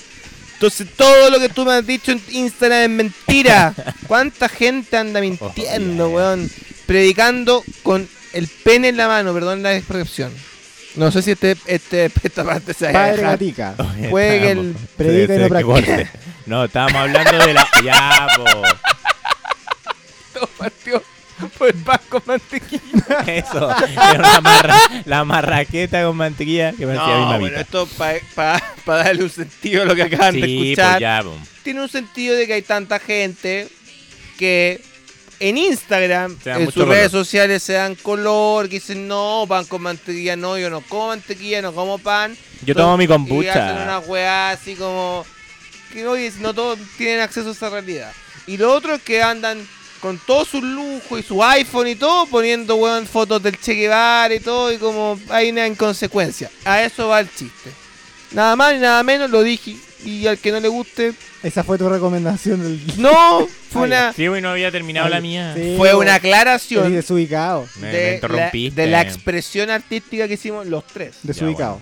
Speaker 3: Entonces todo lo que tú me has dicho en Instagram es mentira. ¿Cuánta gente anda mintiendo,
Speaker 5: Oh, yeah.
Speaker 3: weón? Predicando con el pene en la mano, perdón la expresión. No sé si este, este, esta parte se va a
Speaker 6: Padre
Speaker 3: dejar.
Speaker 6: Gatica.
Speaker 3: Juegue el-
Speaker 5: Estamos-
Speaker 6: predica
Speaker 5: Sí,
Speaker 6: y no
Speaker 5: sí, que
Speaker 6: practica.
Speaker 5: corte. No, estábamos hablando de la. Ya, po.
Speaker 3: Todo partió por el pan con mantequilla.
Speaker 5: Eso. Era una marra, la marraqueta con mantequilla que parecía mi
Speaker 3: No,
Speaker 5: mamita.
Speaker 3: bueno, esto para darle un sentido a lo que acaban de
Speaker 5: sí,
Speaker 3: escuchar.
Speaker 5: pues ya, po.
Speaker 3: tiene un sentido de que hay tanta gente que en Instagram,
Speaker 5: Se da
Speaker 3: en sus
Speaker 5: mucho color.
Speaker 3: redes sociales se dan color, que dicen no, pan con mantequilla, no, yo no como mantequilla, no como pan.
Speaker 5: Yo tomo mi
Speaker 3: Y hacen una
Speaker 5: kombucha.
Speaker 3: weá así como que oye, no todos tienen acceso a esa realidad. Y lo otro es que andan con todos sus lujos y su iPhone y todo, poniendo weón fotos del Che Guevara y todo, y como hay una inconsecuencia. A eso va el chiste. Nada más y nada menos lo dije. Y al que no le guste,
Speaker 6: Esa fue tu recomendación del...
Speaker 3: no, fue
Speaker 6: Ah, ya.
Speaker 3: una,
Speaker 5: Sí, güey, no había terminado la mía.
Speaker 6: Sí,
Speaker 3: fue una
Speaker 6: eres
Speaker 3: aclaración
Speaker 6: desubicado.
Speaker 5: Me, me
Speaker 3: de la,
Speaker 5: interrumpiste.
Speaker 3: de la expresión artística que hicimos los tres.
Speaker 6: Desubicado.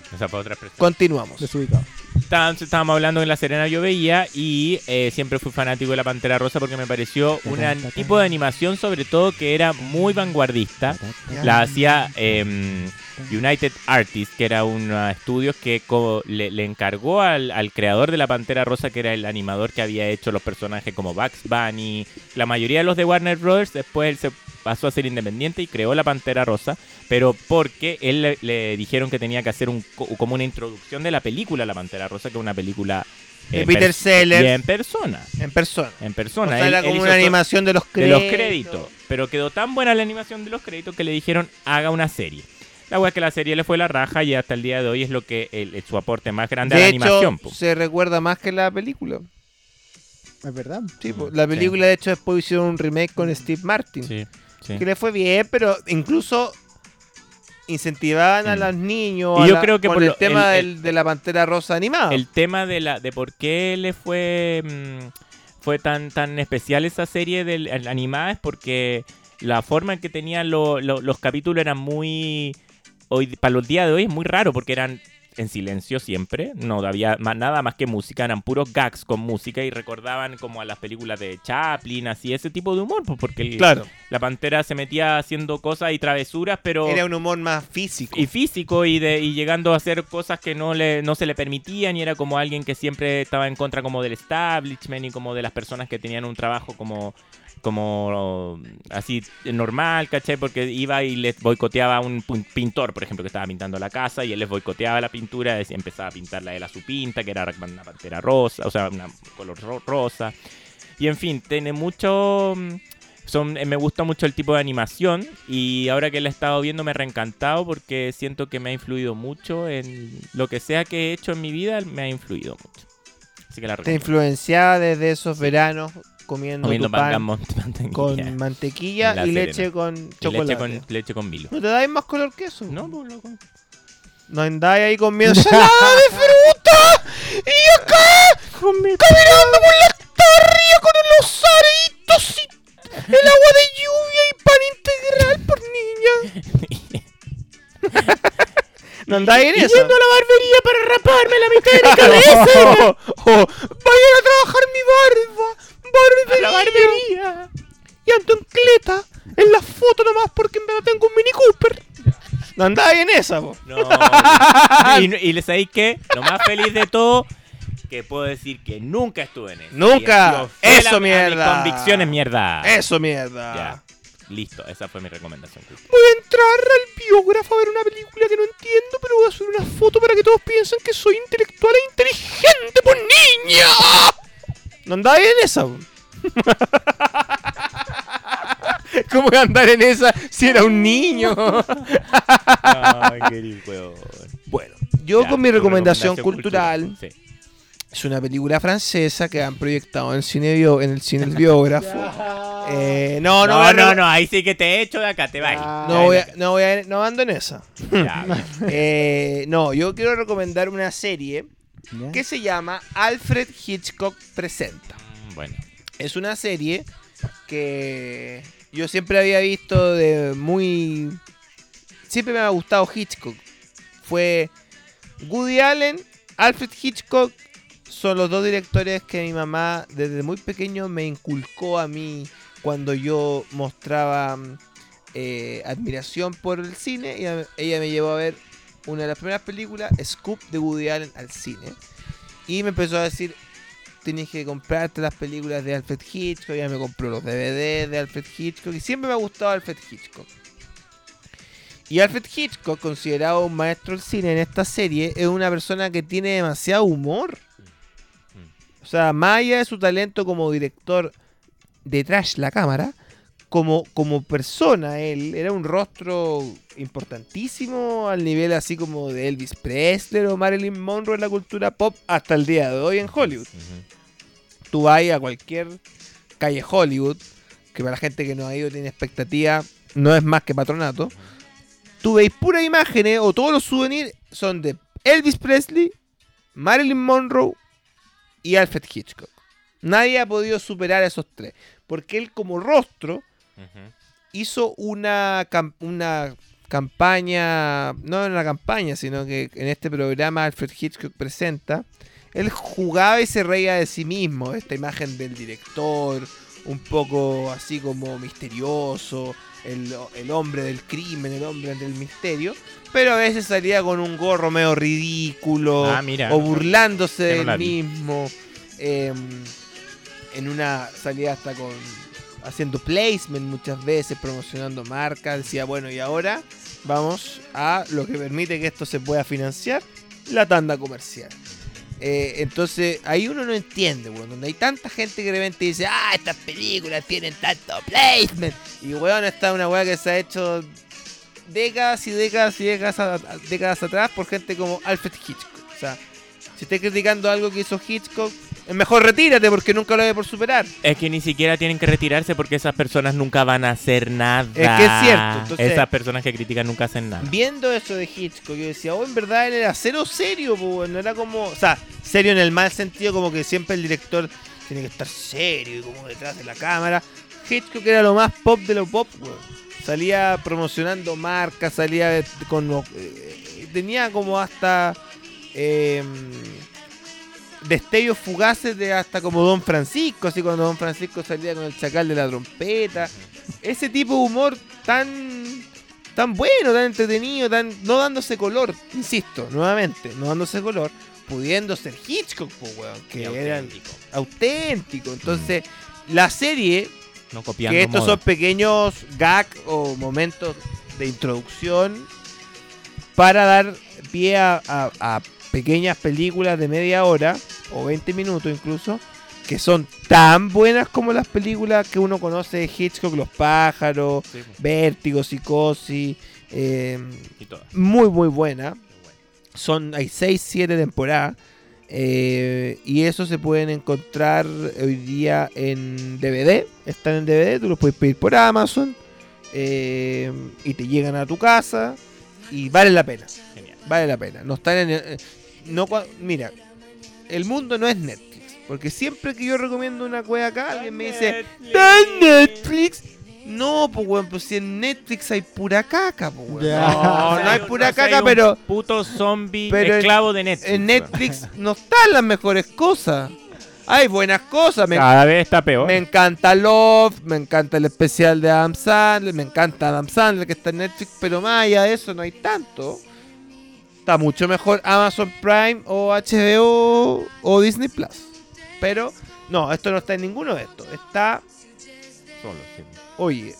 Speaker 5: Ya, bueno, esa fue otra expresión.
Speaker 3: Continuamos.
Speaker 6: Desubicado.
Speaker 5: Estábamos estábamos hablando en La Serena yo veía y eh, siempre fui fanático de la Pantera Rosa porque me pareció un an- tipo de animación sobre todo que era muy vanguardista. La hacía em, United Artists, que era un ah, estudio que co- le, le encargó al, al creador de la Pantera Rosa, que era el animador que había hecho los personajes como Bugs Bunny, la mayoría de los de Warner Brothers. Después él se pasó a ser independiente y creó la Pantera Rosa, pero porque él le, le dijeron que tenía que hacer un, co- como una introducción de la película La Pantera Rosa, que es una película
Speaker 3: De
Speaker 5: en
Speaker 3: Peter
Speaker 5: pers-
Speaker 3: Sellers.
Speaker 5: y en persona.
Speaker 3: En persona.
Speaker 5: En
Speaker 3: O
Speaker 5: persona.
Speaker 3: sea,
Speaker 5: Él-
Speaker 3: era
Speaker 5: él
Speaker 3: como
Speaker 5: hizo
Speaker 3: una
Speaker 5: todo-
Speaker 3: animación de los
Speaker 5: de
Speaker 3: créditos.
Speaker 5: los créditos. Pero quedó tan buena la animación de los créditos que le dijeron haga una serie. La wea es que la serie le fue la raja y hasta el día de hoy es lo que el- es su aporte más grande a
Speaker 3: De
Speaker 5: la
Speaker 3: hecho,
Speaker 5: animación. po.
Speaker 3: se recuerda más que la película.
Speaker 6: Es verdad.
Speaker 3: Sí, po,
Speaker 5: Mm,
Speaker 3: la
Speaker 5: sí.
Speaker 3: película, de hecho, después hicieron un remake con Steve Martin.
Speaker 5: Sí, sí.
Speaker 3: Que le fue bien, pero incluso incentivaban a
Speaker 5: Mm.
Speaker 3: los niños
Speaker 5: Y
Speaker 3: a
Speaker 5: yo
Speaker 3: la-
Speaker 5: creo que
Speaker 3: con
Speaker 5: por
Speaker 3: el
Speaker 5: lo-
Speaker 3: tema
Speaker 5: el-
Speaker 3: del- de la pantera rosa animada.
Speaker 5: El tema de la de por qué le fue mm, fue tan tan especial esa serie del el- animada es porque la forma en que tenían lo- lo- los capítulos era muy hoy para los días de hoy es muy raro porque eran en silencio siempre, no había más, nada más que música, eran puros gags con música y recordaban como a las películas de Chaplin, así ese tipo de humor, pues, porque el-
Speaker 3: claro,
Speaker 5: la pantera se metía haciendo cosas y travesuras, pero
Speaker 3: era un humor más físico.
Speaker 5: y físico y de y llegando a hacer cosas que no le no se le permitían y era como alguien que siempre estaba en contra como del establishment y como de las personas que tenían un trabajo como como así normal, ¿cachai? Porque iba y les boicoteaba a un pun- pintor, por ejemplo, que estaba pintando la casa y él les boicoteaba la pintura, decía- empezaba a pintarla él a su pinta, que era una pantera rosa, o sea, una color ro- rosa. Y en fin, tiene mucho... mm, son, eh, me gusta mucho el tipo de animación y ahora que la he estado viendo me ha reencantado porque siento que me ha influido mucho en lo que sea que he hecho en mi vida, me ha influido mucho. Así que la
Speaker 3: Te
Speaker 5: recomiendo.
Speaker 3: influenciaba desde esos veranos comiendo,
Speaker 5: Comiendo
Speaker 3: tu
Speaker 5: pan,
Speaker 3: pan
Speaker 5: gamón, mantequilla,
Speaker 3: con
Speaker 5: y
Speaker 3: mantequilla
Speaker 5: En La
Speaker 3: y
Speaker 5: Serena.
Speaker 3: leche con chocolate.
Speaker 5: leche con, leche con vilo.
Speaker 3: ¿No te dais más color que eso?
Speaker 5: No, pues, loco.
Speaker 3: No andáis ahí comiendo ensalada de fruta y acá caminando por la tarria con los aritos y el agua de lluvia y pan integral por niña. No andáis en eso.
Speaker 5: yendo a la barbería para raparme la mitad de la
Speaker 3: Oh, oh, Vayan a trabajar mi barba, barbería.
Speaker 5: la barbería.
Speaker 3: Y ando en cleta en la foto nomás porque en verdad tengo un Mini Cooper. No andáis en esa, po.
Speaker 5: No. y, y les sabéis que lo más feliz de todo que puedo decir que nunca estuve en eso.
Speaker 3: Nunca.
Speaker 5: Y así fue
Speaker 3: Eso,
Speaker 5: a
Speaker 3: mierda.
Speaker 5: Mis convicciones mierda.
Speaker 3: Eso, mierda.
Speaker 5: Ya. Listo, esa fue mi recomendación. Cristian.
Speaker 3: Voy a entrar al biógrafo a ver una película que no entiendo, pero voy a subir una foto para que todos piensen que soy intelectual e inteligente, por niña. No andaba en esa. po. ¿Cómo que andar en esa si era un niño?
Speaker 5: Ay, querido huevón.
Speaker 3: bueno, yo
Speaker 5: Ya,
Speaker 3: con mi
Speaker 5: tu
Speaker 3: recomendación, cultural,
Speaker 5: Sí.
Speaker 3: es una película francesa que han proyectado en el cine, bio- en el, cine el biógrafo. Eh, no, no,
Speaker 5: No, no,
Speaker 3: voy a-
Speaker 5: no, ahí sí que te echo de acá, te
Speaker 6: Ah.
Speaker 5: vas.
Speaker 3: No, voy a- no, voy a- no ando en esa.
Speaker 5: Ya, bien.
Speaker 3: Eh, no, yo quiero recomendar una serie
Speaker 6: ¿Ya?
Speaker 3: que se llama Alfred Hitchcock Presenta.
Speaker 5: Bueno,
Speaker 3: Es una serie que yo siempre había visto de muy... Siempre me ha gustado Hitchcock. Fue Woody Allen, Alfred Hitchcock. Son los dos directores que mi mamá desde muy pequeño me inculcó a mí cuando yo mostraba mm, eh, admiración por el cine. Y a- ella me llevó a ver una de las primeras películas, Scoop de Woody Allen, al cine. Y me empezó a decir, tienes que comprarte las películas de Alfred Hitchcock. Ya me compró los DVD de Alfred Hitchcock. Y siempre me ha gustado Alfred Hitchcock. Y Alfred Hitchcock, considerado un maestro del cine en esta serie, es una persona que tiene demasiado humor. O sea, más allá de su talento como director detrás de la cámara, como, como persona, él era un rostro importantísimo al nivel así como de Elvis Presley o Marilyn Monroe en la cultura pop hasta el día de hoy en Hollywood
Speaker 5: ujú.
Speaker 3: tú vas a cualquier calle Hollywood, que para la gente que no ha ido tiene expectativa, no es más que patronato, tú veis puras imágenes o todos los souvenirs son de Elvis Presley, Marilyn Monroe y Alfred Hitchcock. Nadie ha podido superar a esos tres, porque él como rostro
Speaker 5: Ujú.
Speaker 3: hizo una, cam- una campaña, no una campaña, sino que en este programa Alfred Hitchcock presenta, él jugaba y se reía de sí mismo, esta imagen del director, un poco así como misterioso, el, el hombre del crimen, el hombre del misterio, pero a veces salía con un gorro medio ridículo
Speaker 5: Ah, mira.
Speaker 3: o burlándose
Speaker 5: Yo no
Speaker 3: del
Speaker 5: la vi.
Speaker 3: mismo. eh, en una salida hasta con haciendo placement muchas veces, promocionando marcas, decía, bueno, y ahora vamos a lo que permite que esto se pueda financiar, la tanda comercial. Eh, entonces, ahí uno no entiende, weón, donde hay tanta gente que de repente dice, ah, estas películas tienen tanto placement. Y weón, está una weá que se ha hecho décadas y décadas y décadas, a- a- décadas atrás por gente como Alfred Hitchcock. O sea, si estáis criticando algo que hizo Hitchcock, Es mejor retírate porque nunca lo voy a por superar.
Speaker 5: Es que ni siquiera tienen que retirarse porque esas personas nunca van a hacer nada.
Speaker 3: Es que es cierto, entonces-
Speaker 5: esas personas que critican nunca hacen nada.
Speaker 3: Viendo eso de Hitchcock, yo decía, oh, en verdad él era cero serio, po, weón, no era como, o sea, serio en el mal sentido, como que siempre el director tiene que estar serio y como detrás de la cámara. Hitchcock era lo más pop de lo pop, weón. Salía promocionando marcas, salía eh, con. lo- eh, tenía como hasta. eh, destellos fugaces de hasta como Don Francisco, así cuando Don Francisco salía con el chacal de la trompeta. Ese tipo de humor tan tan bueno, tan entretenido, tan no dándose color, insisto, nuevamente, no dándose color, pudiendo ser Hitchcock, po, weón, que
Speaker 5: Y
Speaker 3: era
Speaker 5: auténtico.
Speaker 3: auténtico. Entonces, la serie,
Speaker 5: No copiando
Speaker 3: que estos
Speaker 5: moda.
Speaker 3: son pequeños gag o momentos de introducción para dar pie a, a- a pequeñas películas de media hora o 20 minutos incluso, que son tan buenas como las películas que uno conoce de Hitchcock, Los pájaros,
Speaker 5: Sí, pues,
Speaker 3: Vértigo, Psicosis, eh,
Speaker 5: y todo.
Speaker 3: muy muy buena. Son, hay 6, 7 temporadas. eh, y eso se pueden encontrar hoy día en DVD. Están en DVD, tú los puedes pedir por Amazon. eh, y te llegan a tu casa. Y vale la pena.
Speaker 5: Genial.
Speaker 3: Vale la pena. No están en. eh, No, cua- mira, el mundo no es Netflix. Porque siempre que yo recomiendo una cueva acá, alguien me dice. ¿Está en Netflix? No, pues weón, pues si en Netflix hay pura caca, pues weón.
Speaker 6: Ya.
Speaker 3: No, no hay pura caca,
Speaker 5: un
Speaker 3: pero
Speaker 5: Puto zombie
Speaker 3: pero en-
Speaker 5: esclavo de Netflix.
Speaker 3: en Netflix no están las mejores cosas. Hay buenas cosas, me,
Speaker 5: Cada vez está peor.
Speaker 3: me encanta Love, me encanta el especial de Adam Sandler, me encanta Adam Sandler que está en Netflix, pero más allá de eso no hay tanto. Está mucho mejor Amazon Prime o HBO o Disney Plus. Pero no, esto no está en ninguno de estos. Está
Speaker 5: Solo, sí.
Speaker 3: oye,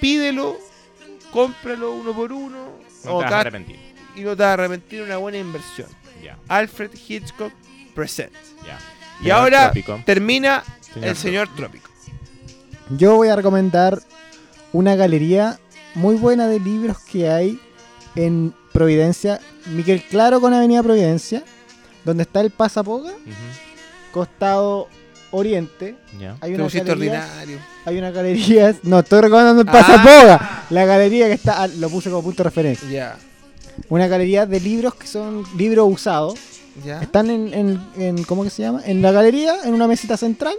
Speaker 3: pídelo, cómpralo uno por uno
Speaker 5: No
Speaker 3: o
Speaker 5: te vas a
Speaker 3: cat-
Speaker 5: arrepentir.
Speaker 3: y no te vas a arrepentir una buena inversión.
Speaker 5: Ya,
Speaker 3: Alfred Hitchcock Present.
Speaker 5: ya.
Speaker 3: Y
Speaker 5: Señor
Speaker 3: ahora
Speaker 5: Trópico.
Speaker 3: termina
Speaker 5: Señor
Speaker 3: el señor Trópico.
Speaker 6: Yo voy a recomendar una galería muy buena de libros que hay en Providencia, Miguel Claro con Avenida Providencia, donde está el Pasapoga,
Speaker 5: Ujú,
Speaker 6: costado oriente.
Speaker 5: Ya.
Speaker 6: Hay
Speaker 3: Te
Speaker 6: una,
Speaker 3: pusiste
Speaker 6: galería,
Speaker 3: ordinario.
Speaker 6: hay una galería, no, estoy recomendando el
Speaker 3: Ah.
Speaker 6: Pasapoga, la galería que está, ah, lo puse como punto de referencia.
Speaker 3: Ya.
Speaker 6: Una galería de libros que son libros usados,
Speaker 3: Ya.
Speaker 6: Están en, en, en- ¿cómo que se llama? En la galería, en una mesita central.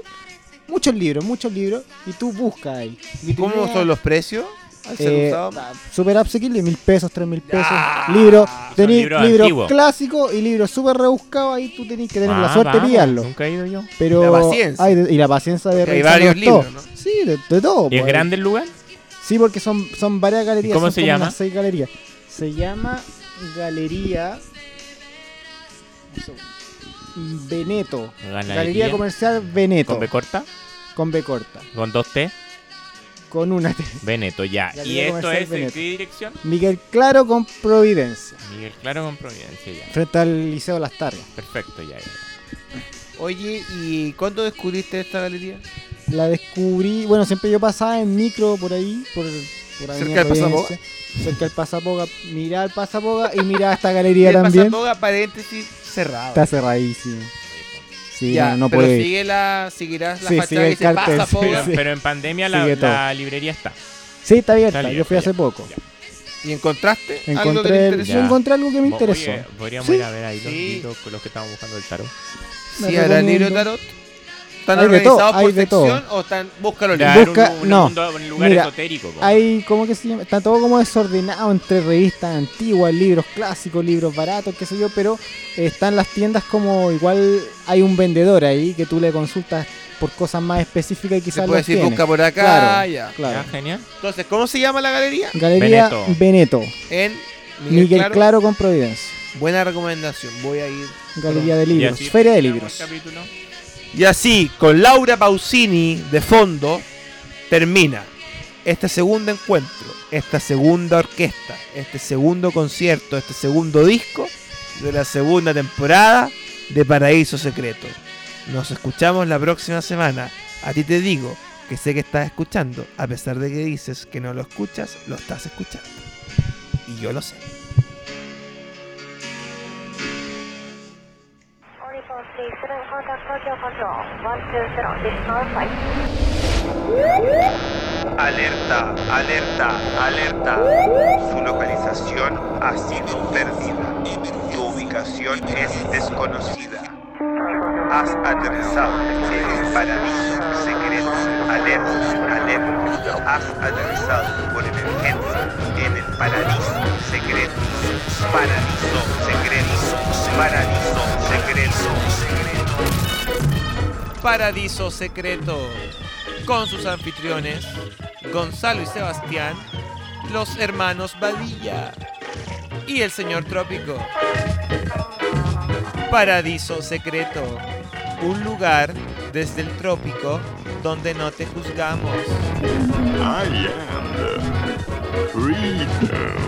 Speaker 6: Muchos libros, muchos libros. Y tú buscas ahí.
Speaker 3: ¿Cómo son los precios? Al ser
Speaker 6: Eh,
Speaker 3: usado.
Speaker 6: Super asequible, mil pesos, tres mil pesos.
Speaker 3: Ah,
Speaker 6: libros,
Speaker 3: son
Speaker 6: tenés
Speaker 5: libros
Speaker 6: libros,
Speaker 5: antiguos.
Speaker 6: clásicos y libros súper rebuscados. Ahí tú tenés que tener la
Speaker 5: Ah,
Speaker 6: suerte de
Speaker 5: vamos,
Speaker 6: pillarlo.
Speaker 5: Nunca he ido yo.
Speaker 6: Pero,
Speaker 3: La paciencia.
Speaker 6: ay, de- y la paciencia de
Speaker 3: Porque hay
Speaker 6: revisarlos
Speaker 3: varios
Speaker 6: todos.
Speaker 3: libros, ¿no?
Speaker 6: Sí, de, de todo.
Speaker 5: ¿Y es
Speaker 6: pues.
Speaker 5: grande el lugar?
Speaker 6: Sí, porque son, son varias galerías.
Speaker 5: ¿Cómo
Speaker 6: son
Speaker 5: se
Speaker 6: como
Speaker 5: llama?
Speaker 6: unas seis galerías. Se llama Galería. un segundo. Veneto.
Speaker 5: Galería.
Speaker 6: Galería Comercial Veneto.
Speaker 5: ¿Con B corta?
Speaker 6: Con B corta.
Speaker 5: ¿Con dos T?
Speaker 6: Con una T.
Speaker 5: Veneto, ya. ¿Y
Speaker 6: Galería
Speaker 5: esto
Speaker 6: Comercial
Speaker 5: es en
Speaker 6: Veneto.
Speaker 5: qué dirección?
Speaker 6: Miguel Claro con Providencia.
Speaker 5: Miguel Claro con Providencia, ya.
Speaker 6: Frente al Liceo Las Targas.
Speaker 5: Perfecto, ya. ya.
Speaker 3: Oye, ¿y cuándo descubriste esta galería?
Speaker 6: La descubrí. Bueno, siempre yo pasaba en micro por ahí. Por, por Avenida
Speaker 3: del Pasapoga.
Speaker 6: Providencia, Cerca del Pasapoga. Mirá el Pasapoga y mirá esta galería
Speaker 3: Y el
Speaker 6: también.
Speaker 3: Pasapoga, paréntesis, cerrado.
Speaker 6: Está cerradísimo. Sí,
Speaker 3: ya,
Speaker 6: no, no
Speaker 3: pero
Speaker 6: puede ir.
Speaker 3: sigue la, seguirás la
Speaker 6: Sí,
Speaker 3: fachada
Speaker 6: sigue
Speaker 3: que
Speaker 6: el
Speaker 3: dice
Speaker 6: cartel, sí,
Speaker 3: Pasapoga.
Speaker 6: sí.
Speaker 5: Pero en pandemia la,
Speaker 6: Sigue todo.
Speaker 5: la librería está.
Speaker 6: Sí, está abierta.
Speaker 5: Está
Speaker 6: yo fui hace
Speaker 5: abierta,
Speaker 6: poco.
Speaker 5: ya.
Speaker 3: ¿Y encontraste algo que te
Speaker 6: Encontré, el-
Speaker 3: interesó?
Speaker 6: yo encontré algo que me
Speaker 5: Mo-
Speaker 6: interesó.
Speaker 5: oye, podríamos
Speaker 6: Sí.
Speaker 5: ir a ver ahí los
Speaker 3: Sí.
Speaker 5: libros con los que estamos buscando el tarot.
Speaker 6: Me
Speaker 3: Sí, habrá
Speaker 6: recomiendo.
Speaker 3: libro de tarot. ¿Están
Speaker 6: Hay de todo,
Speaker 3: organizados por
Speaker 6: hay de todo.
Speaker 3: sección o están búscalo
Speaker 5: Ya,
Speaker 3: libros?
Speaker 5: era
Speaker 6: Busca-
Speaker 5: un, un
Speaker 6: no.
Speaker 5: mundo- un lugar
Speaker 6: Mira,
Speaker 5: esotérico. como.
Speaker 6: Hay, ¿cómo que se llama? Está todo como desordenado entre revistas antiguas, libros clásicos, libros baratos, qué sé yo, pero están las tiendas como igual hay un vendedor ahí que tú le consultas por cosas más específicas y
Speaker 3: Se puede
Speaker 6: quizás los
Speaker 3: decir
Speaker 6: tiene.
Speaker 3: busca por acá,
Speaker 6: Claro,
Speaker 3: ya.
Speaker 5: Ya,
Speaker 6: claro.
Speaker 5: genial.
Speaker 3: Entonces, ¿cómo se llama la galería?
Speaker 6: Galería
Speaker 5: Veneto.
Speaker 6: Veneto,
Speaker 3: En
Speaker 6: Miguel, claro. con Providencia.
Speaker 3: Buena recomendación, voy a ir.
Speaker 6: Galería de
Speaker 5: Y
Speaker 6: libros,
Speaker 5: así
Speaker 6: Feria de
Speaker 5: terminamos
Speaker 6: libros.
Speaker 5: el capítulo.
Speaker 3: Y así, con Laura Pausini de fondo, termina este segundo encuentro, esta segunda orquesta, este segundo concierto, este segundo disco de la segunda temporada de Paraíso Secreto. Nos escuchamos la próxima semana. A ti te digo que sé que estás escuchando, a pesar de que dices que no lo escuchas, lo estás escuchando. Y yo lo sé.
Speaker 1: 4437 Harvard Delta Tokyo Control, 120, decimal flight.
Speaker 2: Alerta, alerta, alerta. Su localización ha sido perdida. Tu ubicación es desconocida. Has aterrizado en el paraíso secreto. Alerta, alerta. Has aterrizado por emergencia en el paraíso secreto. Paraíso secreto. Paraíso secreto.
Speaker 3: Paradiso Secreto, con sus anfitriones, Gonzalo y Sebastián, los hermanos Badilla y el señor Trópico. Paradiso Secreto, un lugar desde el trópico donde no te juzgamos.
Speaker 4: I am freedom.